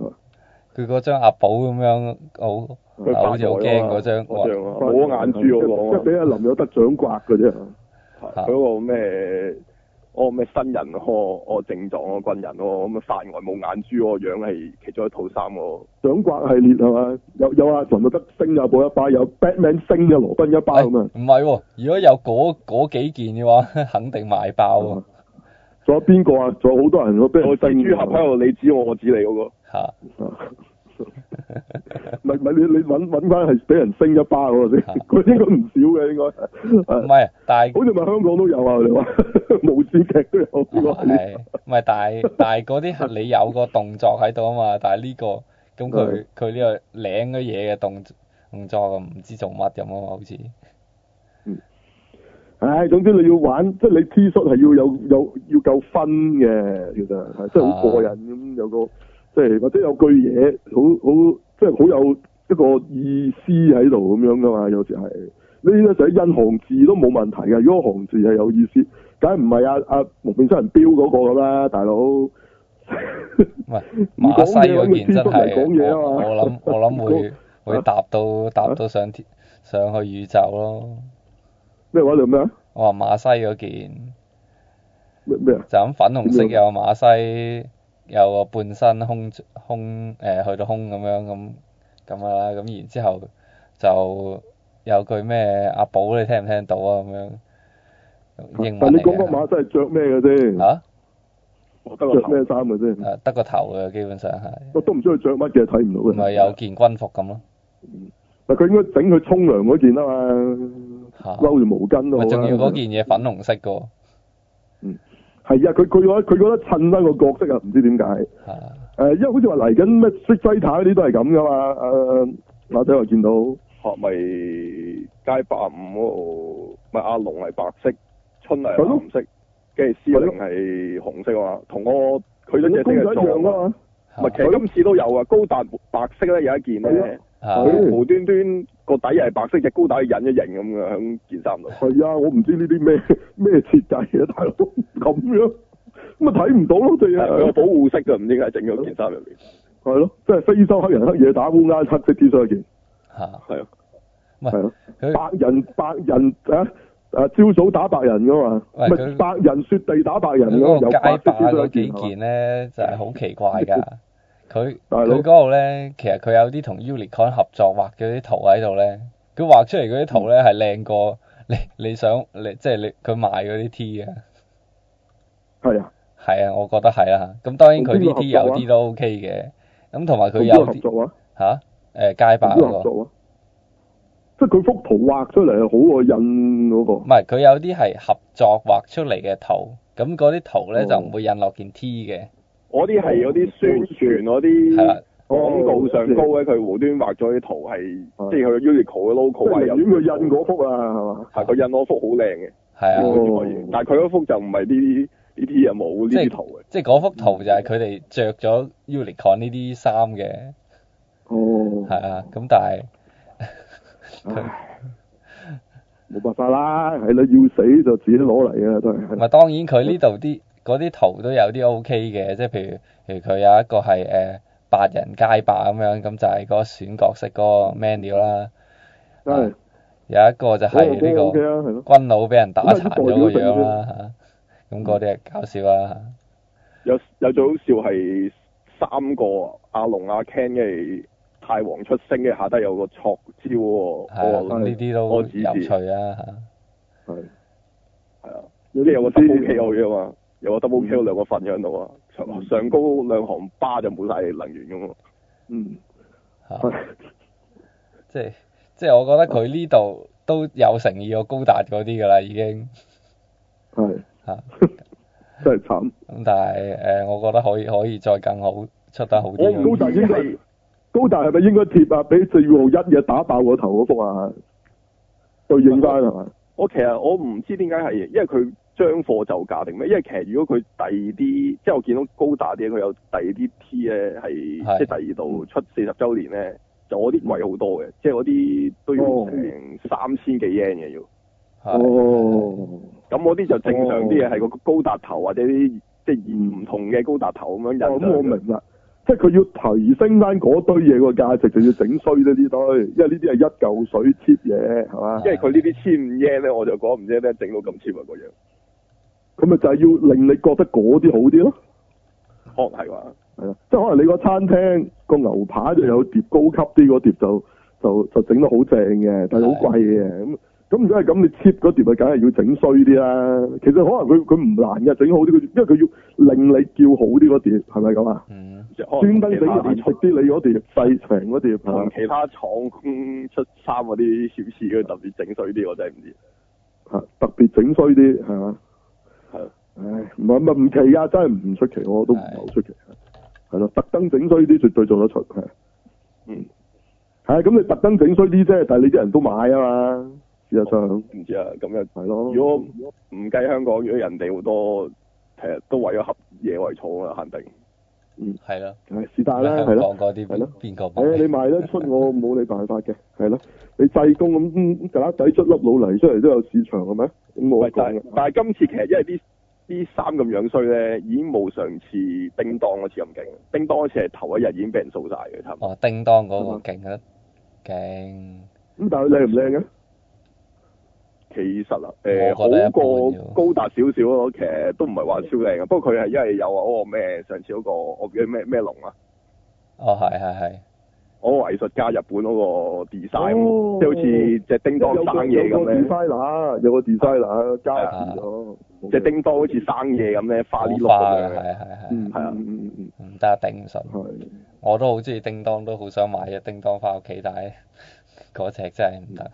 [SPEAKER 1] 嗯！
[SPEAKER 3] 佢嗰張阿寶咁樣，好啊
[SPEAKER 2] 佢啊
[SPEAKER 3] 好似好驚嗰張，
[SPEAKER 2] 嗰
[SPEAKER 3] 哇
[SPEAKER 2] 張啊，冇眼珠我
[SPEAKER 1] 即係
[SPEAKER 2] 講
[SPEAKER 1] 俾阿林有得掌摑嘅啫。
[SPEAKER 2] 啊，佢嗰個咩？我咩新人呵，我症狀我軍人咯，咁啊發呆冇眼珠喎，樣係其中一套衫喎。
[SPEAKER 1] 掌摑系列係嘛？有有阿林有得升阿寶一巴，有 Batman 升阿羅賓一巴
[SPEAKER 3] 哎
[SPEAKER 1] 咁啊！
[SPEAKER 3] 唔係喎，如果有嗰嗰幾件嘅話， 肯定賣爆
[SPEAKER 1] 嗯
[SPEAKER 3] 喎
[SPEAKER 1] 仲有邊個啊？仲有好多人俾
[SPEAKER 2] 我
[SPEAKER 1] 人
[SPEAKER 2] 蜘
[SPEAKER 1] 升
[SPEAKER 2] 蛛俠 喺度，你指我，我指你嗰、個。
[SPEAKER 3] 嚇！
[SPEAKER 1] 啊唔係唔係你你揾揾翻係俾人升一巴嗰個先，佢應該唔少嘅應該。
[SPEAKER 3] 唔
[SPEAKER 1] 啊
[SPEAKER 3] 係，但係
[SPEAKER 1] 好似咪香港都有啊！你話 無線劇 都有呢個系列
[SPEAKER 3] 係唔係？但係但係嗰啲你有個動作喺度啊嘛，但係呢個咁
[SPEAKER 1] 嗯
[SPEAKER 3] 佢佢呢個領嘅嘢嘅動動作唔知做乜咁啊嘛，好似
[SPEAKER 1] 唉，總之你要玩，即係你 T 恤係要有有要夠分嘅，其實係即係好過癮咁有個即係或者有句嘢好好即係好有一個意思喺度咁樣噶嘛，有時係呢啲就係印行字都冇問題嘅，如果行字係有意思，梗係唔係啊啊蒙面超人標嗰個咁啦，大佬。
[SPEAKER 3] 唔係馬西嗰件真係
[SPEAKER 1] 講嘢啊
[SPEAKER 3] 我
[SPEAKER 1] 嘛
[SPEAKER 3] 我 諗我諗會會搭到搭到上天上去宇宙咯。
[SPEAKER 1] 咩話你咩啊？
[SPEAKER 3] 我話馬西嗰件
[SPEAKER 1] 咩咩啊？
[SPEAKER 3] 就咁粉紅色有馬西，有個半身空空誒、呃去到空咁樣咁咁啊啦，咁然之後就有句咩阿寶你聽唔聽到啊咁樣英
[SPEAKER 1] 但
[SPEAKER 3] 文
[SPEAKER 1] 你
[SPEAKER 3] 嚟
[SPEAKER 1] 講講
[SPEAKER 3] 嘅
[SPEAKER 1] 馬真係着咩嘅先？
[SPEAKER 3] 嚇啊
[SPEAKER 2] 我得個
[SPEAKER 1] 着
[SPEAKER 2] 頭
[SPEAKER 1] 咩衫嘅先？
[SPEAKER 3] 誒得個頭嘅基本上係，
[SPEAKER 1] 我都唔知佢着乜嘅，睇唔到嘅。
[SPEAKER 3] 咪有件軍服咁咯
[SPEAKER 1] 嗱，佢應該整佢沖涼嗰件啊嘛，
[SPEAKER 3] 嚇，
[SPEAKER 1] 嬲住毛巾啊咯。
[SPEAKER 3] 啊咪仲要嗰件嘢粉紅色嘅喎
[SPEAKER 1] 係啊，佢佢覺得佢覺得襯翻個角色啊，唔知點解。誒、
[SPEAKER 3] 嚇
[SPEAKER 1] 因為好似話嚟緊咩色西塔嗰啲都係咁噶嘛。誒、
[SPEAKER 3] 嗯
[SPEAKER 1] 馬仔又見到
[SPEAKER 2] 學咪街八五嗰度，咪阿龍係白色，春係
[SPEAKER 1] 係咯
[SPEAKER 2] 藍色，跟住司令係紅色啊嘛，同我佢嗰
[SPEAKER 1] 公
[SPEAKER 2] 隻
[SPEAKER 1] 仔一樣
[SPEAKER 2] 色係撞啊
[SPEAKER 1] 噶嘛，
[SPEAKER 3] 嚇
[SPEAKER 2] 咪其實今次都有啊，高達白色咧有一件咧，
[SPEAKER 3] 嚇
[SPEAKER 1] 佢
[SPEAKER 2] 佢無端端個底係白色，只高達隱一型咁嘅喺件衫度。
[SPEAKER 1] 係啊，我唔知呢啲咩 咩設計啊，大佬咁樣咁啊睇唔到咯，對
[SPEAKER 2] 係
[SPEAKER 1] 啊，
[SPEAKER 2] 佢有保護色嘅，唔應該係整咗件衫入面。
[SPEAKER 1] 係咯，即係非洲黑人黑嘢打烏鴉黑色 T 恤一件，
[SPEAKER 3] 嚇
[SPEAKER 2] 係啊，
[SPEAKER 3] 喂
[SPEAKER 1] 係咯。
[SPEAKER 3] 佢
[SPEAKER 1] 白人白人啊啊！朝早打白人噶嘛，
[SPEAKER 3] 喂
[SPEAKER 1] 咪
[SPEAKER 3] 佢
[SPEAKER 1] 白人雪地打白人
[SPEAKER 3] 佢
[SPEAKER 1] 咯，
[SPEAKER 3] 嗰
[SPEAKER 1] 有
[SPEAKER 3] 個
[SPEAKER 1] 白
[SPEAKER 3] 街
[SPEAKER 1] 色
[SPEAKER 3] 霸
[SPEAKER 1] 先
[SPEAKER 3] 嗰
[SPEAKER 1] 得
[SPEAKER 3] 幾
[SPEAKER 1] 件係嘛
[SPEAKER 3] 件咧，就係好奇怪 㗎。佢
[SPEAKER 1] 大佬
[SPEAKER 3] 佢嗰度咧，其實佢有啲同 Unicorn 合作畫嘅啲圖喺度咧，佢畫出嚟嗰啲圖咧係靚過 你你想你即係你佢賣嗰啲 T 嘅。
[SPEAKER 1] 係啊，
[SPEAKER 3] 係啊，我覺得係啦。咁當然佢呢
[SPEAKER 1] 同
[SPEAKER 3] 啲
[SPEAKER 1] 邊個合作
[SPEAKER 3] 有
[SPEAKER 1] 啊
[SPEAKER 3] 啲都 OK 嘅。咁同埋佢
[SPEAKER 1] 同
[SPEAKER 3] 有
[SPEAKER 1] 邊個合
[SPEAKER 3] 啲
[SPEAKER 1] 作啊？
[SPEAKER 3] 吓，誒街
[SPEAKER 1] 同
[SPEAKER 3] 霸
[SPEAKER 1] 邊個合
[SPEAKER 3] 嗰個，
[SPEAKER 1] 作啊？即係佢幅圖畫出嚟係好過印嗰
[SPEAKER 3] 唔
[SPEAKER 1] 個，
[SPEAKER 3] 係佢有啲係合作畫出嚟嘅圖。咁嗰啲圖咧
[SPEAKER 1] 哦
[SPEAKER 3] 就唔會印落件 T 嘅，
[SPEAKER 2] 我啲係有啲宣傳嗰
[SPEAKER 3] 係啦
[SPEAKER 2] 啲。廣告哦上高咧，佢無端畫咗啲圖係，即係佢 Uniqlo 嘅
[SPEAKER 1] 即
[SPEAKER 2] logo
[SPEAKER 1] 係
[SPEAKER 2] 係有
[SPEAKER 1] 寧願佢印嗰幅啊，係嘛？
[SPEAKER 2] 係佢印嗰幅好靚嘅，
[SPEAKER 3] 係啊。
[SPEAKER 1] 哦
[SPEAKER 2] 可以但係佢嗰幅就唔係呢啲呢啲啊冇呢啲圖嘅。
[SPEAKER 3] 即係嗰幅圖就係佢哋着咗 Unicorn 呢啲衫嘅，
[SPEAKER 1] 哦，
[SPEAKER 3] 係啊，咁但係
[SPEAKER 1] 唉冇辦法啦，係啦，要死就自己攞嚟啊，都係。
[SPEAKER 3] 咪當然佢呢度啲嗰啲圖都有啲 OK 嘅，即係譬如譬如佢有一個係誒、呃白人街霸咁樣，咁就係嗰個選角色嗰個 menu 啦，
[SPEAKER 1] 真係
[SPEAKER 3] 有一個就係呢
[SPEAKER 1] 嗰個嗰個 OK
[SPEAKER 3] 個
[SPEAKER 1] 啊，係咯。
[SPEAKER 3] 軍佬俾人打殘咗個樣啦嚇，咁嗰啲係搞笑啊啦
[SPEAKER 2] 有有最好笑係三個阿龍阿 Ken 嘅太王出聲嘅下低有個錯招喎，
[SPEAKER 3] 嚇，係
[SPEAKER 1] 哦
[SPEAKER 3] 啊，
[SPEAKER 2] 我
[SPEAKER 3] 咁呢啲都
[SPEAKER 2] 我指示
[SPEAKER 3] 有趣啊嚇，
[SPEAKER 1] 係
[SPEAKER 2] 係啊，
[SPEAKER 1] 有
[SPEAKER 2] 即係有個 double
[SPEAKER 1] 知
[SPEAKER 2] kill 嘅嘛，有個 double
[SPEAKER 1] 嗯
[SPEAKER 2] kill 兩個瞓咗喺度啊，上上高兩行巴就冇晒能源咁喎。
[SPEAKER 1] 嗯，
[SPEAKER 3] 嚇
[SPEAKER 1] 係
[SPEAKER 3] 即係即係我覺得佢呢度都有誠意過高達嗰啲㗎啦已經。啊
[SPEAKER 1] 係
[SPEAKER 3] 嚇，
[SPEAKER 1] 真係慘。
[SPEAKER 3] 咁但係誒、呃我覺得可以可以再更好出得好
[SPEAKER 2] 我
[SPEAKER 3] 啲
[SPEAKER 2] 唔
[SPEAKER 1] 高
[SPEAKER 3] 咯。
[SPEAKER 1] 達
[SPEAKER 2] 知
[SPEAKER 1] 應該
[SPEAKER 2] 係
[SPEAKER 1] 高達係咪應該貼啊？俾四月號一嘢打爆個頭嗰幅啊，對應翻係嘛？
[SPEAKER 2] 我其實我唔知點解係，因為佢將貨就價定咩？因為其實如果佢第二啲，即係我見到高達啲，佢有第二啲 T 咧係，
[SPEAKER 3] 係
[SPEAKER 2] 即係第二度出四十週年咧，就我啲貴好多嘅，即係我啲都要
[SPEAKER 1] 哦
[SPEAKER 2] 成三千幾 yen 嘅要。
[SPEAKER 3] 係
[SPEAKER 1] 哦，
[SPEAKER 2] 咁我啲就正常啲嘅，係個高達頭或者啲即係唔同嘅高達頭啊咁樣印
[SPEAKER 1] 哦咁我
[SPEAKER 2] 上去。
[SPEAKER 1] 明啦，即係佢要提升翻嗰堆嘢個價值，就要整衰咗呢堆，因為呢啲係一嚿水 cheap 嘢係嘛
[SPEAKER 2] 因？為佢呢啲千五 yen 咧，我就講唔知咧整到咁 cheap 啊個樣，
[SPEAKER 1] 佢咪就係要令你覺得嗰啲好啲咯，
[SPEAKER 2] 可能係話
[SPEAKER 1] 係啦，即係可能你個餐廳個牛扒就有碟高級啲嗰碟就就就整得好正嘅，但係好貴嘅咁。咁如果係咁，你 cheap 嗰碟啊咪梗係要整衰啲啦。其實可能佢佢唔難嘅，整好啲嗰碟，因為佢要令你叫好啲嗰碟，係咪咁啊？
[SPEAKER 3] 嗯，
[SPEAKER 2] 即係可
[SPEAKER 1] 專
[SPEAKER 2] 能
[SPEAKER 1] 登
[SPEAKER 2] 同
[SPEAKER 1] 整
[SPEAKER 2] 哦其他
[SPEAKER 1] 嗰碟食啲你嗰碟細平嗰碟
[SPEAKER 2] 同
[SPEAKER 1] 係
[SPEAKER 2] 其他廠出衫嗰啲顯示嗰啲特別整水啲，我真係唔知。
[SPEAKER 1] 係特別整衰啲係嘛？
[SPEAKER 2] 係啊
[SPEAKER 1] 唉，唔係唔係唔奇㗎，真係唔出奇，我都唔係好出奇。係咯，特登整衰啲絕對做得出係。
[SPEAKER 2] 嗯，
[SPEAKER 1] 係咁，你特登整衰啲啫，但係你啲人都買啊嘛。事實上
[SPEAKER 2] 唔知啊，咁又
[SPEAKER 1] 係咯。
[SPEAKER 2] 如果唔計香港，如果人哋好多，其實都為咗合嘢為重啊，肯定。
[SPEAKER 3] 係咯，
[SPEAKER 1] 係是但啦，
[SPEAKER 3] 香
[SPEAKER 1] 係咯。
[SPEAKER 3] 港嗰啲
[SPEAKER 1] 係咯
[SPEAKER 3] 邊個
[SPEAKER 1] 誒，你
[SPEAKER 3] 冇？
[SPEAKER 1] 賣得出我冇你辦法嘅，係咯。你濟公咁嗯旮旯仔出粒老泥出嚟都有市場係咪？咁
[SPEAKER 2] 喂
[SPEAKER 1] 我，
[SPEAKER 2] 但
[SPEAKER 1] 講
[SPEAKER 2] 係但係今次其實因為啲啲衫咁樣衰咧，已經冇上次叮當嗰次咁勁。叮當嗰次係頭一日已經俾人掃晒嘅，差唔多。
[SPEAKER 3] 哦，叮當嗰個勁啊，勁！
[SPEAKER 1] 咁但係靚唔靚嘅？
[SPEAKER 2] 其實啊，誒、
[SPEAKER 3] 我覺得
[SPEAKER 2] 好
[SPEAKER 3] 一般
[SPEAKER 2] 過
[SPEAKER 3] 啫
[SPEAKER 2] 高達少少咯，其實都唔係話超靚嘅。不過佢係因為有啊嗰個咩上次嗰、個我記得咩咩龍啊，
[SPEAKER 3] 哦，係係係，
[SPEAKER 2] 嗰、個藝術家日本嗰個 design，、
[SPEAKER 1] 哦
[SPEAKER 2] 即係好似隻叮當
[SPEAKER 1] 有
[SPEAKER 2] 生
[SPEAKER 1] 個
[SPEAKER 2] 嘢
[SPEAKER 1] 有
[SPEAKER 2] 咁
[SPEAKER 1] 個
[SPEAKER 2] 咧，
[SPEAKER 1] designer，有個 designer 加持咗。
[SPEAKER 2] 隻叮當好似生嘢咁咧，花呢碌
[SPEAKER 3] 好花啊
[SPEAKER 2] 咁樣
[SPEAKER 3] 嘅，
[SPEAKER 2] 嘅。
[SPEAKER 3] 係係係，
[SPEAKER 1] 嗯，係啊，嗯嗯
[SPEAKER 3] 唔得啊頂唔順。
[SPEAKER 1] 嗯，係。
[SPEAKER 3] 我都好中意叮當，都好想買只叮當翻屋企，但係 嗰只真係唔得。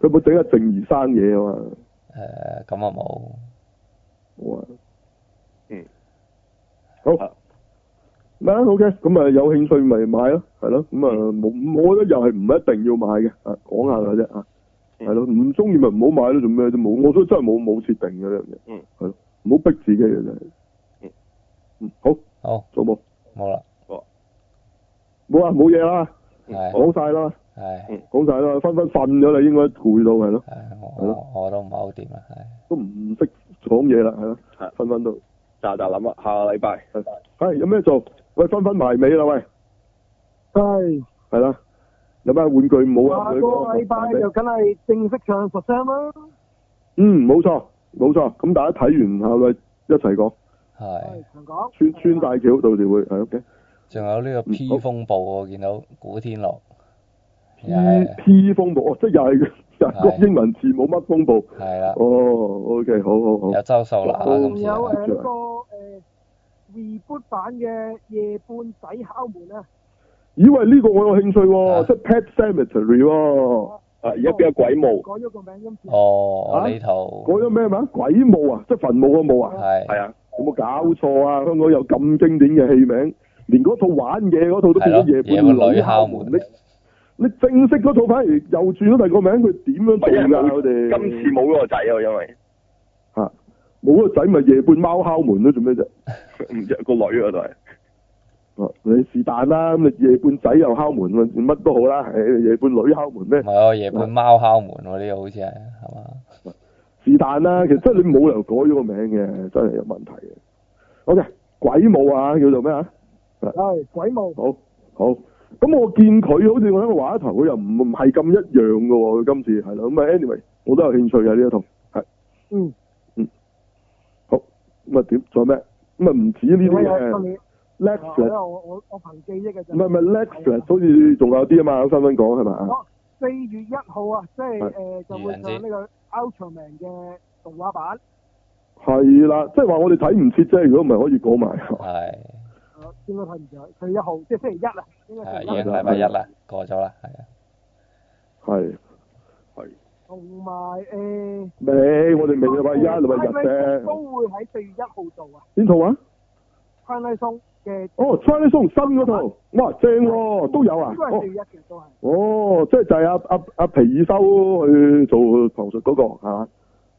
[SPEAKER 1] 佢冇整下靜怡生嘢啊嘛，
[SPEAKER 3] 誒咁啊冇，
[SPEAKER 1] 好啊。
[SPEAKER 2] 嗯。
[SPEAKER 1] 好
[SPEAKER 2] 啊。
[SPEAKER 1] 咩啊？OK，咁啊有興趣咪買咯，係咯，咁啊
[SPEAKER 2] 嗯
[SPEAKER 1] 冇，我覺得又係唔一定要買嘅，啊講下嘅啫啊，
[SPEAKER 2] 嗯
[SPEAKER 1] 係咯，唔中意咪唔好買咯，做咩啫冇？我都真係冇冇設定嘅呢樣嘢，
[SPEAKER 2] 嗯，
[SPEAKER 1] 係咯，唔好逼自己嘅真係
[SPEAKER 2] 嗯，
[SPEAKER 1] 嗯，好，
[SPEAKER 3] 好
[SPEAKER 1] 做冇，
[SPEAKER 3] 冇啦，
[SPEAKER 1] 冇啊，冇嘢啦，
[SPEAKER 3] 係
[SPEAKER 1] 講晒啦，
[SPEAKER 3] 係
[SPEAKER 1] 講晒啦，分分瞓咗啦，應該攰到係咯，
[SPEAKER 3] 係，
[SPEAKER 1] 係
[SPEAKER 3] 我
[SPEAKER 1] 咯
[SPEAKER 3] 我我都唔係好掂啦，係。
[SPEAKER 1] 都唔識講嘢啦，係咯
[SPEAKER 2] 係，
[SPEAKER 1] 分分到。
[SPEAKER 2] 咋咋諗啊，下個禮拜
[SPEAKER 1] 系有咩做？喂，分分埋尾啦，喂，
[SPEAKER 4] 係
[SPEAKER 1] 系啦，有咩玩具冇
[SPEAKER 4] 下
[SPEAKER 1] 啊？
[SPEAKER 4] 個禮拜就梗係正式唱十聲啦。
[SPEAKER 1] 嗯，冇錯冇錯，咁大家睇完下咪一齊講，
[SPEAKER 3] 係
[SPEAKER 4] 係，啊長講
[SPEAKER 1] 穿穿大橋到時會係 OK。
[SPEAKER 3] 仲有呢個 P
[SPEAKER 1] 嗯好
[SPEAKER 3] 風暴喎，我見到古天樂，
[SPEAKER 1] P 嗯
[SPEAKER 3] 又係啊
[SPEAKER 1] P 風暴，哦，即係又係又係
[SPEAKER 3] 係啊
[SPEAKER 1] 個英文字母乜風暴？
[SPEAKER 3] 係啦，
[SPEAKER 1] 哦，OK，好好好
[SPEAKER 3] 有，周秀娜啦啊
[SPEAKER 1] 好
[SPEAKER 3] 今
[SPEAKER 4] 仲
[SPEAKER 3] 次
[SPEAKER 4] 有
[SPEAKER 3] 係
[SPEAKER 1] 啊
[SPEAKER 4] 誒呢個誒 reboot 版嘅夜半仔敲門啊，
[SPEAKER 1] 咦喂，呢個我有興趣喎
[SPEAKER 3] 啊，
[SPEAKER 1] 即係 Pet Cemetery 喎，
[SPEAKER 2] 啊，而家變咗鬼墓，
[SPEAKER 4] 改咗個名今次。
[SPEAKER 3] 哦，
[SPEAKER 1] 啊
[SPEAKER 3] 我呢套
[SPEAKER 1] 嗰咗咩名？鬼墓啊，即係墳墓個墓啊，
[SPEAKER 2] 係
[SPEAKER 3] 係
[SPEAKER 2] 啊，
[SPEAKER 1] 有冇搞錯啊？香港有咁經典嘅戲名，連嗰套玩嘢嗰套都變
[SPEAKER 3] 係
[SPEAKER 1] 咗
[SPEAKER 3] 咯，
[SPEAKER 1] 夜
[SPEAKER 3] 有個
[SPEAKER 1] 半
[SPEAKER 3] 女
[SPEAKER 1] 女
[SPEAKER 3] 敲
[SPEAKER 1] 敲
[SPEAKER 3] 門
[SPEAKER 1] 門，你你正式嗰套反而又轉咗第二個名，佢點樣
[SPEAKER 2] 唔係因
[SPEAKER 1] 做㗎？
[SPEAKER 2] 為
[SPEAKER 1] 啊
[SPEAKER 2] 冇
[SPEAKER 1] 我哋
[SPEAKER 2] 今次冇嗰個仔啊，因為
[SPEAKER 1] 嚇冇個仔咪夜半貓敲門咯，做咩啫？
[SPEAKER 2] 唔知個女嗰度係
[SPEAKER 1] 啊你是但啦，咁你夜半仔又敲門，乜都好啦。誒，夜半女敲門
[SPEAKER 3] 唔
[SPEAKER 1] 咩？
[SPEAKER 3] 係喎，夜半貓敲門喎，呢個好似係係嘛？
[SPEAKER 1] 是但啦，其實真係你冇理由改咗個名嘅，真係有問題嘅。OK，鬼舞啊，叫做咩啊？
[SPEAKER 4] 係鬼墓，
[SPEAKER 1] 好，好。咁我見佢好似我喺個畫頭，佢又唔唔係咁一樣嘅喎。佢今次係啦，咁啊，anyway，我都有興趣嘅呢一套。
[SPEAKER 4] 嗯，
[SPEAKER 1] 好，咁啊點？仲有咩？咁啊唔止呢
[SPEAKER 4] 點
[SPEAKER 1] 啲
[SPEAKER 4] 解有今
[SPEAKER 1] 嘅
[SPEAKER 4] 年？係
[SPEAKER 1] Lexus
[SPEAKER 4] 啦我我我憑記憶嘅
[SPEAKER 1] 唔係
[SPEAKER 4] 啫。
[SPEAKER 1] 唔係 Lexus，好似仲有啲啊嘛，分分講係咪？
[SPEAKER 4] 哦，四月一號啊，即係誒就會
[SPEAKER 3] 愚人
[SPEAKER 4] 上
[SPEAKER 3] 節
[SPEAKER 4] 呢個 Ultraman 嘅動畫版。
[SPEAKER 1] 係啦，即係話我哋睇唔切啫。如果唔係，可以講埋。
[SPEAKER 3] 係
[SPEAKER 4] 誒應該睇唔上，四月一號即係星期一啊，應
[SPEAKER 1] 嗯
[SPEAKER 4] 該
[SPEAKER 3] 係
[SPEAKER 4] 星
[SPEAKER 3] 已
[SPEAKER 4] 期一
[SPEAKER 3] 經禮拜一啦，過咗啦，係啊，
[SPEAKER 1] 係
[SPEAKER 4] 同埋誒。
[SPEAKER 1] 未？我哋未禮拜一、禮拜日啫。
[SPEAKER 4] 都會喺四月一號做啊
[SPEAKER 1] 邊套啊？
[SPEAKER 4] ，Twilight Zone 嘅。
[SPEAKER 1] 哦，Charlie Song 新嗰套，哇正喎，都有啊
[SPEAKER 4] 應。該係
[SPEAKER 1] 哦
[SPEAKER 4] 四月一嘅都係。
[SPEAKER 1] 哦，即係就係阿阿阿皮爾修去做旁述嗰個係嘛？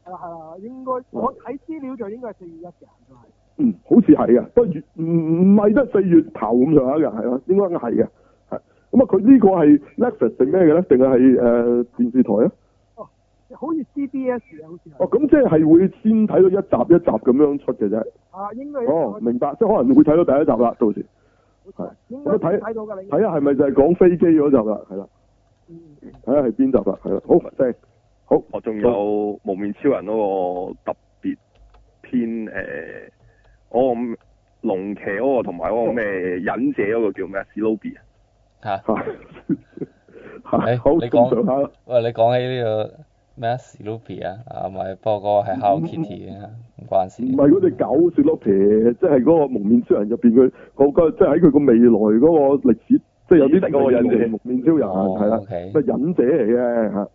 [SPEAKER 4] 係啦係啦，啊應該我睇資料就應該係四月一嘅，都係。
[SPEAKER 1] 嗯，好似係嘅，不過月唔唔係得四月頭咁上下嘅，係啊咯，應該係嘅，係。咁啊，佢呢個係 Netflix 定咩嘅咧？定係係誒電視台啊？
[SPEAKER 4] 好似 CBS 嘅，好似係。
[SPEAKER 1] 哦，咁即係會先睇到一集一集咁樣出嘅啫。
[SPEAKER 4] 啊，應該
[SPEAKER 1] 哦，明白，即係可能會睇到第一集啦，到時
[SPEAKER 4] 好似係應該
[SPEAKER 1] 我都睇
[SPEAKER 4] 睇到啊㗎，你應該
[SPEAKER 1] 睇下係咪就係講飛機嗰集啦，係啦，
[SPEAKER 4] 嗯嗯
[SPEAKER 1] 睇下係邊集啦，係啦，好正，好，
[SPEAKER 2] 我仲有蒙面超人嗰個特別篇誒，嗰、個龍騎嗰個同埋嗰個咩忍者嗰個叫咩啊 s l o b y 啊，
[SPEAKER 3] 嚇！
[SPEAKER 1] 嚇嚇
[SPEAKER 3] 誒
[SPEAKER 1] 好
[SPEAKER 3] 你講
[SPEAKER 1] 咁上下啦，
[SPEAKER 3] 喂，你講起呢個咩啊，Snoopy 啊，啊唔係，不過嗰個係 Hello Kitty 嘅，唔關事。
[SPEAKER 1] 嗯唔係嗰隻狗雪落皮，即係嗰個蒙面超人入邊佢嗰個，即係喺佢個未來嗰個歷史，即係有啲
[SPEAKER 2] 嗰個忍者
[SPEAKER 1] 蒙面超人
[SPEAKER 3] 哦
[SPEAKER 1] 係啦。
[SPEAKER 3] ，OK，
[SPEAKER 1] 咪忍者嚟嘅嚇。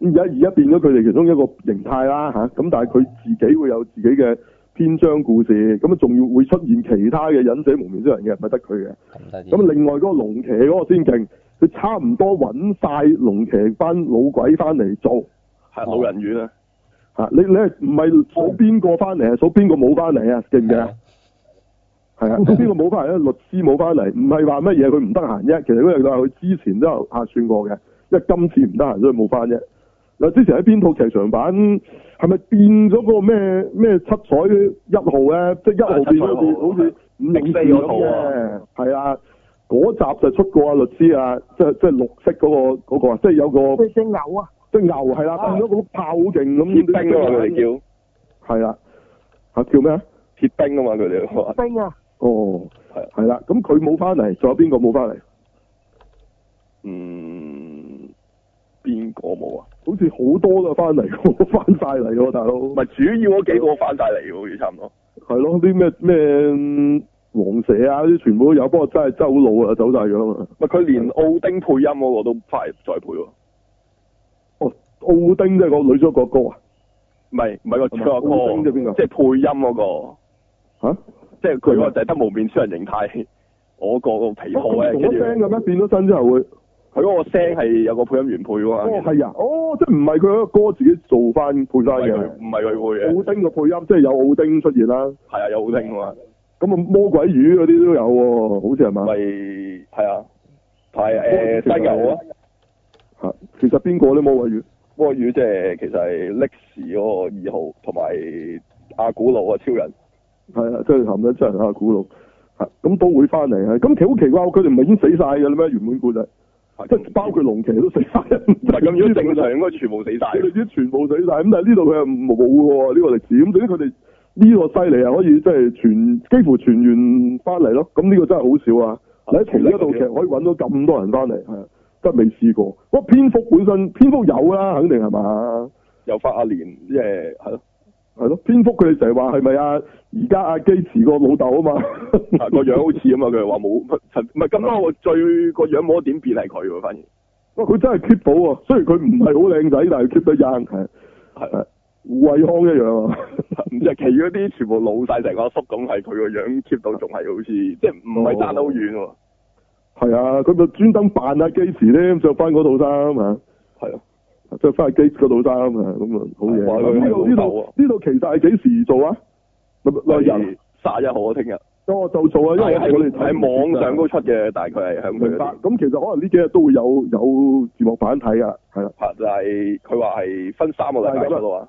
[SPEAKER 1] 咁而家而家變咗佢哋其中一個形態啦嚇，咁但係佢自己會有自己嘅篇章故事，咁啊仲要會出現其他嘅忍者蒙面超人嘅，唔係得佢嘅。
[SPEAKER 3] 咁得意。啊
[SPEAKER 1] 咁另外嗰個龍騎嗰個先勁，佢差唔多揾晒龍騎班老鬼翻嚟做
[SPEAKER 2] 係老人院啊，
[SPEAKER 1] 嚇。你你係唔係數邊個翻嚟啊？數邊個冇翻嚟啊？記唔記啊？係啊，咁邊個冇翻嚟咧？律師冇翻嚟，唔係話乜嘢，佢唔得閒啫。其實嗰樣嘢佢之前都有客串過嘅，因為今次唔得閒所以冇翻啫。嗱，之前喺邊套劇場版係咪變咗個咩咩七彩一號咧？即係一號變咗好似好似五零四
[SPEAKER 2] 六
[SPEAKER 1] 嗰
[SPEAKER 2] 四嗰套
[SPEAKER 1] 套嘅，係啊，嗰集就出過啊律師啊，即係即係綠色嗰、個嗰、個啊，即係有個
[SPEAKER 4] 即係只牛啊，
[SPEAKER 1] 即係牛係啦，
[SPEAKER 4] 啊
[SPEAKER 1] 變咗個炮好勁咁，
[SPEAKER 2] 鐵兵啊嘛，佢哋叫
[SPEAKER 1] 叫係啦，嚇叫咩啊？
[SPEAKER 2] 鐵兵啊嘛，佢哋話
[SPEAKER 4] 冰啊，
[SPEAKER 1] 哦，
[SPEAKER 2] 係啊
[SPEAKER 1] 係啦，咁佢冇翻嚟，仲有邊個冇翻嚟？
[SPEAKER 2] 嗯邊個冇啊？
[SPEAKER 1] 好似好多都翻嚟 喎，翻晒嚟喎，大佬。
[SPEAKER 2] 唔係主要嗰幾個翻晒嚟喎，好似差唔多。
[SPEAKER 1] 係咯，啲咩咩黃蛇啊，啲全部都有，不過真係真係好老啊，走晒樣啊。
[SPEAKER 2] 唔係佢連奧丁配音嗰個都翻嚟再配喎，
[SPEAKER 1] 哦，奧丁即係個女主角個歌啊，
[SPEAKER 2] 唔係哦唔係個
[SPEAKER 1] 係咪
[SPEAKER 2] 佢話
[SPEAKER 1] 奧丁即係邊
[SPEAKER 2] 個
[SPEAKER 1] 個
[SPEAKER 2] 即係配音嗰個。
[SPEAKER 1] 嚇
[SPEAKER 2] 即係哦佢嗰個就係得無面超人形態，我個個皮套咧，
[SPEAKER 1] 哦同
[SPEAKER 2] 跟
[SPEAKER 1] 一
[SPEAKER 2] 住
[SPEAKER 1] 聲嘅咩？變咗身之後會，
[SPEAKER 2] 佢嗰個聲係有個配音員配
[SPEAKER 1] 哦
[SPEAKER 2] 喎，
[SPEAKER 1] 係啊，哦即係唔係佢嗰個歌自己做翻配
[SPEAKER 2] 唔
[SPEAKER 1] 晒
[SPEAKER 2] 係佢
[SPEAKER 1] 嘅。
[SPEAKER 2] 唔係佢配
[SPEAKER 1] 奧
[SPEAKER 2] 嘅，
[SPEAKER 1] 丁嘅配音即係有奧丁出現啦，
[SPEAKER 2] 係啊有好聽啊
[SPEAKER 1] 咁啊魔鬼魚嗰啲都有喎，好似係嘛
[SPEAKER 2] 嘛，？咪係啊，
[SPEAKER 1] 哦
[SPEAKER 2] 係誒犀牛啊，
[SPEAKER 1] 嚇，其實邊個咧魔鬼魚？
[SPEAKER 2] 魔語即係其實係歷史嗰個二號同埋阿古魯啊超人，
[SPEAKER 1] 係啊，即係含得真係啊，古老嚇，咁都會翻嚟啊。咁其實好奇怪，佢哋唔係已經死晒㗎啦咩？原本故仔。即係 包括龍騎都死晒，唔
[SPEAKER 2] 唔係咁，如果正常應該全部死晒
[SPEAKER 1] 佢哋啲全部死晒。咁但係呢度佢又冇喎呢個歷史，咁總之佢哋呢個犀利啊，可以即係全幾乎全員翻嚟咯。咁呢個真係好少啊！你喺同一套劇可以揾到咁多人翻嚟，係啊真係未試過。哇！蝙蝠本身蝙蝠有啦，肯定係嘛？
[SPEAKER 2] 又發阿連即係係咯，
[SPEAKER 1] 係咯，蝙蝠佢哋成日話係咪啊？而家阿基慈個老豆啊嘛，
[SPEAKER 2] 啊個樣好似啊嘛，佢話冇唔係咁啱我最個樣冇一點變係佢喎，反而
[SPEAKER 1] 哇！佢真係 keep 到喎，雖然佢唔係好靚仔，但係 keep 得 young 係
[SPEAKER 2] 係啊。
[SPEAKER 1] 胡惠康一樣啊！
[SPEAKER 2] 唔知係其餘嗰啲全部老晒成個阿叔咁，係佢個樣 keep 到仲係好似，即係唔係爭得好遠喎。
[SPEAKER 1] 係啊，佢咪專登扮阿基時咧，着翻嗰套衫啊，
[SPEAKER 2] 係啊，
[SPEAKER 1] 着翻阿基嗰套衫啊，咁啊好嘢。
[SPEAKER 2] 哇
[SPEAKER 1] 咁呢
[SPEAKER 2] 佢係
[SPEAKER 1] 度
[SPEAKER 2] 老
[SPEAKER 1] 呢
[SPEAKER 2] 豆啊
[SPEAKER 1] 度呢度其實係幾時做啊？咪咪咪日
[SPEAKER 2] 卅一號啊，聽日。
[SPEAKER 1] 我就做啊，因為
[SPEAKER 2] 係
[SPEAKER 1] 我哋睇啊
[SPEAKER 2] 喺網上高出嘅，但係佢係響佢
[SPEAKER 1] 明
[SPEAKER 2] 嗰
[SPEAKER 1] 白
[SPEAKER 2] 度。
[SPEAKER 1] 咁其實可能呢幾日都會有有字幕版睇噶，係啦。
[SPEAKER 2] 拍就係佢話係分三個禮拜出啊嘛。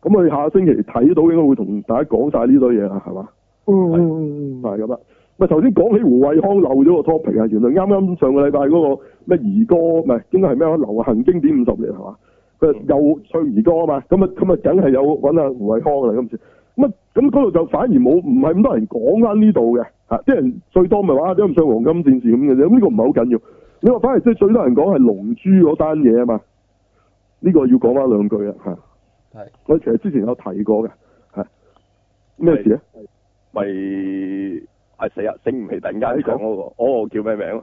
[SPEAKER 1] 咁我哋下星期睇到應該會同大家講晒呢堆嘢啦，係嘛？
[SPEAKER 4] 嗯嗯嗯嗯，
[SPEAKER 1] 係咁啦。啊咪頭先講起胡惠康漏咗個 topic 啊，原來啱啱上個禮拜嗰個咩兒歌，唔係應該係咩啊流行經典五十年係嘛？佢又唱兒歌啊嘛，咁啊咁啊，梗係有揾阿胡惠康啦今次。咁啊咁嗰度就反而冇唔係咁多人講翻呢度嘅嚇，啲人最多咪話啊都唔上黃金戰士咁嘅啫。咁呢個唔係好緊要。你話反而即係最多人講係龍珠嗰單嘢啊嘛，呢、個要講翻兩句啊嚇。
[SPEAKER 3] 係
[SPEAKER 1] 我其實之前有提過嘅嚇，咩事啊？
[SPEAKER 2] 咪係死啊！醒唔起突然間講嗰個，哦叫咩名啊？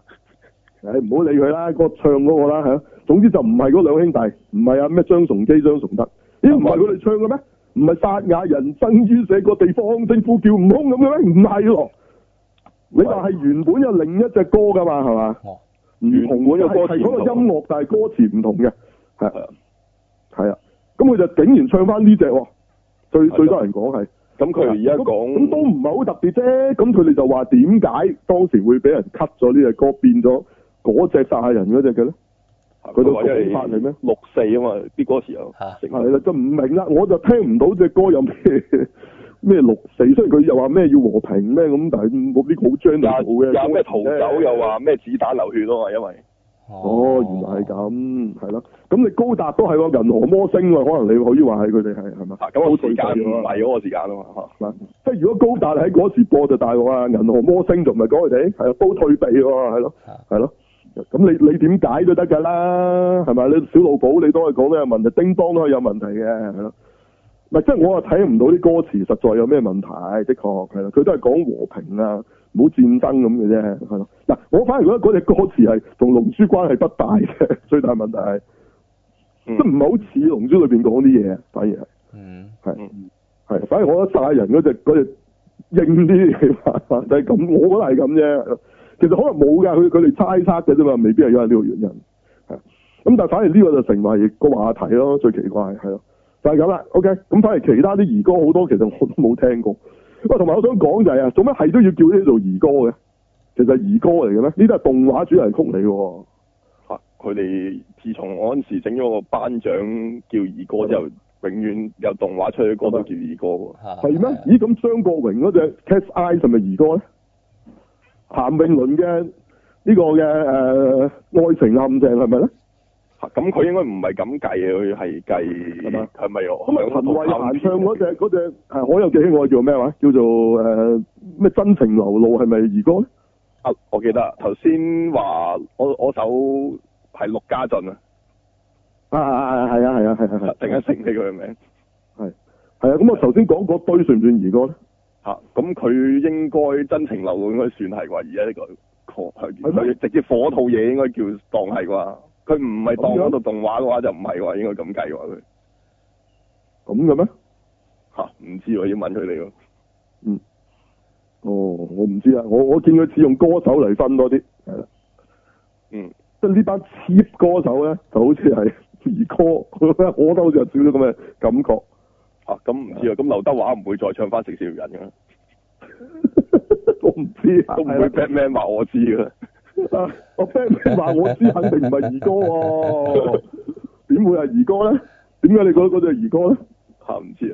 [SPEAKER 1] 唉，唔好理佢啦，個唱嗰個啦嚇。總之就唔係嗰兩兄弟，唔係啊咩張崇基、張崇德。咦，唔係佢哋唱嘅咩？唔係撒雅人生於這個地方，政府叫悟空咁嘅咩？唔係咯。你話係原本有另一隻歌㗎嘛，係嘛？
[SPEAKER 3] 哦，
[SPEAKER 1] 唔同
[SPEAKER 2] 原本有歌詞
[SPEAKER 1] 係嗰個音樂，但係歌詞唔同嘅，
[SPEAKER 2] 係啊。
[SPEAKER 1] 係啊。咁佢就竟然唱翻呢隻喎，最
[SPEAKER 2] 係啊
[SPEAKER 1] 最多人講係。啊
[SPEAKER 2] 咁佢而家講
[SPEAKER 1] 咁咁都唔係好特別啫。咁佢哋就話點解當時會俾人 cut 咗呢隻歌，變咗嗰隻撒亞人嗰隻嘅咧？佢都講法嚟咩
[SPEAKER 2] 六四啊嘛，啲歌詞又
[SPEAKER 3] 嚇
[SPEAKER 2] 成
[SPEAKER 1] 係啦，啊就唔明啦，我就聽唔到隻歌有咩 咩六四，雖然佢又話咩要和平咩咁，但係我呢個好 j 到
[SPEAKER 2] 有
[SPEAKER 1] 嘅。
[SPEAKER 2] 有咩逃走又話咩子彈流血啊嘛，因為。
[SPEAKER 1] 哦，原來係咁，係咯。咁你高達都係喎，銀河魔星喎，可能你可以話係佢哋係係嘛？
[SPEAKER 2] 啊，咁我時間唔係嗰個時間啊嘛，嚇
[SPEAKER 1] 嗱，即係如果高達喺嗰時播就大鑊啊！銀河魔星仲唔係講佢哋係啊，都退避喎，係咯
[SPEAKER 3] 啊，
[SPEAKER 1] 係咯。咁你你點解都得㗎啦，係咪？你小老寶你都可以講到有問題，叮當都可以有問題嘅，係咯。唔係即係我啊睇唔到啲歌詞實在有咩問題，的確係啦，佢都係講和平啊，唔好戰爭咁嘅啫，係咯。嗱，我反而覺得嗰隻歌詞係同龍珠關係不大嘅，最大問題係
[SPEAKER 2] 嗯
[SPEAKER 1] 即係唔係好似龍珠裏邊講啲嘢，反而係。
[SPEAKER 3] 嗯，
[SPEAKER 1] 係，反而我覺得殺人嗰只嗰只應啲，起碼就係咁，我覺得係咁啫。其實可能冇㗎，佢佢哋猜測嘅啫嘛，未必係因為呢個原因。係咁但係反而呢個就成為個話題咯，最奇怪係咯，就係咁啦。OK，咁反而其他啲兒歌好多其實我都冇聽過。喂，同埋我想講就係、啊，做咩係都要叫呢做兒歌嘅？其實係兒歌嚟嘅咩？呢啲係動畫主題曲嚟嘅喎。
[SPEAKER 2] 嚇佢哋自從我嗰陣時整咗個頒獎叫兒歌之後，永遠有動畫出嘅歌都叫兒歌喎。
[SPEAKER 3] 嚇
[SPEAKER 1] 係咩
[SPEAKER 3] 係啊？
[SPEAKER 1] 咦，咁張國榮嗰隻 Cat's Eye 係咪兒歌咧？譚詠麟嘅呢個嘅誒、呃、愛情陷阱係咪咧？
[SPEAKER 2] 嚇咁佢應該唔係咁計啊嘅，佢
[SPEAKER 1] 係
[SPEAKER 2] 係計
[SPEAKER 1] 嘛
[SPEAKER 2] 係咪我
[SPEAKER 1] 咁啊，陳慧嫻唱嗰隻嗰隻係我有幾喜愛叫咩話？叫做誒咩、真情流露係咪兒歌咧？
[SPEAKER 2] 啊，我記得頭先話我我首係陸家俊啊，
[SPEAKER 1] 啊啊係啊係啊係啊係啊
[SPEAKER 2] 突然間醒起佢嘅名
[SPEAKER 1] 係啊！咁我頭先講嗰堆算唔算兒歌咧？
[SPEAKER 2] 嚇，咁佢應該真情流露應該算係啩，而家呢個確係
[SPEAKER 1] 係咩
[SPEAKER 2] 佢直接火套嘢應該叫當係啩，佢唔係當
[SPEAKER 1] 咁樣
[SPEAKER 2] 嗰度動畫嘅話就唔係啩，應該咁計喎佢
[SPEAKER 1] 咁嘅咩？
[SPEAKER 2] 嚇，唔知喎要問佢哋喎。
[SPEAKER 1] 嗯哦，我唔知啊！我我見佢似用歌手嚟分多啲，係啦，
[SPEAKER 2] 嗯，
[SPEAKER 1] 即係呢班 cheap 歌手咧，就好似係兒歌， 我覺得好似有少少咁嘅感覺。
[SPEAKER 2] 啊，咁唔知啊，咁劉德華唔會再唱翻食笑人噶，
[SPEAKER 1] 我唔知啊，
[SPEAKER 2] 都唔會 Batman 話我知噶。
[SPEAKER 1] 係啦啊！我 friend 話我知，肯定唔係兒歌喎，點會係兒歌咧？點解你覺得嗰隻係兒歌咧？
[SPEAKER 2] 嚇唔知啊，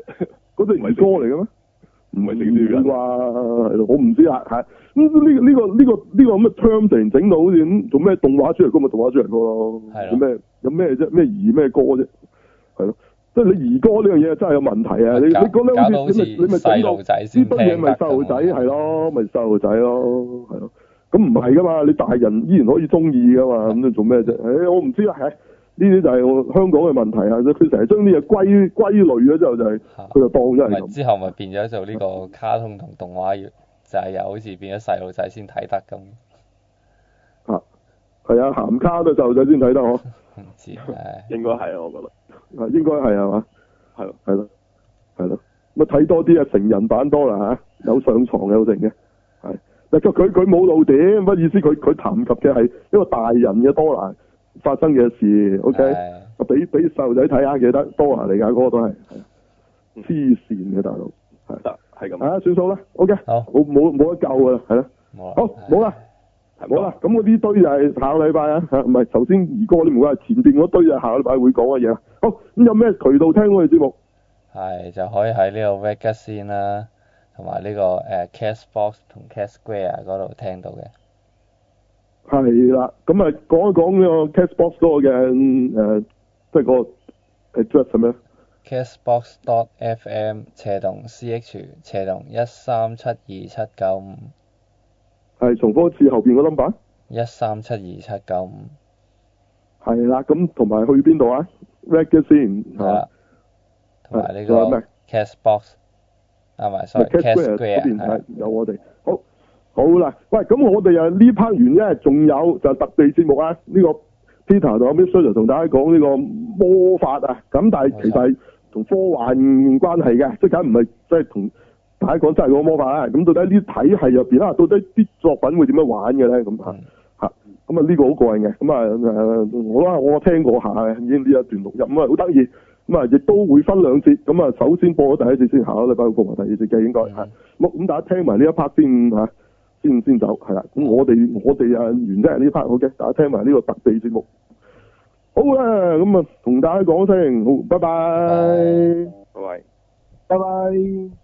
[SPEAKER 1] 嗰隻兒歌嚟嘅咩？
[SPEAKER 2] 唔係食笑人
[SPEAKER 1] 啩，係咯我唔知啦，係咁呢個呢個呢個呢個咁嘅 term 突然整到好似咁做咩動畫主題歌咪動畫主題歌咯，有
[SPEAKER 3] 係咯
[SPEAKER 1] 咩有咩啫？咩兒咩歌啫？係咯，即係你兒歌呢樣嘢真係有問題啊！你你
[SPEAKER 3] 搞
[SPEAKER 1] 覺得
[SPEAKER 3] 搞到
[SPEAKER 1] 好
[SPEAKER 3] 好
[SPEAKER 1] 似
[SPEAKER 3] 似
[SPEAKER 1] 你咪你咪整
[SPEAKER 3] 細
[SPEAKER 1] 到
[SPEAKER 3] 路仔
[SPEAKER 1] 呢
[SPEAKER 3] 先聽
[SPEAKER 1] 堆嘢咪
[SPEAKER 3] 得
[SPEAKER 1] 細路仔
[SPEAKER 3] 咁啊
[SPEAKER 1] 係咯，咪細路仔咯，係咯。咁唔係噶嘛，你大人依然可以中意噶嘛，咁你做咩啫？誒、我唔知啊啦，係呢啲就係我香港嘅問題啊！佢成日將啲嘢歸歸類咗之後就係、
[SPEAKER 3] 嚇
[SPEAKER 1] 佢就當咗係
[SPEAKER 3] 咪
[SPEAKER 1] 咁。
[SPEAKER 3] 之後咪變咗做呢個卡通同動畫，要就係又好似變咗細路仔先睇得咁，唔
[SPEAKER 1] 啊，係啊，鹹卡都係細路仔先 睇得嗬，
[SPEAKER 3] 知唉，
[SPEAKER 2] 應該係啊，我覺得
[SPEAKER 1] 啊應該係係嘛，
[SPEAKER 2] 係咯。
[SPEAKER 1] 係咯，係咯，咁啊睇多啲啊成人版多啦吓、有上床有剩嘅，係嗱佢佢佢冇露點，乜意思？佢佢談及嘅係一個大人嘅多拿發生嘅事，OK，
[SPEAKER 3] 係
[SPEAKER 1] 啊俾俾細路仔睇下，記得多拿嚟㗎嗰個都係，係
[SPEAKER 3] 嗯
[SPEAKER 1] 黐線嘅大佬，係
[SPEAKER 2] 得係咁，
[SPEAKER 1] 啊算數啦，OK，
[SPEAKER 3] 好
[SPEAKER 1] 冇冇冇得救㗎啦，係啦，
[SPEAKER 3] 冇啦，
[SPEAKER 1] 好冇啦。
[SPEAKER 2] 係
[SPEAKER 1] 好啊啦，咁嗰啲堆就係下個禮拜啊， 嚇唔係，頭先兒歌你唔好話，前邊嗰堆就係下個禮拜會講嘅嘢啦。好，咁有咩渠道聽我哋節目？
[SPEAKER 3] 係就可以喺呢個 Vegas 先啦，同埋呢個誒 Cashbox 同 Cash Square 嗰度聽到嘅。
[SPEAKER 1] 係啦，咁啊講一講呢個 Castbox 嗰個嘅誒，呃即係個 address 係咩？
[SPEAKER 3] Cashbox.fm 斜動 CH 斜動一三七二七九五
[SPEAKER 1] 係重複一次後邊個 number。
[SPEAKER 3] 一三七二七九五
[SPEAKER 1] 係啦，咁同埋去邊度啊 r e g 先
[SPEAKER 3] 係啊啦，同埋呢
[SPEAKER 1] 仲有咩
[SPEAKER 3] 個 Cashbox 啊唔係
[SPEAKER 1] 咪
[SPEAKER 3] sorry
[SPEAKER 1] Cat
[SPEAKER 3] Cash
[SPEAKER 1] Square 嗰
[SPEAKER 3] Square
[SPEAKER 1] 邊
[SPEAKER 3] 係
[SPEAKER 1] 係
[SPEAKER 3] 啦
[SPEAKER 1] 有我哋。好，好啦，喂，咁我哋啊呢 part 完啫，仲有就係特備節目啊，呢、個 Peter 同 m i s s u 同大家講呢個魔法啊，咁但係其實係同科幻關係嘅，即係梗唔係即係同大家講真係嗰個魔法啦。啊咁到底呢啲體系入邊啊，到底啲作品會點樣玩嘅咧？咁啊
[SPEAKER 3] 嗯
[SPEAKER 1] 嚇。咁啊呢個好過癮嘅，咁啊誒我啦我聽過下嘅，已經呢一段錄音咁啊好得意，咁啊亦都會分兩節，咁啊首先播咗第一節先，下個禮拜會播埋第二節嘅應該係，咁咁大家聽埋呢一 part 先嚇，先先走係啦，咁我哋我哋啊完即係呢 part 好嘅，大家聽埋呢個特備節目，好啦，咁啊同大家講聲好，拜拜
[SPEAKER 3] 拜
[SPEAKER 2] 好，喂。
[SPEAKER 4] 拜拜。